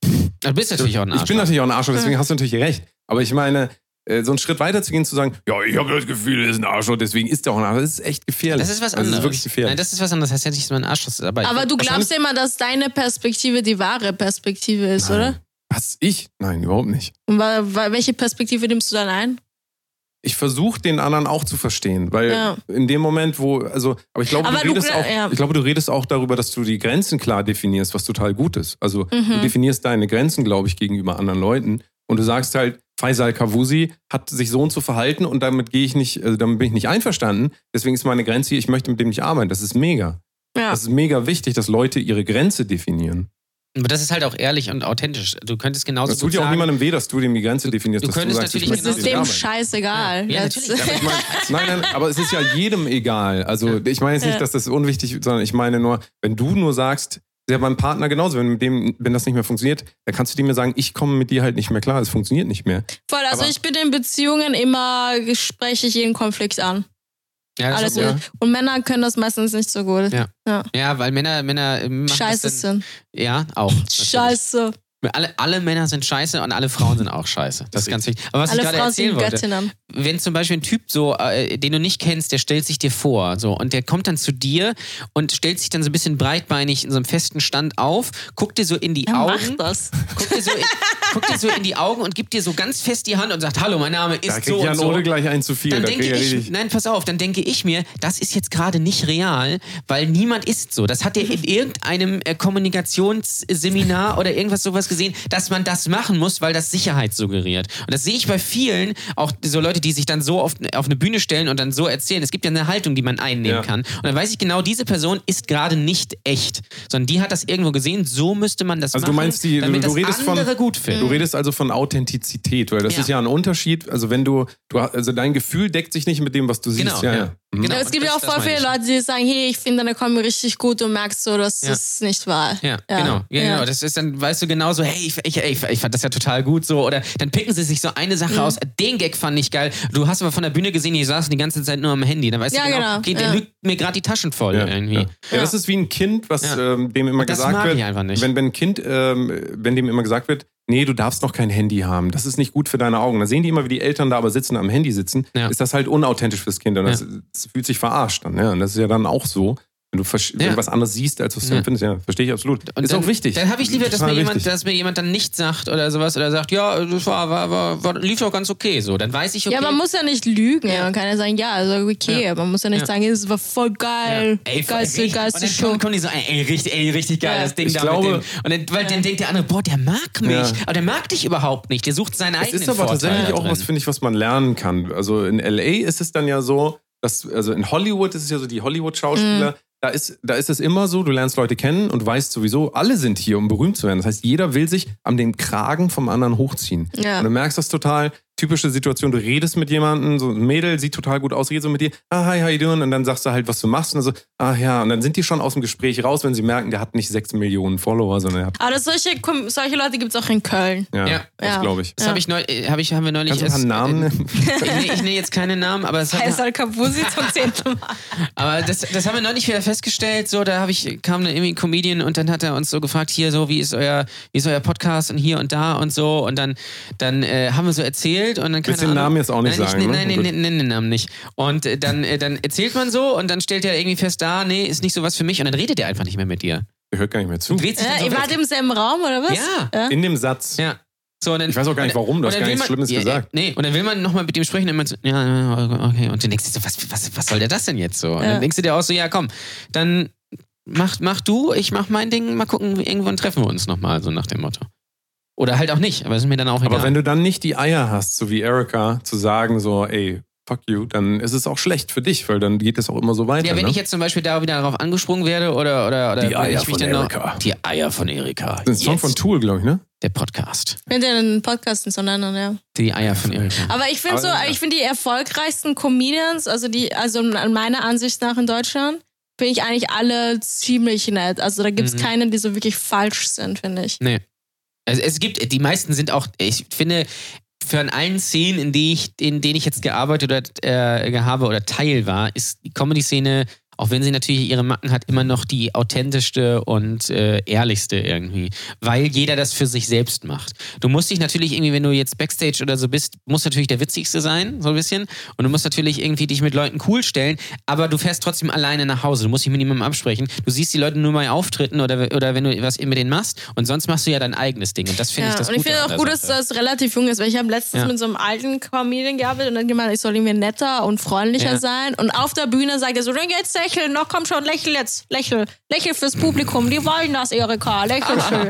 B: kennst. Du bist natürlich auch ein
A: Ich bin
B: Arschloch.
A: natürlich auch ein Arschloch, deswegen hast du natürlich recht. Aber ich meine, äh, so einen Schritt weiter zu gehen, zu sagen, ja, ich habe das Gefühl, er ist ein Arschloch, deswegen ist er auch ein Arschloch, das ist echt gefährlich.
B: Das ist was
A: Also,
B: anderes.
A: Das ist wirklich gefährlich.
B: Nein, das ist was anderes. Das heißt ja nicht, dass man ein Arschloch ist. Aber,
C: aber du glaubst immer, dass deine Perspektive die wahre Perspektive ist,
A: Nein.
C: oder?
A: was? Ich? Nein, überhaupt nicht.
C: Und wa- wa- welche Perspektive nimmst du dann ein?
A: Ich versuche den anderen auch zu verstehen, weil
C: Ja.
A: in dem Moment, wo, also, aber ich glaube,
C: Aber
A: du
C: du
A: redest
C: gl-
A: auch,
C: ja.
A: ich glaube, du redest auch darüber, dass du die Grenzen klar definierst, was total gut ist. Also du
C: Mhm.
A: definierst deine Grenzen, glaube ich, gegenüber anderen Leuten und du sagst halt, Faisal Kavusi hat sich so und so verhalten und damit gehe ich nicht, also damit bin ich nicht einverstanden. Deswegen ist meine Grenze hier, ich möchte mit dem nicht arbeiten. Das ist mega.
C: Ja.
A: Das ist mega wichtig, dass Leute ihre Grenze definieren.
B: Aber das ist halt auch ehrlich und authentisch. Du könntest genauso
A: Das tut
B: gut
A: ja auch
B: sagen,
A: niemandem weh, dass du dem die Grenze definierst.
B: Also du
A: dass
B: könntest
A: sagst, ich
B: natürlich
A: möchte
C: Es
B: genau
A: mit
C: ist
A: dem
C: dem
A: nicht arbeiten.
C: scheißegal.
B: Ja,
C: Das-
B: natürlich.
A: Ich mein, nein, nein, aber es ist ja jedem egal. Also ich meine jetzt nicht,
C: Ja.
A: dass das unwichtig ist, sondern ich meine nur, wenn du nur sagst, ist ja beim Partner genauso, wenn, mit dem, wenn das nicht mehr funktioniert, dann kannst du dem ja sagen, ich komme mit dir halt nicht mehr klar, es funktioniert nicht mehr.
C: Voll, also
A: Aber-
C: ich bin in Beziehungen immer, spreche ich jeden Konflikt an.
B: ja, das
C: Alles
B: ist ja.
C: mit- Und Männer können das meistens nicht so gut.
B: Ja, ja, weil Männer, Männer äh, machen das
C: Scheiße
B: dann-
C: sind.
B: Ja, auch. natürlich.
C: Scheiße.
B: Alle, alle Männer sind scheiße und alle Frauen sind auch scheiße. Das ist ganz wichtig. Aber was
C: Alle
B: ich gerade
C: Frauen
B: erzählen
C: sind
B: wollte,
C: Göttinnen.
B: wenn zum Beispiel ein Typ so, äh, den du nicht kennst, der stellt sich dir vor, so und der kommt dann zu dir und stellt sich dann so ein bisschen breitbeinig in so einem festen Stand auf, guckt dir so in die
C: Er
B: Augen,
C: macht das.
B: guckt dir, so in, guckt dir so in die Augen und gibt dir so ganz fest die Hand und sagt, hallo, mein Name
A: Da
B: ist
A: kriegt
B: so
A: Jan
B: und so.
A: Ode gleich ein zu viel.
B: Dann
A: da
B: denke
A: kriegt er
B: ich,
A: richtig-
B: nein, pass auf, dann denke ich mir, das ist jetzt gerade nicht real, weil niemand isst so. Das hat er in irgendeinem äh, Kommunikationsseminar oder irgendwas sowas gesehen, dass man das machen muss, weil das Sicherheit suggeriert. Und das sehe ich bei vielen, auch so Leute, die sich dann so auf, auf eine Bühne stellen und dann so erzählen. Es gibt ja eine Haltung, die man einnehmen
A: Ja.
B: kann. Und dann weiß ich genau, diese Person ist gerade nicht echt, sondern die hat das irgendwo gesehen, so müsste man das
A: Also du
B: machen,
A: meinst die,
B: damit
A: du, du
B: das
A: redest von,
B: andere gut
A: du
B: finden.
A: redest also von Authentizität, weil das
B: Ja.
A: ist ja ein Unterschied. Also wenn du, du, also dein Gefühl deckt sich nicht mit dem, was du siehst.
B: Genau,
A: ja,
B: ja.
A: ja. Mhm.
B: Genau,
C: es gibt
B: das-
C: ja auch
B: das
C: voll
B: meine
C: viele
B: ich.
C: Leute, die sagen, hey, ich finde deine Kombi richtig gut und merkst so, dass
B: Ja.
C: das nicht wahr.
B: Ja, genau. Ja, genau. Das ist dann, weißt du, genau so, hey, ich, ich, ey, ich, ich fand das ja total gut so. Oder dann picken sie sich so eine Sache
C: Mhm.
B: aus, den Gag fand ich geil. Du hast aber von der Bühne gesehen, die saßen die ganze Zeit nur am Handy. Dann weißt
C: Ja,
B: du genau,
C: genau.
B: okay, der
C: Ja.
B: lügt mir gerade die Taschen voll
A: Ja,
B: irgendwie.
A: Ja. ja, das ist wie ein Kind, was
B: Ja.
A: ähm, dem immer
B: Und das
A: gesagt
B: mag
A: wird.
B: ich einfach nicht.
A: Wenn, wenn ein Kind, ähm, wenn dem immer gesagt wird, nee, du darfst noch kein Handy haben, das ist nicht gut für deine Augen. Dann sehen die immer, wie die Eltern da aber sitzen, am Handy sitzen,
B: Ja.
A: ist das halt unauthentisch fürs Kind. Und das,
B: Ja.
A: das fühlt sich verarscht dann. Ja. Und das ist ja dann auch so. Wenn du, versch- wenn
B: Ja.
A: du was anderes siehst, als was du
B: Ja.
A: empfindest, ja, verstehe ich absolut.
B: Und
A: ist
B: dann,
A: auch wichtig.
B: Dann habe ich lieber, dass
A: Total
B: mir, jemand,
A: wichtig.
B: dass mir jemand dann nichts sagt oder sowas oder sagt, ja, das war, war, war, war lief doch ganz okay so. Dann weiß ich, okay.
C: Ja, man muss ja nicht lügen. Man kann ja sagen, ja, also okay. Man muss ja nicht
B: Ja.
C: sagen, es war voll geil.
B: Ey, voll
C: geilste,
B: richtig-
C: geilste
B: und dann
C: Show.
B: kommen- kommen die so, ey, ey, richtig, ey, richtig geil,
C: Ja.
B: das Ding
A: Ich
B: da
A: glaube-
B: mit dem. Und dann, weil dann denkt der andere, boah, der mag mich.
A: Ja.
B: Aber der mag dich überhaupt nicht. Der sucht seinen
A: Es
B: eigenen
A: ist aber
B: Vorteil
A: tatsächlich
B: da
A: auch
B: drin.
A: was, finde ich, was man lernen
B: Mhm.
A: kann. Also in LA ist es dann ja so, dass, also in Hollywood ist es ja so, die Hollywood-Schauspieler, da ist, da ist es immer so, du lernst Leute kennen und weißt sowieso, alle sind hier, um berühmt zu werden. Das heißt, jeder will sich an den Kragen vom anderen hochziehen.
C: Ja.
A: Und du merkst das total. Typische Situation, du redest mit jemandem, so ein Mädel sieht total gut aus, redet so mit dir, ah, hi, how you doing? Und dann sagst du halt, was du machst. Und dann so, ah ja, und dann sind die schon aus dem Gespräch raus, wenn sie merken, der hat nicht sechs Millionen Follower, sondern er hat,
C: Aber solche, solche Leute gibt es auch in Köln.
A: ja,
B: Ja.
A: das
C: Ja.
A: glaube ich.
B: Das habe ich neu, äh, hab ich, haben wir neulich.
A: Kannst du ein paar Namen nennen?
B: äh, nee, ich nenne jetzt keine Namen, aber das, hat,
C: Faisal Kabusi zum zehnten Mal.
B: aber das, das haben wir neulich wieder festgestellt. So, da habe ich, kam dann irgendwie ein Comedian und dann hat er uns so gefragt, hier so, wie ist euer, wie ist euer Podcast und hier und da und so. Und dann, dann äh, haben wir so erzählt und dann keine
A: Willst du den
B: Ahnung.
A: Namen jetzt auch nicht
B: nein,
A: sagen,
B: Ich,
A: ne?
B: nein, nein,
A: Gut.
B: nein, nennen den Namen nicht. Und äh, dann, äh, dann erzählt man so und dann stellt er irgendwie fest, da, nee, ist nicht so was für mich. Und dann redet er einfach nicht mehr mit dir.
A: Ich höre gar nicht mehr zu.
B: Dreht sich dann
C: Äh,
B: so
C: ihr
B: weg.
C: wart im selben Raum, oder was?
B: Ja.
C: ja.
A: In dem Satz.
B: Ja. So, und dann,
A: Ich weiß auch gar nicht, warum, du
B: und
A: hast
B: dann
A: gar
B: will
A: nichts
B: man-
A: Schlimmes
B: ja,
A: gesagt.
B: ja, Nee, und dann will man nochmal mit ihm sprechen und immer so, ja, ja, okay. Und du denkst dir so, was, was, was soll der das denn jetzt so? Und
C: Ja.
B: dann denkst du dir auch so, ja, komm, dann mach, mach du, ich mach mein Ding, mal gucken, irgendwann treffen wir uns nochmal, so nach dem Motto. Oder halt auch nicht, aber ist mir dann auch egal.
A: Aber wenn du dann nicht die Eier hast, so wie Erika, zu sagen so, ey, fuck you, dann ist es auch schlecht für dich, weil dann geht es auch immer so weiter.
B: ja, wenn
A: ne?
B: ich jetzt zum Beispiel da wieder darauf angesprungen werde oder, oder, oder
D: Die
B: wenn
D: Eier
B: ich mich
D: von
B: dann noch-
D: Erika.
B: Die Eier von Erika.
A: das ist ein Song
B: Jetzt
A: von Tool, glaube ich, ne?
B: der Podcast.
C: Mit den Podcasten zueinander, ja.
B: Die Eier von Erika.
C: Aber ich finde
A: Aber-
C: so, ich finde die erfolgreichsten Comedians, also die, also an meiner Ansicht nach in Deutschland, finde ich eigentlich alle ziemlich nett. Also da gibt es
B: Mhm.
C: keine, die so wirklich falsch sind, finde ich.
B: Nee. Also es gibt, die meisten sind auch, ich finde, von allen Szenen, in, die ich, in denen ich jetzt gearbeitet oder äh, habe oder Teil war, ist die Comedy-Szene, auch wenn sie natürlich ihre Macken hat, immer noch die authentischste und äh, ehrlichste irgendwie. Weil jeder das für sich selbst macht. Du musst dich natürlich irgendwie, wenn du jetzt Backstage oder so bist, musst natürlich der Witzigste sein, so ein bisschen. Und du musst natürlich irgendwie dich mit Leuten cool stellen, aber du fährst trotzdem alleine nach Hause. Du musst dich mit niemandem absprechen. Du siehst die Leute nur mal auftritten oder, oder wenn du was mit denen machst. Und sonst machst du ja dein eigenes Ding. Und das finde
C: Ja,
B: ich das
C: und ich
B: Gute an
C: finde auch
B: der
C: gut, dass
B: Sache.
C: das relativ jung ist, weil ich habe letztens
B: Ja.
C: mit so einem alten Comedian gearbeitet und dann gemeint, ich soll irgendwie netter und freundlicher
B: Ja.
C: sein. Und auf der Bühne sagt er so, "Dann jetzt lächeln, noch komm schon, lächel jetzt, lächel, lächel fürs Publikum, die wollen das, Erika, lächel schön.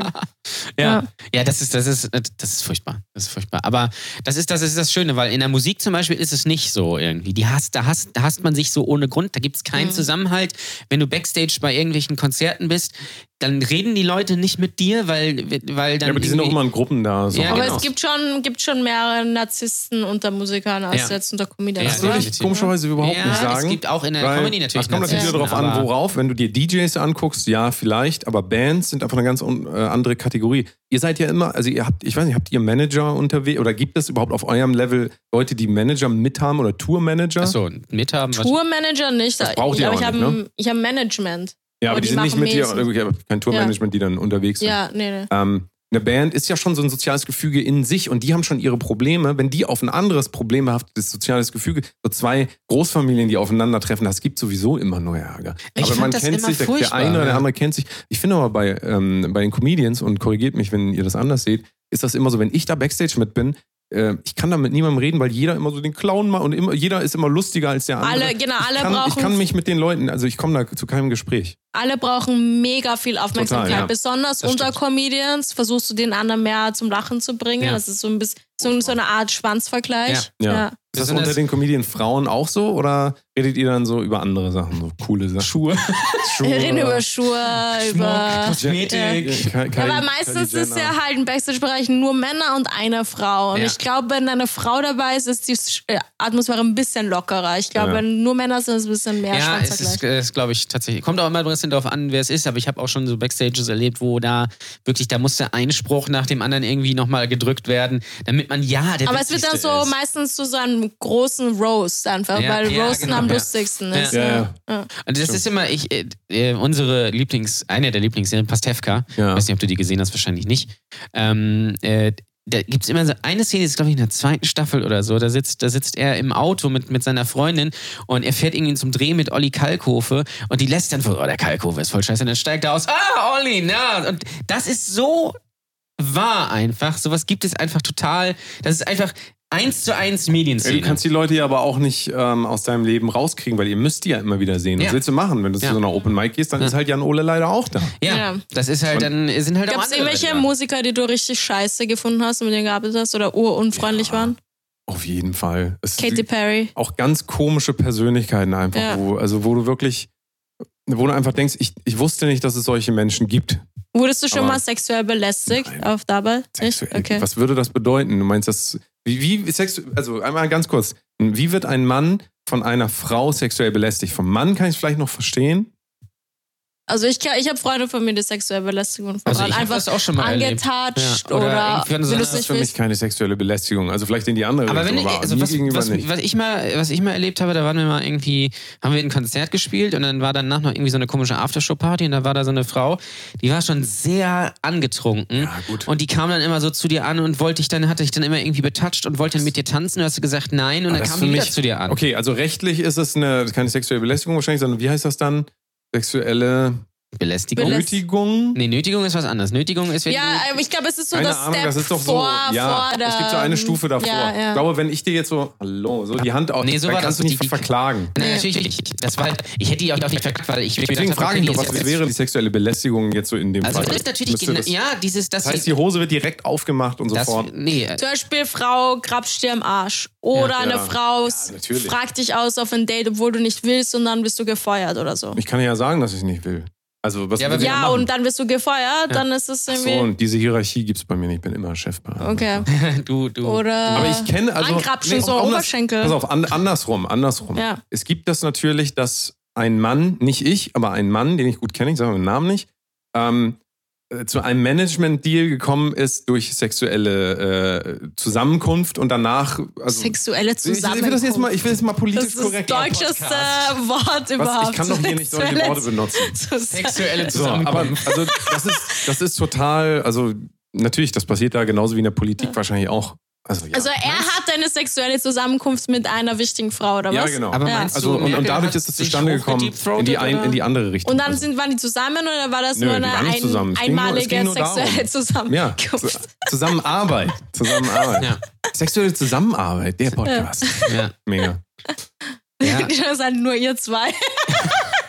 B: Ja.
C: Ja.
B: ja, das ist, das ist, äh, das ist furchtbar. Das ist furchtbar. Aber das ist, das ist das Schöne, weil in der Musik zum Beispiel ist es nicht so irgendwie. Die hasst, da hasst, da hasst man sich so ohne Grund. Da gibt es
C: Mhm.
B: keinen Zusammenhalt. Wenn du Backstage bei irgendwelchen Konzerten bist, dann reden die Leute nicht mit dir, weil, weil dann.
A: Ja, aber die sind auch
B: irgendwie-
A: immer in Gruppen da. So.
B: eh Ja,
C: Aber
B: genau.
C: es gibt schon, gibt schon mehrere Narzissten unter Musikern als
B: Ja.
C: jetzt unter Comedians.
B: Ja,
A: Das würde
C: oder?
A: ich komischerweise überhaupt
B: Ja,
A: nicht
B: das
A: sagen.
B: gibt auch in der
A: weil-
B: Comedy natürlich
A: Es kommt natürlich wieder
B: Narzissten,
A: darauf an,
B: aber-
A: worauf. Wenn du dir DJs anguckst, ja, vielleicht, aber Bands sind einfach eine ganz un- äh, andere Kategorie. Ihr seid ja immer, also ihr habt, ich weiß nicht, habt ihr Manager unterwegs oder gibt es überhaupt auf eurem Level Leute, die Manager mithaben oder Tourmanager?
B: Ach so, mithaben. was-
C: Tourmanager nicht,
A: Das braucht ihr
C: aber
A: auch
C: ich habe
A: nicht, ne?
C: ein- ich habe Management.
A: Ja, aber,
C: Aber
A: die,
C: die
A: sind nicht
C: machen
A: mit dir,
C: Mäßen.
A: okay, aber kein Tourmanagement, die dann unterwegs sind.
C: Ja, nee, nee.
A: Ähm, eine Band ist ja schon so ein soziales Gefüge in sich und die haben schon ihre Probleme. Wenn die auf ein anderes problembehaftetes soziales Gefüge, so zwei Großfamilien, die aufeinandertreffen, das gibt sowieso immer nur Ärger.
B: Ich
A: aber
B: fand
A: man
B: das
A: kennt
B: immer
A: sich, der, der
B: furchtbar,
A: eine oder der
B: ja.
A: andere kennt sich. Ich finde aber bei, ähm, bei den Comedians, und korrigiert mich, wenn ihr das anders seht, ist das immer so, wenn ich da Backstage mit bin, äh, ich kann da mit niemandem reden, weil jeder immer so den Clown macht und immer, jeder ist immer lustiger als der andere.
C: Alle, genau, alle
A: ich, kann, ich
C: brauchen
A: kann mich mit den Leuten, also ich komme da zu keinem Gespräch.
C: alle brauchen mega viel Aufmerksamkeit.
A: Total, ja.
C: Besonders
B: Das
C: unter
B: stimmt.
C: Comedians versuchst du den anderen mehr zum Lachen zu bringen.
B: Ja.
C: Das ist so ein bisschen so, so eine Art Schwanzvergleich.
A: Ja. Ist das
B: Besonders-
A: unter den Comedian Frauen auch so oder redet ihr dann so über andere Sachen, so coole Sachen? Schuhe. Schuhe.
C: Wir reden über Schuhe, über.
A: Kosmetik. Ja.
C: Ja, aber meistens ist ja halt im Backstage-Bereich nur Männer und eine Frau. Und
B: Ja.
C: ich glaube, wenn eine Frau dabei ist, ist die Sch- äh, Atmosphäre ein bisschen lockerer. Ich glaube,
A: Ja.
C: wenn nur Männer sind, ist es ein bisschen mehr
B: Ja, es
C: Schwanzvergleich.
B: ist, ist glaube ich, tatsächlich. Kommt auch immer ein bisschen darauf an, wer es ist, aber ich habe auch schon so Backstages erlebt, wo da wirklich, da musste ein Spruch nach dem anderen irgendwie nochmal gedrückt werden, damit man ja der
C: Aber es wird dann
B: Witzigste
C: so
B: ist.
C: meistens zu so einem großen Roast einfach,
B: Ja,
C: weil
B: ja,
C: Roasten
B: genau,
C: am
B: ja.
C: lustigsten
B: Ja.
C: ist.
A: Ja, ja.
B: Und das ist immer, ich, äh, äh, unsere Lieblings, eine der Lieblingsserien, Pastewka,
A: Ja.
B: weiß nicht, ob du die gesehen hast, wahrscheinlich nicht. Ähm, äh, da gibt es immer so eine Szene, das ist, glaube ich, in der zweiten Staffel oder so. Da sitzt, da sitzt er im Auto mit, mit seiner Freundin und er fährt irgendwie zum Dreh mit Olli Kalkofe und die lässt dann, oh, der Kalkofe ist voll scheiße. Und dann steigt er aus, ah, Olli, na. Und das ist so wahr einfach. Sowas gibt es einfach total. Das ist einfach eins zu eins Medienszene.
A: Du kannst die Leute ja aber auch nicht ähm, aus deinem Leben rauskriegen, weil ihr müsst die ja immer wieder sehen. Was
B: Ja.
A: willst du machen? Wenn du
B: Ja.
A: zu so einer Open Mic gehst, dann ist halt Jan Ole leider auch da.
B: ja,
C: Ja.
B: das ist halt, dann sind halt auch
C: Gab es
B: andere
C: irgendwelche
B: Leute da.
C: Musiker, die du richtig scheiße gefunden hast und mit denen gearbeitet hast oder urunfreundlich waren?
A: Auf jeden Fall. Es
C: Katy Perry.
A: auch ganz komische Persönlichkeiten einfach,
C: Ja.
A: wo, also wo du wirklich wo du einfach denkst, ich, ich wusste nicht, dass es solche Menschen gibt.
C: Wurdest du schon
A: Aber-
C: mal sexuell belästigt
A: Nein.
C: auf dabei? Nicht?
A: Sexuell.
C: Okay.
A: Was würde das bedeuten? Du meinst das. Wie, wie sex, also einmal ganz kurz. Wie wird ein Mann von einer Frau sexuell belästigt? Vom Mann kann ich es vielleicht noch verstehen.
C: Also ich, kann- ich habe Freunde von mir, die sexuell belästigt wurden. von
B: Also
C: Frauen.
B: ich hab
C: einfach
B: das auch schon mal erlebt.
C: angetatscht
B: Ja, oder
C: oder,
B: irgendwie an so
C: wenn du es
B: einer-
A: Das ist
C: nicht
A: für mich
C: willst.
A: keine sexuelle Belästigung. Also vielleicht in die andere
B: Aber wenn
A: Richtung.
B: ich, also
A: mir
B: was,
A: gegenüber
B: was,
A: nicht.
B: was, ich mal, was ich mal erlebt habe, da waren wir mal irgendwie, haben wir ein Konzert gespielt und dann war danach noch irgendwie so eine komische Aftershow-Party und da war da so eine Frau, die war schon sehr angetrunken
A: Ja, gut.
B: und die kam dann immer so zu dir an und wollte dich dann, hatte dich dann immer irgendwie betatscht und wollte dann mit dir tanzen und hast du gesagt nein und
A: Das
B: dann
A: ist
B: kam
A: für
B: die wieder
A: mich-
B: zu dir an.
A: Okay, also rechtlich ist es eine, keine sexuelle Belästigung wahrscheinlich, sondern wie heißt das dann? Sexuelle
B: Belästigung?
C: Beläst-
A: Nötigung?
B: nee, Nötigung ist was anderes. Nötigung ist, wenn
C: Ja, äh, aber ich glaube, es ist so
A: Keine
C: das
A: Ahnung,
C: Step
A: das ist doch so.
C: vor,
A: ja,
C: vor der,
A: es gibt so eine Stufe davor.
C: Ja, ja.
A: Ich glaube, wenn ich dir jetzt so, hallo, so die Hand auf,
B: Nee, so
A: dann
B: war
A: kannst
B: das.
A: du nicht
B: Die- die-
A: verklagen.
B: du... Nee, natürlich nicht. Das war halt, ich hätte die auch nicht verkackt, weil ich...
A: Deswegen frage ich doch, was
B: das
A: wäre die sexuelle Belästigung jetzt so in dem
B: Also
A: Fall?
B: das ist natürlich...
A: Müsste
B: gena-
A: das,
B: Ja, dieses... Das,
A: das heißt, die Hose wird direkt aufgemacht und so
B: das,
A: fort.
B: nee,
C: Zum Beispiel Frau grapscht dir am Arsch. Oder
A: Ja. genau.
C: eine
A: Ja.
C: Frau
A: Ja, natürlich.
C: fragt dich aus auf ein Date, obwohl du nicht willst und dann bist du gefeuert oder so.
A: Ich kann ja sagen, dass ich nicht will. Also was
B: Ja, aber
A: will ich
B: wir
A: denn
C: Ja,
A: machen?
C: und dann bist du gefeuert, dann ist es
A: so,
C: irgendwie...
A: und diese Hierarchie gibt es bei mir nicht. Ich bin immer Chef.
C: okay.
B: du, du...
C: Oder
A: Aber ich kenne also.
C: Angrapschen, so
A: anders-
C: Oberschenkel.
A: Pass auf, an, andersrum, andersrum.
C: Ja.
A: Es gibt das natürlich, dass ein Mann, nicht ich, aber ein Mann, den ich gut kenne, ich sage meinen Namen nicht, ähm, äh, zu einem Management-Deal gekommen ist durch sexuelle äh, Zusammenkunft und danach. Also,
C: sexuelle
A: ich, ich will das jetzt mal,
C: Zusammenkunft.
A: ich will jetzt mal
C: Das
A: politisch
C: ist das
A: korrekt.
C: deutscheste Wort überhaupt.
A: Was, ich kann doch hier nicht solche
C: Sexuelle
A: Worte benutzen.
C: Zusammenkunft.
B: Sexuelle
A: So, aber
B: Zusammenkunft.
A: also das ist, das ist total, also natürlich, das passiert da genauso wie in der Politik wahrscheinlich auch. Also, ja.
C: Also er hat eine sexuelle Zusammenkunft mit einer wichtigen Frau, oder
A: ja,
C: was?
A: genau.
B: Aber
C: Ja.
B: meinst
A: also,
B: du,
A: und, und
B: Merkel
A: dadurch
B: hat
A: ist es
B: sich
A: zustande gekommen in die,
B: hochgedeepthroated,
A: ein,
B: oder?
A: in die andere Richtung.
C: Und dann
A: also,
C: sind, waren die zusammen oder war das
A: Nö,
C: nur
A: die
C: eine
A: waren nicht
C: ein,
A: zusammen. Es ging nur- es
C: einmalige
A: ging nur darum.
C: sexuelle
A: ja,
C: Zusammenkunft?
A: zu, Zusammenarbeit. Zusammenarbeit.
B: Ja.
A: Sexuelle Zusammenarbeit, der Podcast.
B: Ja.
A: Mega.
B: Ja.
C: Das sind nur ihr zwei.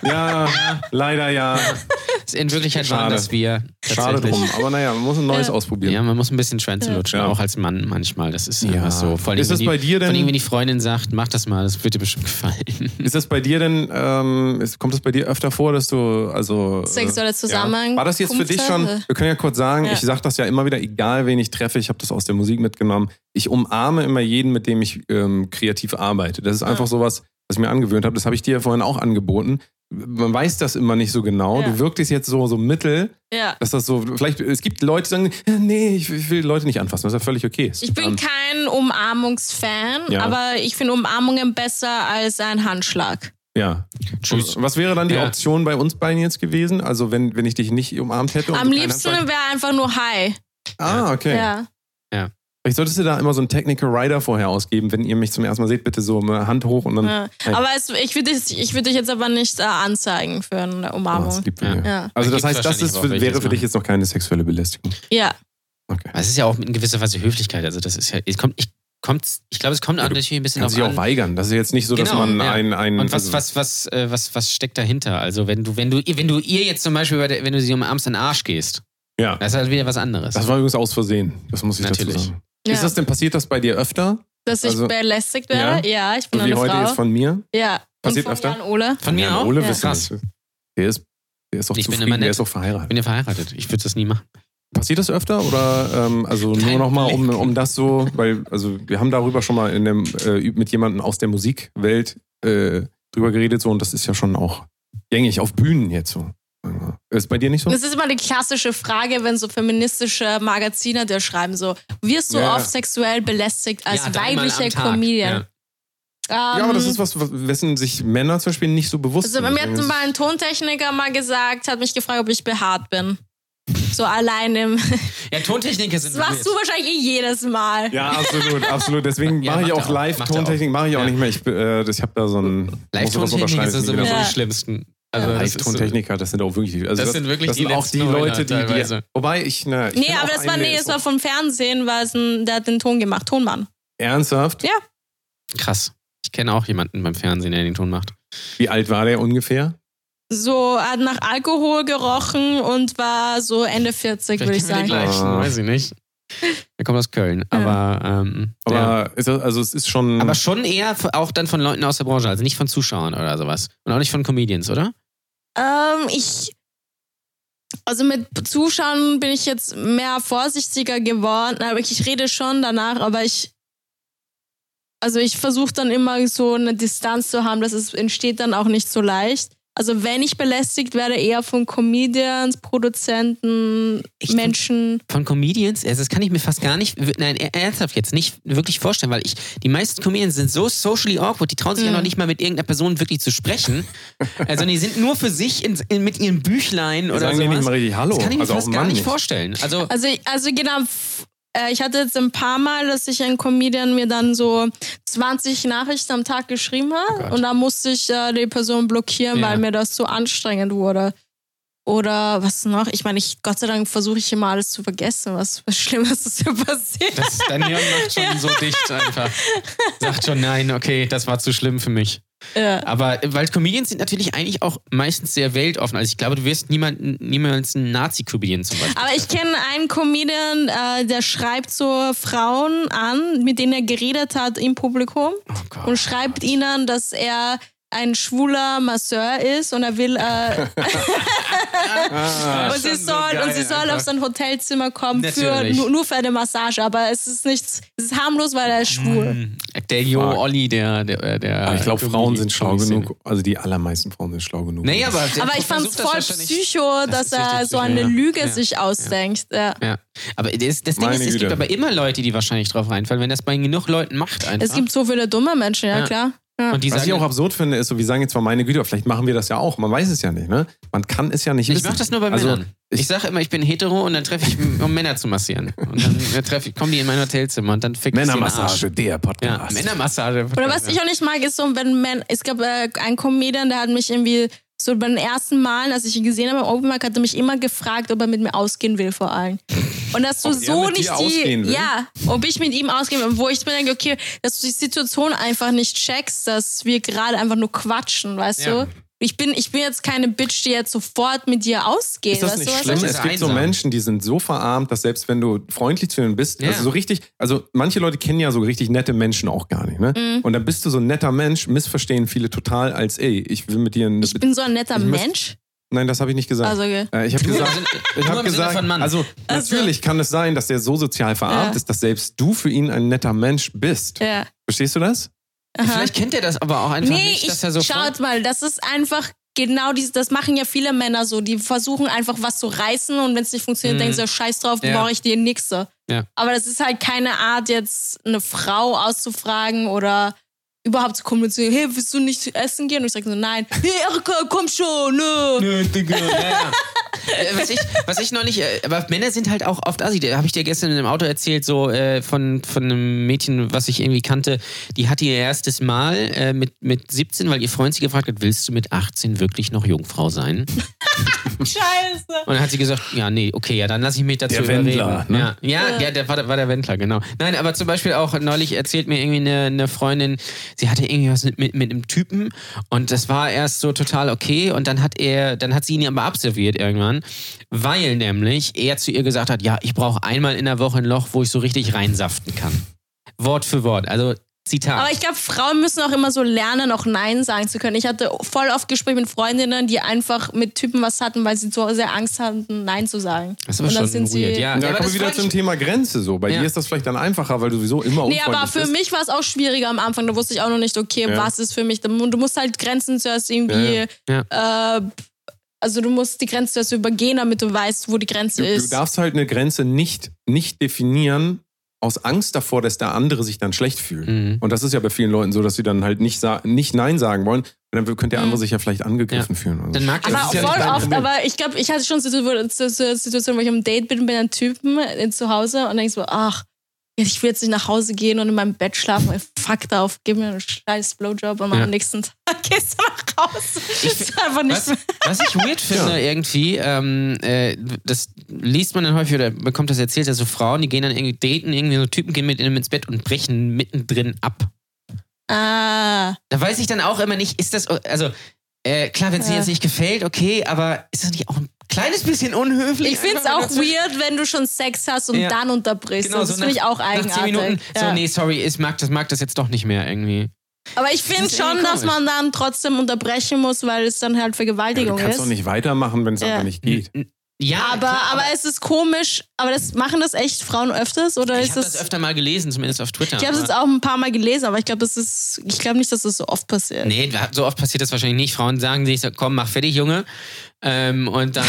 A: Ja, leider ja.
B: In Wirklichkeit waren
A: Schade.
B: das wir.
A: Schade
B: tatsächlich.
A: drum. Aber naja, man muss ein neues
C: Ja.
A: ausprobieren.
B: Ja, man muss ein bisschen Schwänze lutschen,
A: Ja.
B: auch als Mann manchmal. Das ist
A: Ja.
B: einfach so. Vor allem,
A: Ist das
B: wenn die,
A: bei dir denn-
B: Vor allem, wenn die Freundin sagt, mach das mal, das wird dir bestimmt gefallen.
A: Ist das bei dir denn, ähm, ist, kommt das bei dir öfter vor, dass du, also. äh,
C: Sexuelle Zusammenkunft
A: Ja. War das jetzt für dich schon,
C: hatte?
A: wir können ja kurz sagen,
C: Ja.
A: ich sage das ja immer wieder, egal wen ich treffe, ich habe das aus der Musik mitgenommen. Ich umarme immer jeden, mit dem ich ähm, kreativ arbeite. Das ist einfach sowas, was ich mir angewöhnt habe. Das habe ich dir ja vorhin auch angeboten. Man weiß das immer nicht so genau.
C: Ja.
A: Du wirktest jetzt so, so mittel,
C: Ja.
A: dass das so, vielleicht, es gibt Leute, die sagen, nee, ich will, ich will Leute nicht anfassen. Das ist ja völlig okay.
C: Ich bin
A: Ähm,
C: kein Umarmungsfan,
A: Ja.
C: aber ich finde Umarmungen besser als ein Handschlag.
A: Ja.
B: Tschüss.
A: Also, Was wäre dann die
B: Ja.
A: Option bei uns beiden jetzt gewesen? Also wenn, wenn ich dich nicht umarmt hätte? und
C: Am
A: du keinen
C: liebsten
A: Handschlag-
C: wäre einfach nur Hi.
A: Ah, okay.
C: Ja.
A: Vielleicht solltest du da immer so einen Technical Rider vorher ausgeben, wenn ihr mich zum ersten Mal seht, bitte so mal Hand hoch und dann.
C: Ja. Aber es, ich würde dich, ich würd dich jetzt aber nicht äh, anzeigen für eine
A: Oh, das
C: Umarmung.
A: ist lieb von
B: Ja.
A: dir.
C: Ja.
A: Also das
B: Da gibt's
A: heißt, das ist,
B: wahrscheinlich auch
A: wäre
B: welches,
A: für dich
B: ne?
A: jetzt noch keine sexuelle Belästigung.
C: ja.
A: Okay.
B: Aber es ist ja auch in gewisser Weise Höflichkeit. Also, das ist ja, es kommt, ich, kommt, ich glaube, es kommt auch natürlich ein bisschen
A: Kann
B: auf
A: sich auch
B: an.
A: weigern. Das ist jetzt nicht so, dass
B: Genau,
A: man
B: ja.
A: ein, ein.
B: Und was,
A: also-
B: was, was, äh, was, was steckt dahinter? Also, wenn du, wenn du, wenn du ihr jetzt zum Beispiel, bei der- wenn du sie umarmst, in den Arsch gehst,
A: Ja.
B: das ist halt wieder was anderes.
A: Das war übrigens aus Versehen. Das muss ich dazu
B: Natürlich.
A: sagen.
C: ja.
A: Ist das denn passiert das bei dir öfter?
C: Dass ich
A: also-
C: belästigt werde? Ja, ich bin
A: So wie
C: eine
A: heute
C: Frau.
A: jetzt von mir?
C: ja.
A: Passiert
C: Und von
A: öfter?
C: Jan Ole.
B: Von mir
A: Ja,
B: auch?
A: Ole
C: Ja.
A: wissen
B: Krass.
A: das. Der ist, der ist auch
B: Ich bin
A: zufrieden,
B: immer
A: der
B: nett.
A: ist auch verheiratet.
B: Ich bin ja verheiratet. Ich würde das nie machen.
A: Passiert das öfter oder ähm, also nur
B: Kein
A: nochmal, um,
B: Blick.
A: um das so, weil also wir haben darüber schon mal in dem, äh, mit jemandem aus der Musikwelt äh, drüber geredet so und das ist ja schon auch gängig auf Bühnen jetzt so. Äh, Ist bei dir nicht so?
C: Das ist immer die klassische Frage, wenn so feministische Magazine dir schreiben, so, wirst du
A: Ja.
C: oft sexuell belästigt als
B: Ja, dreimal am
C: weibliche
B: Tag.
C: Comedian?
B: Ja.
C: Ähm,
A: Ja, aber das ist was, was, wessen sich Männer zum Beispiel nicht so bewusst
C: Also,
A: sind.
C: mir hat
A: Deswegen
C: mal ein Tontechniker mal gesagt, hat mich gefragt, ob ich behaart bin. So allein im.
B: Ja, Tontechniker sind.
C: Das machst du wahrscheinlich eh jedes Mal.
A: ist- ja, absolut, absolut. Deswegen
B: Ja,
A: mache ich
B: macht
A: auch
B: er auch,
A: live
B: macht er
A: Tontechnik, mache ich auch
B: Ja.
A: nicht mehr. Ich, äh, das- ich habe da so ein
B: Live-Tontechniker sind sowieso
C: Ja.
B: die schlimmsten. Also, das ist so-
A: Live-Tontechniker, das sind auch wirklich, also
B: Das sind wirklich
A: das sind
B: die
A: auch
B: letzten
A: die Leute, die, die
B: teilweise.
A: wobei ich, ne, ich
C: Nee,
A: bin
C: aber
A: auch
C: das war,
A: eine,
C: nee,
A: der
C: das
A: ist
C: war vom Fernsehen, weil es ein, der hat den Ton gemacht, Tonmann.
A: Ernsthaft?
C: Ja.
B: Krass. Ich kenne auch jemanden beim Fernsehen, der den Ton macht.
A: Wie alt war der ungefähr?
C: So, hat nach Alkohol gerochen und war so Ende 40, würde ich
B: kennen wir
C: sagen.
B: die gleichen,
A: Ah.
B: weiß ich nicht. Er kommt aus Köln, aber, ähm,
A: Aber
B: ja.
A: ist das, also es ist schon.
B: aber schon eher f- auch dann von Leuten aus der Branche, also nicht von Zuschauern oder sowas. Und auch nicht von Comedians, oder?
C: Ähm, ich. Also mit Zuschauen bin ich jetzt mehr vorsichtiger geworden, aber ich, ich rede schon danach, aber ich. Also ich versuche dann immer so eine Distanz zu haben, das es entsteht dann auch nicht so leicht. Also wenn ich belästigt werde, eher von Comedians, Produzenten,
B: Echt?
C: Menschen.
B: Von Comedians, also das kann ich mir fast gar nicht, nein, e-, ernsthaft jetzt nicht wirklich vorstellen, weil ich, die meisten Comedians sind so socially awkward, die trauen sich
C: Mhm.
B: ja noch nicht mal mit irgendeiner Person wirklich zu sprechen. Also die sind nur für sich in, in, mit ihren Büchlein oder
A: Sagen die
B: sowas.
A: nicht mal richtig Hallo.
B: Das kann ich mir
A: Also auch
B: fast
A: ein
B: gar
A: Mann
B: nicht
A: nicht.
B: vorstellen. Also,
C: Also, ich- also genau, f- äh, ich hatte jetzt ein paar Mal, dass ich ein Comedian mir dann so 20 Nachrichten am Tag geschrieben hat und dann musste ich äh, die Person blockieren,
B: Ja.
C: weil mir das zu anstrengend wurde. Oder was noch? Ich meine, ich, Gott sei Dank versuche ich immer alles zu vergessen, was, was Schlimmes ist hier passiert.
B: das, dein Hirn macht schon so dicht einfach. Sagt schon, nein, okay, das war zu schlimm für mich.
C: Ja.
B: Aber äh, weil Comedians sind natürlich eigentlich auch meistens sehr weltoffen. Also ich glaube, du wirst niemanden, niemals einen Nazi-Comedian zum Beispiel.
C: Aber ich kenne einen Comedian, äh, der schreibt so Frauen an, mit denen er geredet hat im Publikum.
B: oh Gott.
C: und schreibt ihnen, dass er ein schwuler Masseur ist und er will äh, und sie
B: Ah. schon so
C: soll,
B: geil
C: und sie soll
B: einfach.
C: auf sein Hotelzimmer kommen für,
B: Natürlich.
C: nur, nur für eine Massage, aber es ist nichts, es ist harmlos, weil er ist
B: Mm.
C: schwul.
B: Der Jo Olli, der, der, äh, der
A: Aber ich glaube,
B: Comedian-
A: Frauen sind schlau
B: Comedy-Szene.
A: genug. Also die allermeisten Frauen sind schlau genug.
B: Nee, aber, der
C: Aber ich fand's
B: versucht das
C: voll
B: wahrscheinlich-
C: psycho,
B: Das
C: dass
B: ist richtig
C: er so
B: psycho,
C: eine
B: ja.
C: Lüge
B: Ja.
C: sich ausdenkt. Ja.
B: Ja. Aber das, das Ding
A: Meine
B: ist, es
A: Güte.
B: gibt aber immer Leute, die wahrscheinlich drauf reinfallen, wenn das bei genug Leuten macht einfach.
C: Es gibt so viele dumme Menschen, ja,
B: Ja.
C: klar. Ja.
B: und die
A: Was
B: sagen,
A: ich auch absurd finde, ist so, wir sagen jetzt mal, meine Güte, aber vielleicht machen wir das ja auch. Man weiß es ja nicht, ne? Man kann es ja nicht
B: ich
A: wissen.
B: mache das nur bei
A: also,
B: Männern. Ich,
A: ich-
B: sage immer, ich bin hetero und dann treffe ich, um Männer zu massieren. Und dann äh, treff, ich- kommen die in mein Hotelzimmer und dann fick ich sie in den Arsch.
A: Männermassage, der
B: Ja,
A: Podcast.
B: Männermassage.
C: Oder was ich auch nicht mag, ist so, wenn man, es gab äh, einen Comedian, der hat mich irgendwie so bei den ersten Malen, als ich ihn gesehen habe im Open Mic, hat er mich immer gefragt, ob er mit mir ausgehen will vor allem. Und dass du
A: Ob er
C: so
A: mit dir
C: nicht
A: ausgehen
C: die,
A: will?
C: ja, ob ich mit ihm ausgehen will, wo ich mir denke, okay, dass du die Situation einfach nicht checkst, dass wir gerade einfach nur quatschen, weißt
B: Ja.
C: du? Ich bin, ich bin jetzt keine Bitch, die jetzt sofort mit dir ausgeht.
A: Ist das
C: weißt
A: nicht
C: du, was
A: schlimm?
B: das
C: ich-
B: ist
A: Es gibt so
B: einsam.
A: Menschen, die sind so verarmt, dass selbst wenn du freundlich zu ihnen bist,
B: Ja.
A: also so richtig, also manche Leute kennen ja so richtig nette Menschen auch gar nicht, ne?
B: Mhm.
A: Und dann bist du so ein netter Mensch, missverstehen viele total als, ey, ich will mit dir eine
C: Ich bin so ein netter
A: Ich muss-
C: Mensch.
A: Nein, das habe ich nicht gesagt.
C: Also, okay.
A: äh, ich habe gesagt,
B: Sinne-
A: ich
B: nur
A: hab
B: im Sinne
A: gesagt
B: von Mann.
A: also
C: Also-
A: natürlich kann es sein, dass der so sozial verarmt
C: Ja.
A: ist, dass selbst du für ihn ein netter Mensch bist.
C: Ja.
A: Verstehst du das?
B: Vielleicht kennt er das aber auch einfach
C: Nee,
B: nicht,
C: ich,
B: dass er so
C: schaut mal, das ist einfach genau dieses, das machen ja viele Männer so, die versuchen einfach was zu reißen und wenn es nicht funktioniert,
B: Mhm.
C: denken sie, scheiß drauf,
B: Ja.
C: brauche ich die nächste.
B: Ja.
C: Aber das ist halt keine Art, jetzt eine Frau auszufragen oder überhaupt zu kommunizieren, hey, willst du nicht essen gehen? Und ich sage so, nein, hey, Erika, komm schon, ne? nö.
B: Nö, Digga. Ja, ja. Äh, was, ich, was ich noch nicht, äh, aber Männer sind halt auch oft assi. Da habe ich dir gestern in einem Auto erzählt, so äh, von, von einem Mädchen, was ich irgendwie kannte, die hatte ihr erstes Mal äh, mit, mit 17, weil ihr Freund sie gefragt hat, willst du mit 18 wirklich noch Jungfrau sein?
C: Scheiße.
B: Und dann hat sie gesagt, ja, nee, okay, ja, dann lasse ich mich dazu
A: Der Wendler,
B: überreden.
A: ne?
B: Ja, ja, ja der war, der- war der Wendler, genau. Nein, aber zum Beispiel auch neulich erzählt mir irgendwie eine, eine Freundin, sie hatte irgendwie was mit, mit, mit einem Typen und das war erst so total okay und dann hat er, dann hat sie ihn aber abserviert irgendwann, weil nämlich er zu ihr gesagt hat, ja, ich brauche einmal in der Woche ein Loch, wo ich so richtig reinsaften kann. Wort für Wort, also Zitat.
C: Aber ich glaube, Frauen müssen auch immer so lernen, auch Nein sagen zu können. Ich hatte voll oft Gespräche mit Freundinnen, die einfach mit Typen was hatten, weil sie so sehr Angst hatten, Nein zu sagen.
B: das ist aber
C: und
B: schon
C: dann sind sie-
B: weird. Ja,
A: Ja,
B: aber
A: kommen
B: das
A: wir wieder
B: wollte
A: zum
B: ich-
A: Thema Grenze so. Bei
B: Ja.
A: dir ist das vielleicht dann einfacher, weil du sowieso immer
C: Nee,
A: unfreundlich
C: aber für
A: bist.
C: mich war es auch schwieriger am Anfang. Da wusste ich auch noch nicht, okay,
A: Ja.
C: was ist für mich. Und Du musst halt Grenzen zuerst irgendwie.
B: Ja,
C: Äh, also, du musst die Grenze zuerst übergehen, damit du weißt, wo die Grenze
A: Du, du
C: ist.
A: darfst halt eine Grenze nicht, nicht definieren, aus Angst davor, dass der andere sich dann schlecht fühlt.
B: Mhm.
A: Und das ist ja bei vielen Leuten so, dass sie dann halt nicht, sa- nicht Nein sagen wollen. Und dann könnte der
C: Mhm.
A: andere sich ja vielleicht angegriffen fühlen. oder so.
B: Dann mag er
C: aber
B: das
C: auch
B: ist ja
C: voll
B: nicht dein
C: oft,
B: Problem.
C: aber ich glaube, ich hatte schon Situationen, wo ich am Date bin mit einem Typen äh, zu Hause und denkst so, ach, ich will jetzt nicht nach Hause gehen und in meinem Bett schlafen. Ey, Fuck drauf, gib mir einen scheiß Blowjob und
B: Ja.
C: am nächsten Tag gehst du nach Hause. Das ist einfach nicht
B: Was, was ich weird finde irgendwie, ähm, äh, das liest man dann häufig oder bekommt das erzählt, dass so Frauen, die gehen dann irgendwie daten, irgendwie so Typen gehen mit ihnen ins Bett und brechen mittendrin ab.
C: Ah,
B: Da weiß ich dann auch immer nicht, ist das, also äh, klar, wenn es dir
C: Ja.
B: jetzt nicht gefällt, okay, aber ist das nicht auch ein kleines bisschen unhöflich?
C: ich finde es
B: Einfach, wenn
C: auch
B: du zwischen-
C: weird, wenn du schon Sex hast und
B: Ja.
C: dann unterbrichst. das
B: Genau, so
C: finde ich
B: nach-
C: auch
B: Nach zehn
C: eigenartig.
B: Minuten,
C: ja.
B: so nee, sorry, ich mag das, mag das jetzt doch nicht mehr irgendwie.
C: Aber ich finde
B: ist irgendwie
C: schon, dass
B: komisch.
C: man dann trotzdem unterbrechen muss, weil es dann halt
A: Du
C: Vergewaltigung
A: kannst doch
C: ist.
A: nicht weitermachen, wenn es
C: Ja.
A: einfach nicht geht.
B: Ja,
C: Aber,
B: klar,
C: aber es ist komisch. Aber das machen das echt Frauen öfters oder
B: ich
C: ist
B: habe das
C: das?
B: öfter mal gelesen, zumindest auf Twitter.
C: Ich habe es jetzt auch ein paar Mal gelesen, aber ich glaube, das ist. Ich glaube nicht, dass das so oft passiert.
B: Nee, da- so oft passiert das wahrscheinlich nicht. Frauen sagen sich so, komm, mach fertig, Junge. Ähm, und dann.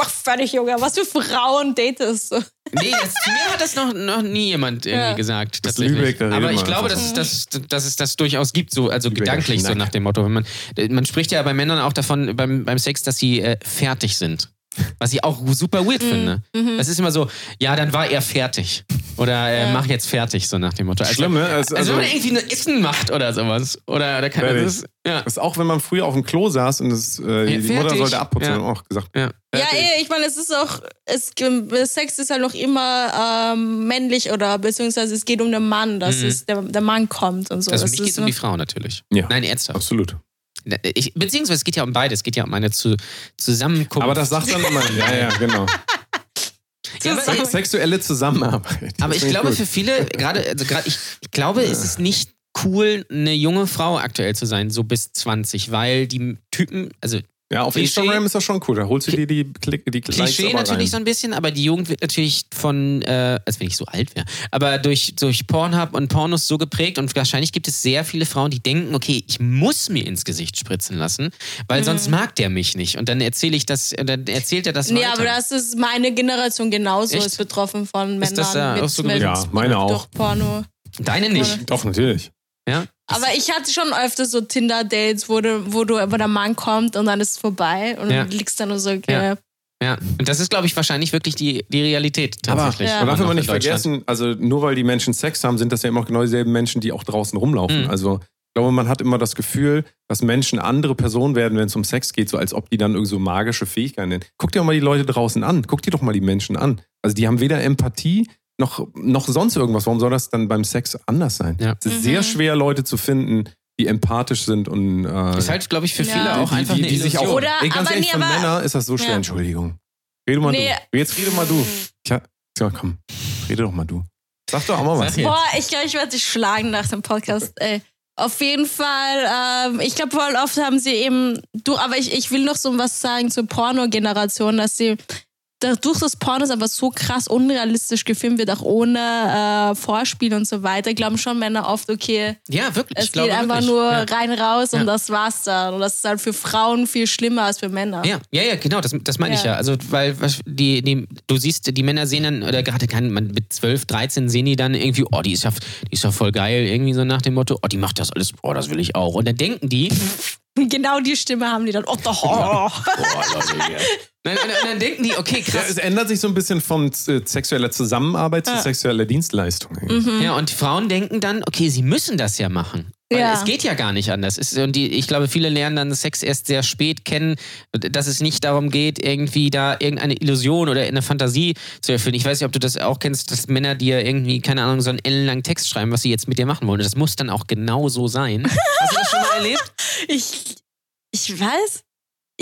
C: Ach, fertig, Junge. Was für Frauen datest du?
B: Nee, das, mir hat das noch, noch nie jemand irgendwie
C: Ja.
B: gesagt.
A: Das ist
B: Tatsächlich.
A: Lübeck, da redet
B: Aber ich
A: man
B: glaube,
A: einfach
B: dass, es das, dass es das durchaus gibt, so, also
A: Lübecker
B: gedanklich, so
A: Schnack.
B: nach dem Motto. Wenn man, man spricht ja bei Männern auch davon, beim, beim Sex, dass sie äh, fertig sind. Was ich auch super weird finde. Das ist immer so, ja, dann war er fertig. Oder äh, mach jetzt fertig, so nach dem Motto. Also,
A: Schlimm, ne? Also,
B: Also,
A: also,
B: wenn man irgendwie ein Essen macht oder sowas. Oder, oder kann
A: Fertig.
B: das ist, ja.
A: das ist auch wenn man früher auf dem Klo saß und das, äh,
B: Ja,
A: die Mutter
B: fertig.
A: sollte abputzen,
B: Ja.
A: haben wir auch gesagt.
B: ja.
C: Ja, eh, ich meine, es ist auch, es, Sex ist halt noch immer ähm, männlich oder beziehungsweise es geht um den Mann, dass es, der, der Mann kommt und so.
B: Mhm. Also
C: Das
B: mich geht
C: ist
B: es um die
C: nur-
B: Frau natürlich.
A: Ja.
B: Nein, ernsthaft.
A: Absolut.
B: Ich, beziehungsweise es geht ja um beides. Es geht ja um eine zu, Zusammenkunft.
A: Aber das sagt dann immer, ja, ja, genau.
B: ja, aber,
A: Se sexuelle Zusammenarbeit.
B: aber
A: Das
B: ich
A: finde
B: glaube
A: gut.
B: für viele, gerade, also gerade ich, ich glaube, es ist nicht cool, eine junge Frau aktuell zu sein, so bis 20, weil die Typen, also
A: Ja, auf
B: Klischee-
A: Instagram ist das schon cool. Da holst du dir die, Klick, die Likes
B: Klischee
A: aber
B: natürlich so
A: rein.
B: ein bisschen, aber die Jugend wird natürlich von, äh, als wenn ich so alt wäre, aber durch, durch Pornhub und Pornos so geprägt und wahrscheinlich gibt es sehr viele Frauen, die denken, okay, ich muss mir ins Gesicht spritzen lassen,
C: Mhm.
B: weil sonst mag der mich nicht. Und dann erzähle ich das, und dann erzählt er das
C: Nee,
B: weiter.
C: aber das ist meine Generation genauso,
B: Echt?
C: ist betroffen von Männern
B: Ist das da auch
C: mit,
B: so
C: mit
B: gewesen?
A: Ja, meine auch.
C: durch Porno.
B: Deine nicht.
A: Doch, natürlich.
B: Ja?
C: Aber ich hatte schon öfter so Tinder-Dates, wo, du- wo, du- wo der Mann kommt und dann ist es vorbei und
B: Ja.
C: du liegst dann nur so, äh,
B: Ja.
C: okay.
B: Ja, und das ist, glaube ich, wahrscheinlich wirklich die, die Realität
A: Aber
B: tatsächlich.
A: man darf
B: immer
A: immer
B: noch
A: nicht
B: in Deutschland.
A: vergessen, also nur weil die Menschen Sex haben, sind das ja immer auch genau dieselben Menschen, die auch draußen rumlaufen.
B: Mhm.
A: Also ich glaube, man hat immer das Gefühl, dass Menschen andere Personen werden, wenn es um Sex geht, so als ob die dann irgendwie so magische Fähigkeiten hätten. Guck dir doch mal die Leute draußen an. Guck dir doch mal die Menschen an. Also die haben weder Empathie noch, noch sonst irgendwas. Warum soll das dann beim Sex anders sein?
B: Ja.
A: Es ist sehr schwer, Leute zu finden, die empathisch sind und äh,
B: Ist halt, glaube ich, für
C: Ja.
B: viele auch
A: die,
B: einfach
A: die,
B: eine
A: die sich auch.
B: Illusion.
C: Oder-
A: ey, ganz
C: aber
A: ehrlich,
C: nee,
A: für
C: aber-
A: Männer ist das so schwer,
C: Ja.
A: Entschuldigung. Rede mal
C: Nee.
A: du. Jetzt rede mal du. Tja, tja, komm, rede doch mal du. Sag doch auch mal was.
B: Sag jetzt.
C: Boah, ich glaube, ich werde dich schlagen nach dem Podcast. Ey. Auf jeden Fall, ähm, ich glaube, voll oft haben sie eben, du, aber ich, ich will noch so was sagen zur Porno-Generation, dass sie dadurch, dass Pornos einfach so krass unrealistisch gefilmt wird, auch ohne äh, Vorspiel und so weiter, glauben schon Männer oft, okay,
B: Ja, wirklich.
C: es
B: ich glaube
C: geht einfach
B: wirklich.
C: nur
B: Ja.
C: rein raus und
B: Ja.
C: das war's dann. Und das ist dann für Frauen viel schlimmer als für Männer.
B: Ja, ja, ja, genau, das, das meine ich
C: Ja.
B: ja. Also, weil was- die, die, du siehst, die Männer sehen dann, oder gerade kann man mit 12, 13 sehen die dann irgendwie, oh, die ist, ja, die ist ja voll geil, irgendwie so nach dem Motto, oh, die macht das alles, oh, das will ich auch. Und dann denken die,
C: Genau die Stimme haben die dann. Oh, oh.
B: nein, nein, nein, dann denken die, okay,
A: Ja,
B: krass,
A: es ändert sich so ein bisschen von äh, sexueller Zusammenarbeit zu sexueller Dienstleistung.
B: Ja, und die Frauen denken dann, okay, sie müssen das ja machen. Weil
C: Ja.
B: es geht ja gar nicht anders. Es, und die, ich glaube, viele lernen dann Sex erst sehr spät kennen, dass es nicht darum geht, irgendwie da irgendeine Illusion oder eine Fantasie zu erfüllen. Ich weiß nicht, ob du das auch kennst, dass Männer dir irgendwie, keine Ahnung, so einen ellenlangen Text schreiben, was sie jetzt mit dir machen wollen. Und das muss dann auch genau so sein. Hast du das schon mal erlebt?
C: Ich, ich weiß.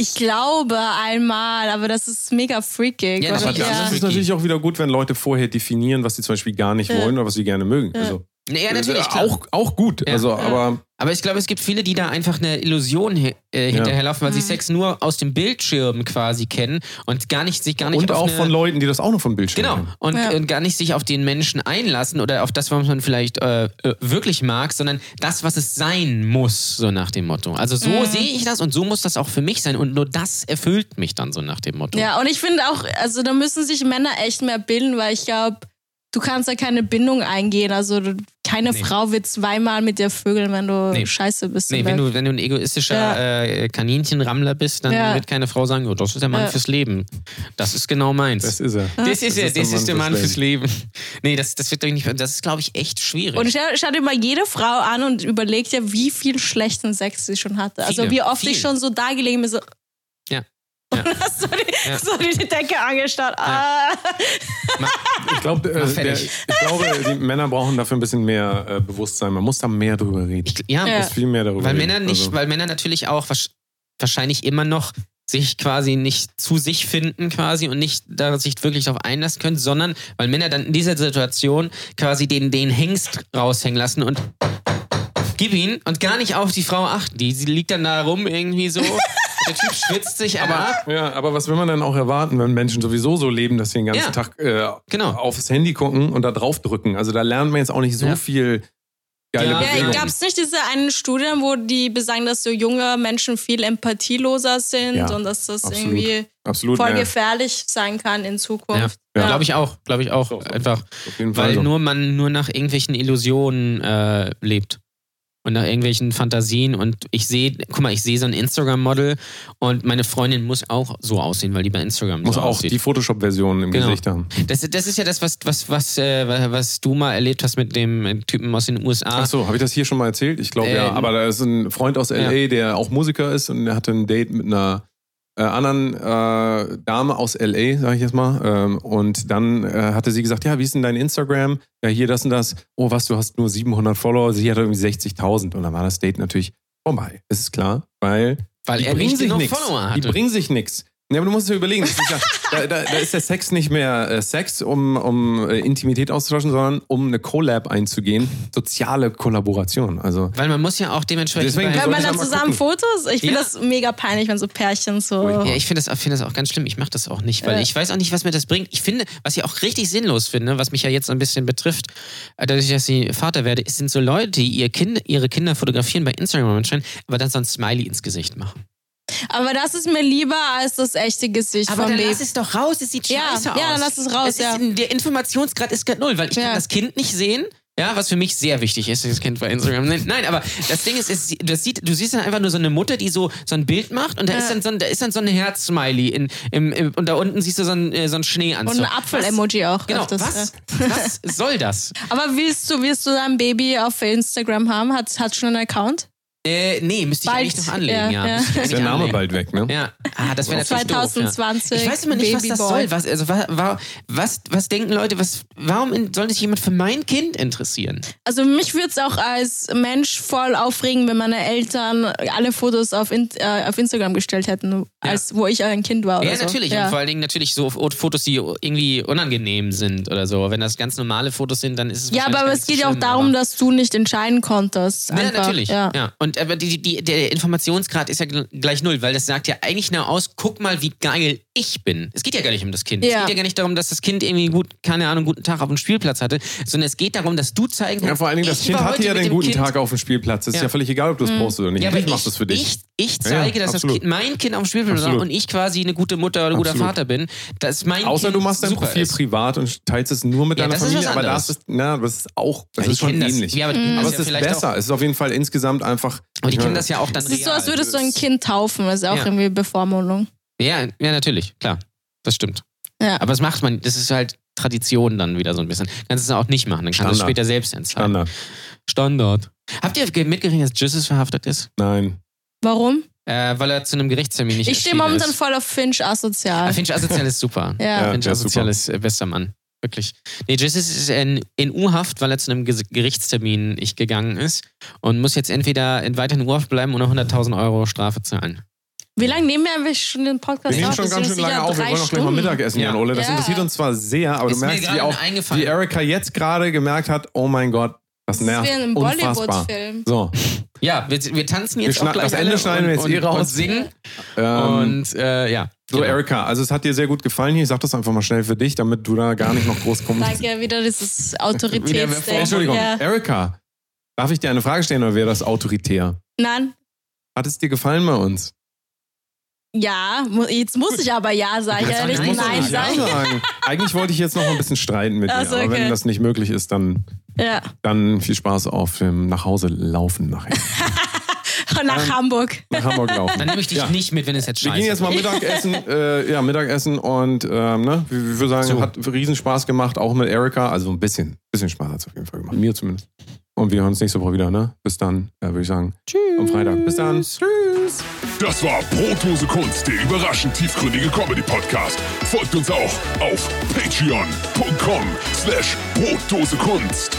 C: Ich glaube einmal, aber das ist mega freakig.
B: Ja, das
A: Aber
C: oder?
B: ist
A: dann
C: ja.
A: ist es natürlich auch wieder gut, wenn Leute vorher definieren, was sie zum Beispiel gar nicht wollen oder was sie gerne mögen. Also,
B: Nee, ja, natürlich.
A: äh,
B: Klar.
A: Auch, auch gut. Also, aber
B: Aber ich glaube, es gibt viele, die da einfach eine Illusion hi- äh, hinterherlaufen, weil sie Sex nur aus dem Bildschirm quasi kennen und gar nicht sich gar nicht
A: und
B: auf
A: auch
B: eine,
A: von Leuten, die das auch noch vom Bildschirm
B: Genau.
A: kennen.
B: Und,
C: Ja.
B: und gar nicht sich auf den Menschen einlassen oder auf das, was man vielleicht äh, äh, wirklich mag, sondern das, was es sein muss, so nach dem Motto. Also so
C: Mhm.
B: sehe ich das und so muss das auch für mich sein und nur das erfüllt mich dann so nach dem Motto.
C: ja, und ich finde auch, also da müssen sich Männer echt mehr bilden, weil ich glaube, du kannst da keine Bindung eingehen. Also du, keine
B: Nee.
C: Frau wird zweimal mit dir vögeln, wenn du
B: Nee.
C: scheiße bist.
B: Nee, wenn du, wenn du ein egoistischer
C: Ja.
B: äh, Kaninchenrammler bist, dann
C: Ja.
B: wird keine Frau sagen, oh, das ist der Mann
C: Ja.
B: fürs Leben. Das ist genau meins.
A: Das ist er.
B: Das ist, er,
A: der
B: das ist der Mann fürs Leben. Nee, das, das wird doch nicht. Das ist, glaube ich, echt schwierig.
C: und schau, schau dir mal jede Frau an und überleg dir, wie viel schlechten Sex sie schon hatte. Also
B: Viele,
C: wie oft
B: viel.
C: ich schon so da gelegen bin, so,
B: ja.
C: so, die,
B: Ja.
C: so die Decke angestarrt. Ah.
A: Ich, glaub, äh,
B: Mach
A: der,
B: fertig.
A: ich glaube, die Männer brauchen dafür ein bisschen mehr äh, Bewusstsein. Man muss da mehr drüber reden.
B: ja,
C: Ja.
A: viel mehr darüber
B: Weil
A: reden.
B: Männer nicht,
A: Also,
B: weil Männer natürlich auch wahrsch- wahrscheinlich immer noch sich quasi nicht zu sich finden quasi und nicht da sich wirklich darauf einlassen können, sondern weil Männer dann in dieser Situation quasi den, den Hengst raushängen lassen und gib ihn und gar nicht auf die Frau achten. Die sie liegt dann da rum irgendwie so. Der Typ schwitzt sich aber ab.
A: Ja, aber was will man denn auch erwarten, wenn Menschen sowieso so leben, dass sie den ganzen
B: Ja.
A: Tag äh,
B: Genau.
A: aufs Handy gucken und da drauf drücken? Also da lernt man jetzt auch nicht so
B: Ja.
A: viel geile
B: Ja.
A: Bewegungen.
C: Ja, gab es nicht diese einen Studien, wo die besagen, dass so junge Menschen viel empathieloser sind
A: Ja,
C: und dass das
A: absolut.
C: irgendwie
A: Absolut.
C: voll
A: ja.
C: gefährlich sein kann in Zukunft?
A: Ja.
B: Glaube ich auch, glaube ich auch.
A: So, so.
B: Einfach,
A: Auf jeden Fall
B: weil
A: so.
B: nur man nur nach irgendwelchen Illusionen äh, lebt. Und nach irgendwelchen Fantasien. Und ich sehe, guck mal, ich sehe so ein Instagram-Model und meine Freundin muss auch so aussehen, weil die bei Instagram
A: muss
B: so
A: auch
B: aussieht.
A: die Photoshop-Version im
B: Genau.
A: Gesicht haben.
B: Das, das ist ja das, was, was, was, äh, was du mal erlebt hast mit dem äh, Typen aus den USA.
A: Ach so, habe ich das hier schon mal erzählt? Ich glaube ja.
B: Ähm.
A: Aber da ist ein Freund aus LA, der auch Musiker ist und der hatte ein Date mit einer äh, anderen äh, Dame aus LA, sage ich jetzt mal. Ähm, und dann äh, hatte sie gesagt, ja, wie ist denn dein Instagram? Ja, hier das und das. Oh, was, du hast nur 700 Follower. Sie hatte irgendwie 60.000. Und dann war das Date natürlich vorbei. Das ist klar, weil
B: weil er nicht genug
A: nix.
B: Follower
A: Die
B: hatte.
A: bringen sich nichts. Ja, aber du musst dir überlegen, das ist ja, da, da, da ist der Sex nicht mehr äh, Sex, um, um äh, Intimität auszutauschen, sondern um eine Collab einzugehen, soziale Kollaboration. Also
B: Weil man muss ja auch dementsprechend.
A: Deswegen-
B: bei,
C: Weil man
A: ich
C: dann
A: mal
C: zusammen Fotos? Ich finde
B: Ja.
C: das mega peinlich, wenn so Pärchen so.
A: Furchtbar.
B: ja, ich finde das, find das auch ganz schlimm. Ich mache das auch nicht, weil
C: Oh. Ja.
B: ich weiß auch nicht, was mir das bringt. Ich finde, was ich auch richtig sinnlos finde, was mich ja jetzt ein bisschen betrifft, äh, dadurch, dass ich Vater werde, es sind so Leute, die ihr kind, ihre Kinder fotografieren bei Instagram anscheinend, aber dann so ein Smiley ins Gesicht machen.
C: Aber das ist mir lieber als das echte Gesicht vom Baby.
B: es doch raus, es sieht
C: Ja, ja, dann lass es raus,
B: Es ist
C: ja.
B: in- der Informationsgrad ist gerade null, weil ich
C: Ja.
B: kann das Kind nicht sehen. Ja, was für mich sehr wichtig ist, das Kind bei Instagram. Nein, nein, aber das Ding ist, es, das sieht, du siehst dann einfach nur so eine Mutter, die so, so ein Bild macht und da, ist, dann so ein, da ist dann so ein Herz-Smiley in, im, im, und da unten siehst du so ein, äh, so ein Schneeanzug.
C: Und ein Apfel-Emoji auch.
B: Genau,
C: öfters,
B: was,
C: ja.
B: was soll das?
C: Aber willst du, willst du dein Baby auf Instagram haben? Hat, hat schon einen Account?
B: Äh, nee, müsste ich
C: Bald,
B: eigentlich noch anlegen,
C: ja,
B: ja.
C: ja.
B: Müsste ich
A: ist
B: eigentlich
A: der Name
B: anlegen.
A: bald weg, ne?
B: Ja, ah, das wäre natürlich doof, ja.
C: 2020.
B: Ich weiß immer nicht, was das
C: Babyboy.
B: soll. Was, also, wa, wa, was, was denken Leute, was, warum in, soll sich jemand für mein Kind interessieren?
C: Also mich würde es auch als Mensch voll aufregen, wenn meine Eltern alle Fotos auf, in, äh, auf Instagram gestellt hätten, als wo ich ein Kind war. Oder
B: ja,
C: so.
B: natürlich. Und vor allen Dingen natürlich so Fotos, die irgendwie unangenehm sind oder so. Wenn das ganz normale Fotos sind, dann ist es
C: Ja,
B: wahrscheinlich
C: aber
B: gar
C: es
B: nicht so
C: geht ja auch
B: schlimm,
C: darum,
B: aber-
C: dass du nicht entscheiden konntest.
B: Ja,
C: Einfach.
B: natürlich.
C: Ja.
B: Ja. Und aber die, die, der Informationsgrad ist ja gl- gleich null, weil das sagt ja eigentlich nur aus, guck mal, wie geil ich bin. Es geht ja gar nicht um das Kind. Es
C: Ja.
B: geht ja gar nicht darum, dass das Kind irgendwie gut, keine Ahnung, guten Tag auf dem Spielplatz hatte, sondern es geht darum, dass du zeigen kannst.
A: Ja, vor allen Dingen, das
B: ich
A: Kind
B: war
A: hatte
B: heute
A: ja
B: mit
A: den
B: dem
A: guten
B: Kind
A: Tag auf dem Spielplatz. Ist ja,
B: Ja. Hm.
A: völlig egal, ob du es postest oder nicht.
B: Ja,
A: ich
B: aber
A: mach das für dich.
B: Ich, ich
A: Ja, ja,
B: zeige, dass
A: absolut.
B: das kind, mein Kind auf dem Spielplatz war
A: Absolut.
B: und ich quasi eine gute Mutter oder ein guter
A: Absolut.
B: Vater bin. Dass mein
A: Außer
B: kind
A: du machst dein
B: super
A: Profil
B: ist.
A: privat und teilst es nur mit
B: Ja,
A: deiner
B: das ist was
A: Familie, aber
B: anderes.
A: das ist, na, das ist auch, das
B: Ja, die
A: ist schon
B: kennen
A: ähnlich.
B: Ja, aber, die kennen das
A: aber
B: ja
A: es ist
B: vielleicht
A: besser.
B: Auch,
A: Es ist auf jeden Fall insgesamt einfach.
B: aber die
A: Ja.
B: kennen das ja auch dann
C: Es ist so,
B: real.
C: als würdest du ein
A: das-
C: Kind taufen. Das ist auch
B: Ja.
C: irgendwie Bevormundung.
B: Ja, ja, natürlich, klar. Das stimmt.
C: Ja.
B: Aber das macht man, das ist halt Tradition dann wieder so ein bisschen. Kannst du es auch nicht machen, dann kannst du es
A: Standard.
B: später selbst entscheiden.
A: Standard.
B: Standard. Habt ihr ge- mitgekriegt, dass Jesus verhaftet ist?
A: Nein.
C: Warum?
B: Äh, weil er zu einem Gerichtstermin nicht
C: Ich stehe
B: erschienen
C: momentan
B: ist.
C: voll auf Finch asozial.
B: Ah, Finch Asozial ist super.
C: Ja.
A: Ja,
B: Finch
A: der ist
B: Asozial
A: super.
B: ist äh, bester Mann. Wirklich. Nee, Jesus ist in, in U-Haft, weil er zu einem Ges- Gerichtstermin nicht gegangen ist und muss jetzt entweder in weiteren U-Haft bleiben oder 100.000 Euro Strafe zahlen.
C: Wie lange nehmen wir eigentlich schon den Podcast
A: Wir nehmen
C: auf?
A: schon
C: Das
A: ganz
C: sind
A: schön lange
C: sicher
A: auf. Wir
C: drei
A: wollen auch gleich mal
C: Stunden.
A: Mittag essen,
B: Ja.
A: Jan Ole. Das
C: Ja.
A: interessiert uns zwar sehr, aber
B: Ist
A: du
B: mir
A: merkst,
B: gerade
A: wie auch
B: noch eingefallen.
A: wie Erika jetzt gerade gemerkt hat: Oh mein Gott, das
C: Das
A: nervt.
C: ist wie in einem
A: Unfassbar.
C: Bollywood-Film.
A: So,
B: Ja, wir, wir tanzen
A: Wir
B: jetzt auch
A: schneiden-
B: gleich
A: das Ende
B: alle
A: schneiden
B: und,
A: wir jetzt
B: und,
A: eh raus.
B: und singen.
A: ähm,
B: Und äh, ja.
A: so Erika, also es hat dir sehr gut gefallen hier. Ich sag das einfach mal schnell für dich, damit du da gar nicht noch groß kommst.
C: Danke, wieder dieses
A: Ey,
C: Autoritätsding.
A: Entschuldigung,
C: Ja.
A: Erika, darf ich dir eine Frage stellen oder wäre das autoritär?
C: Nein,
A: Hat es dir gefallen bei uns?
C: Ja, mu- jetzt muss ich aber ja sagen.
B: kannst
C: Ja,
B: auch
C: nicht
B: Ich muss
C: nein
B: nicht
A: ja
C: sagen.
A: sagen. Eigentlich wollte ich jetzt noch ein bisschen streiten mit dir,
C: Ach so,
A: aber wenn
C: okay.
A: das nicht möglich ist, dann,
C: Ja.
A: dann viel Spaß auf dem Nachhauselaufen nachher.
C: Nach Hamburg.
A: Nach Hamburg laufen.
B: Dann nehme ich dich
A: Ja.
B: nicht mit, wenn es jetzt
A: Wir
B: scheiße
A: gehen jetzt mal Mittagessen, äh, ja, Mittagessen und ähm, ne, wir, wir würden sagen,
B: So.
A: hat riesen Spaß gemacht, auch mit Erika. Also ein bisschen, bisschen Spaß hat es auf jeden Fall gemacht. Mir zumindest. Und wir hören uns nächste Woche wieder, ne? Bis dann, äh, würde ich sagen. Tschüss. Am Freitag. Bis dann. Tschüss.
E: Das war Brotdose Kunst, der überraschend tiefgründige Comedy-Podcast. Folgt uns auch auf patreon.com slash brotdosekunst.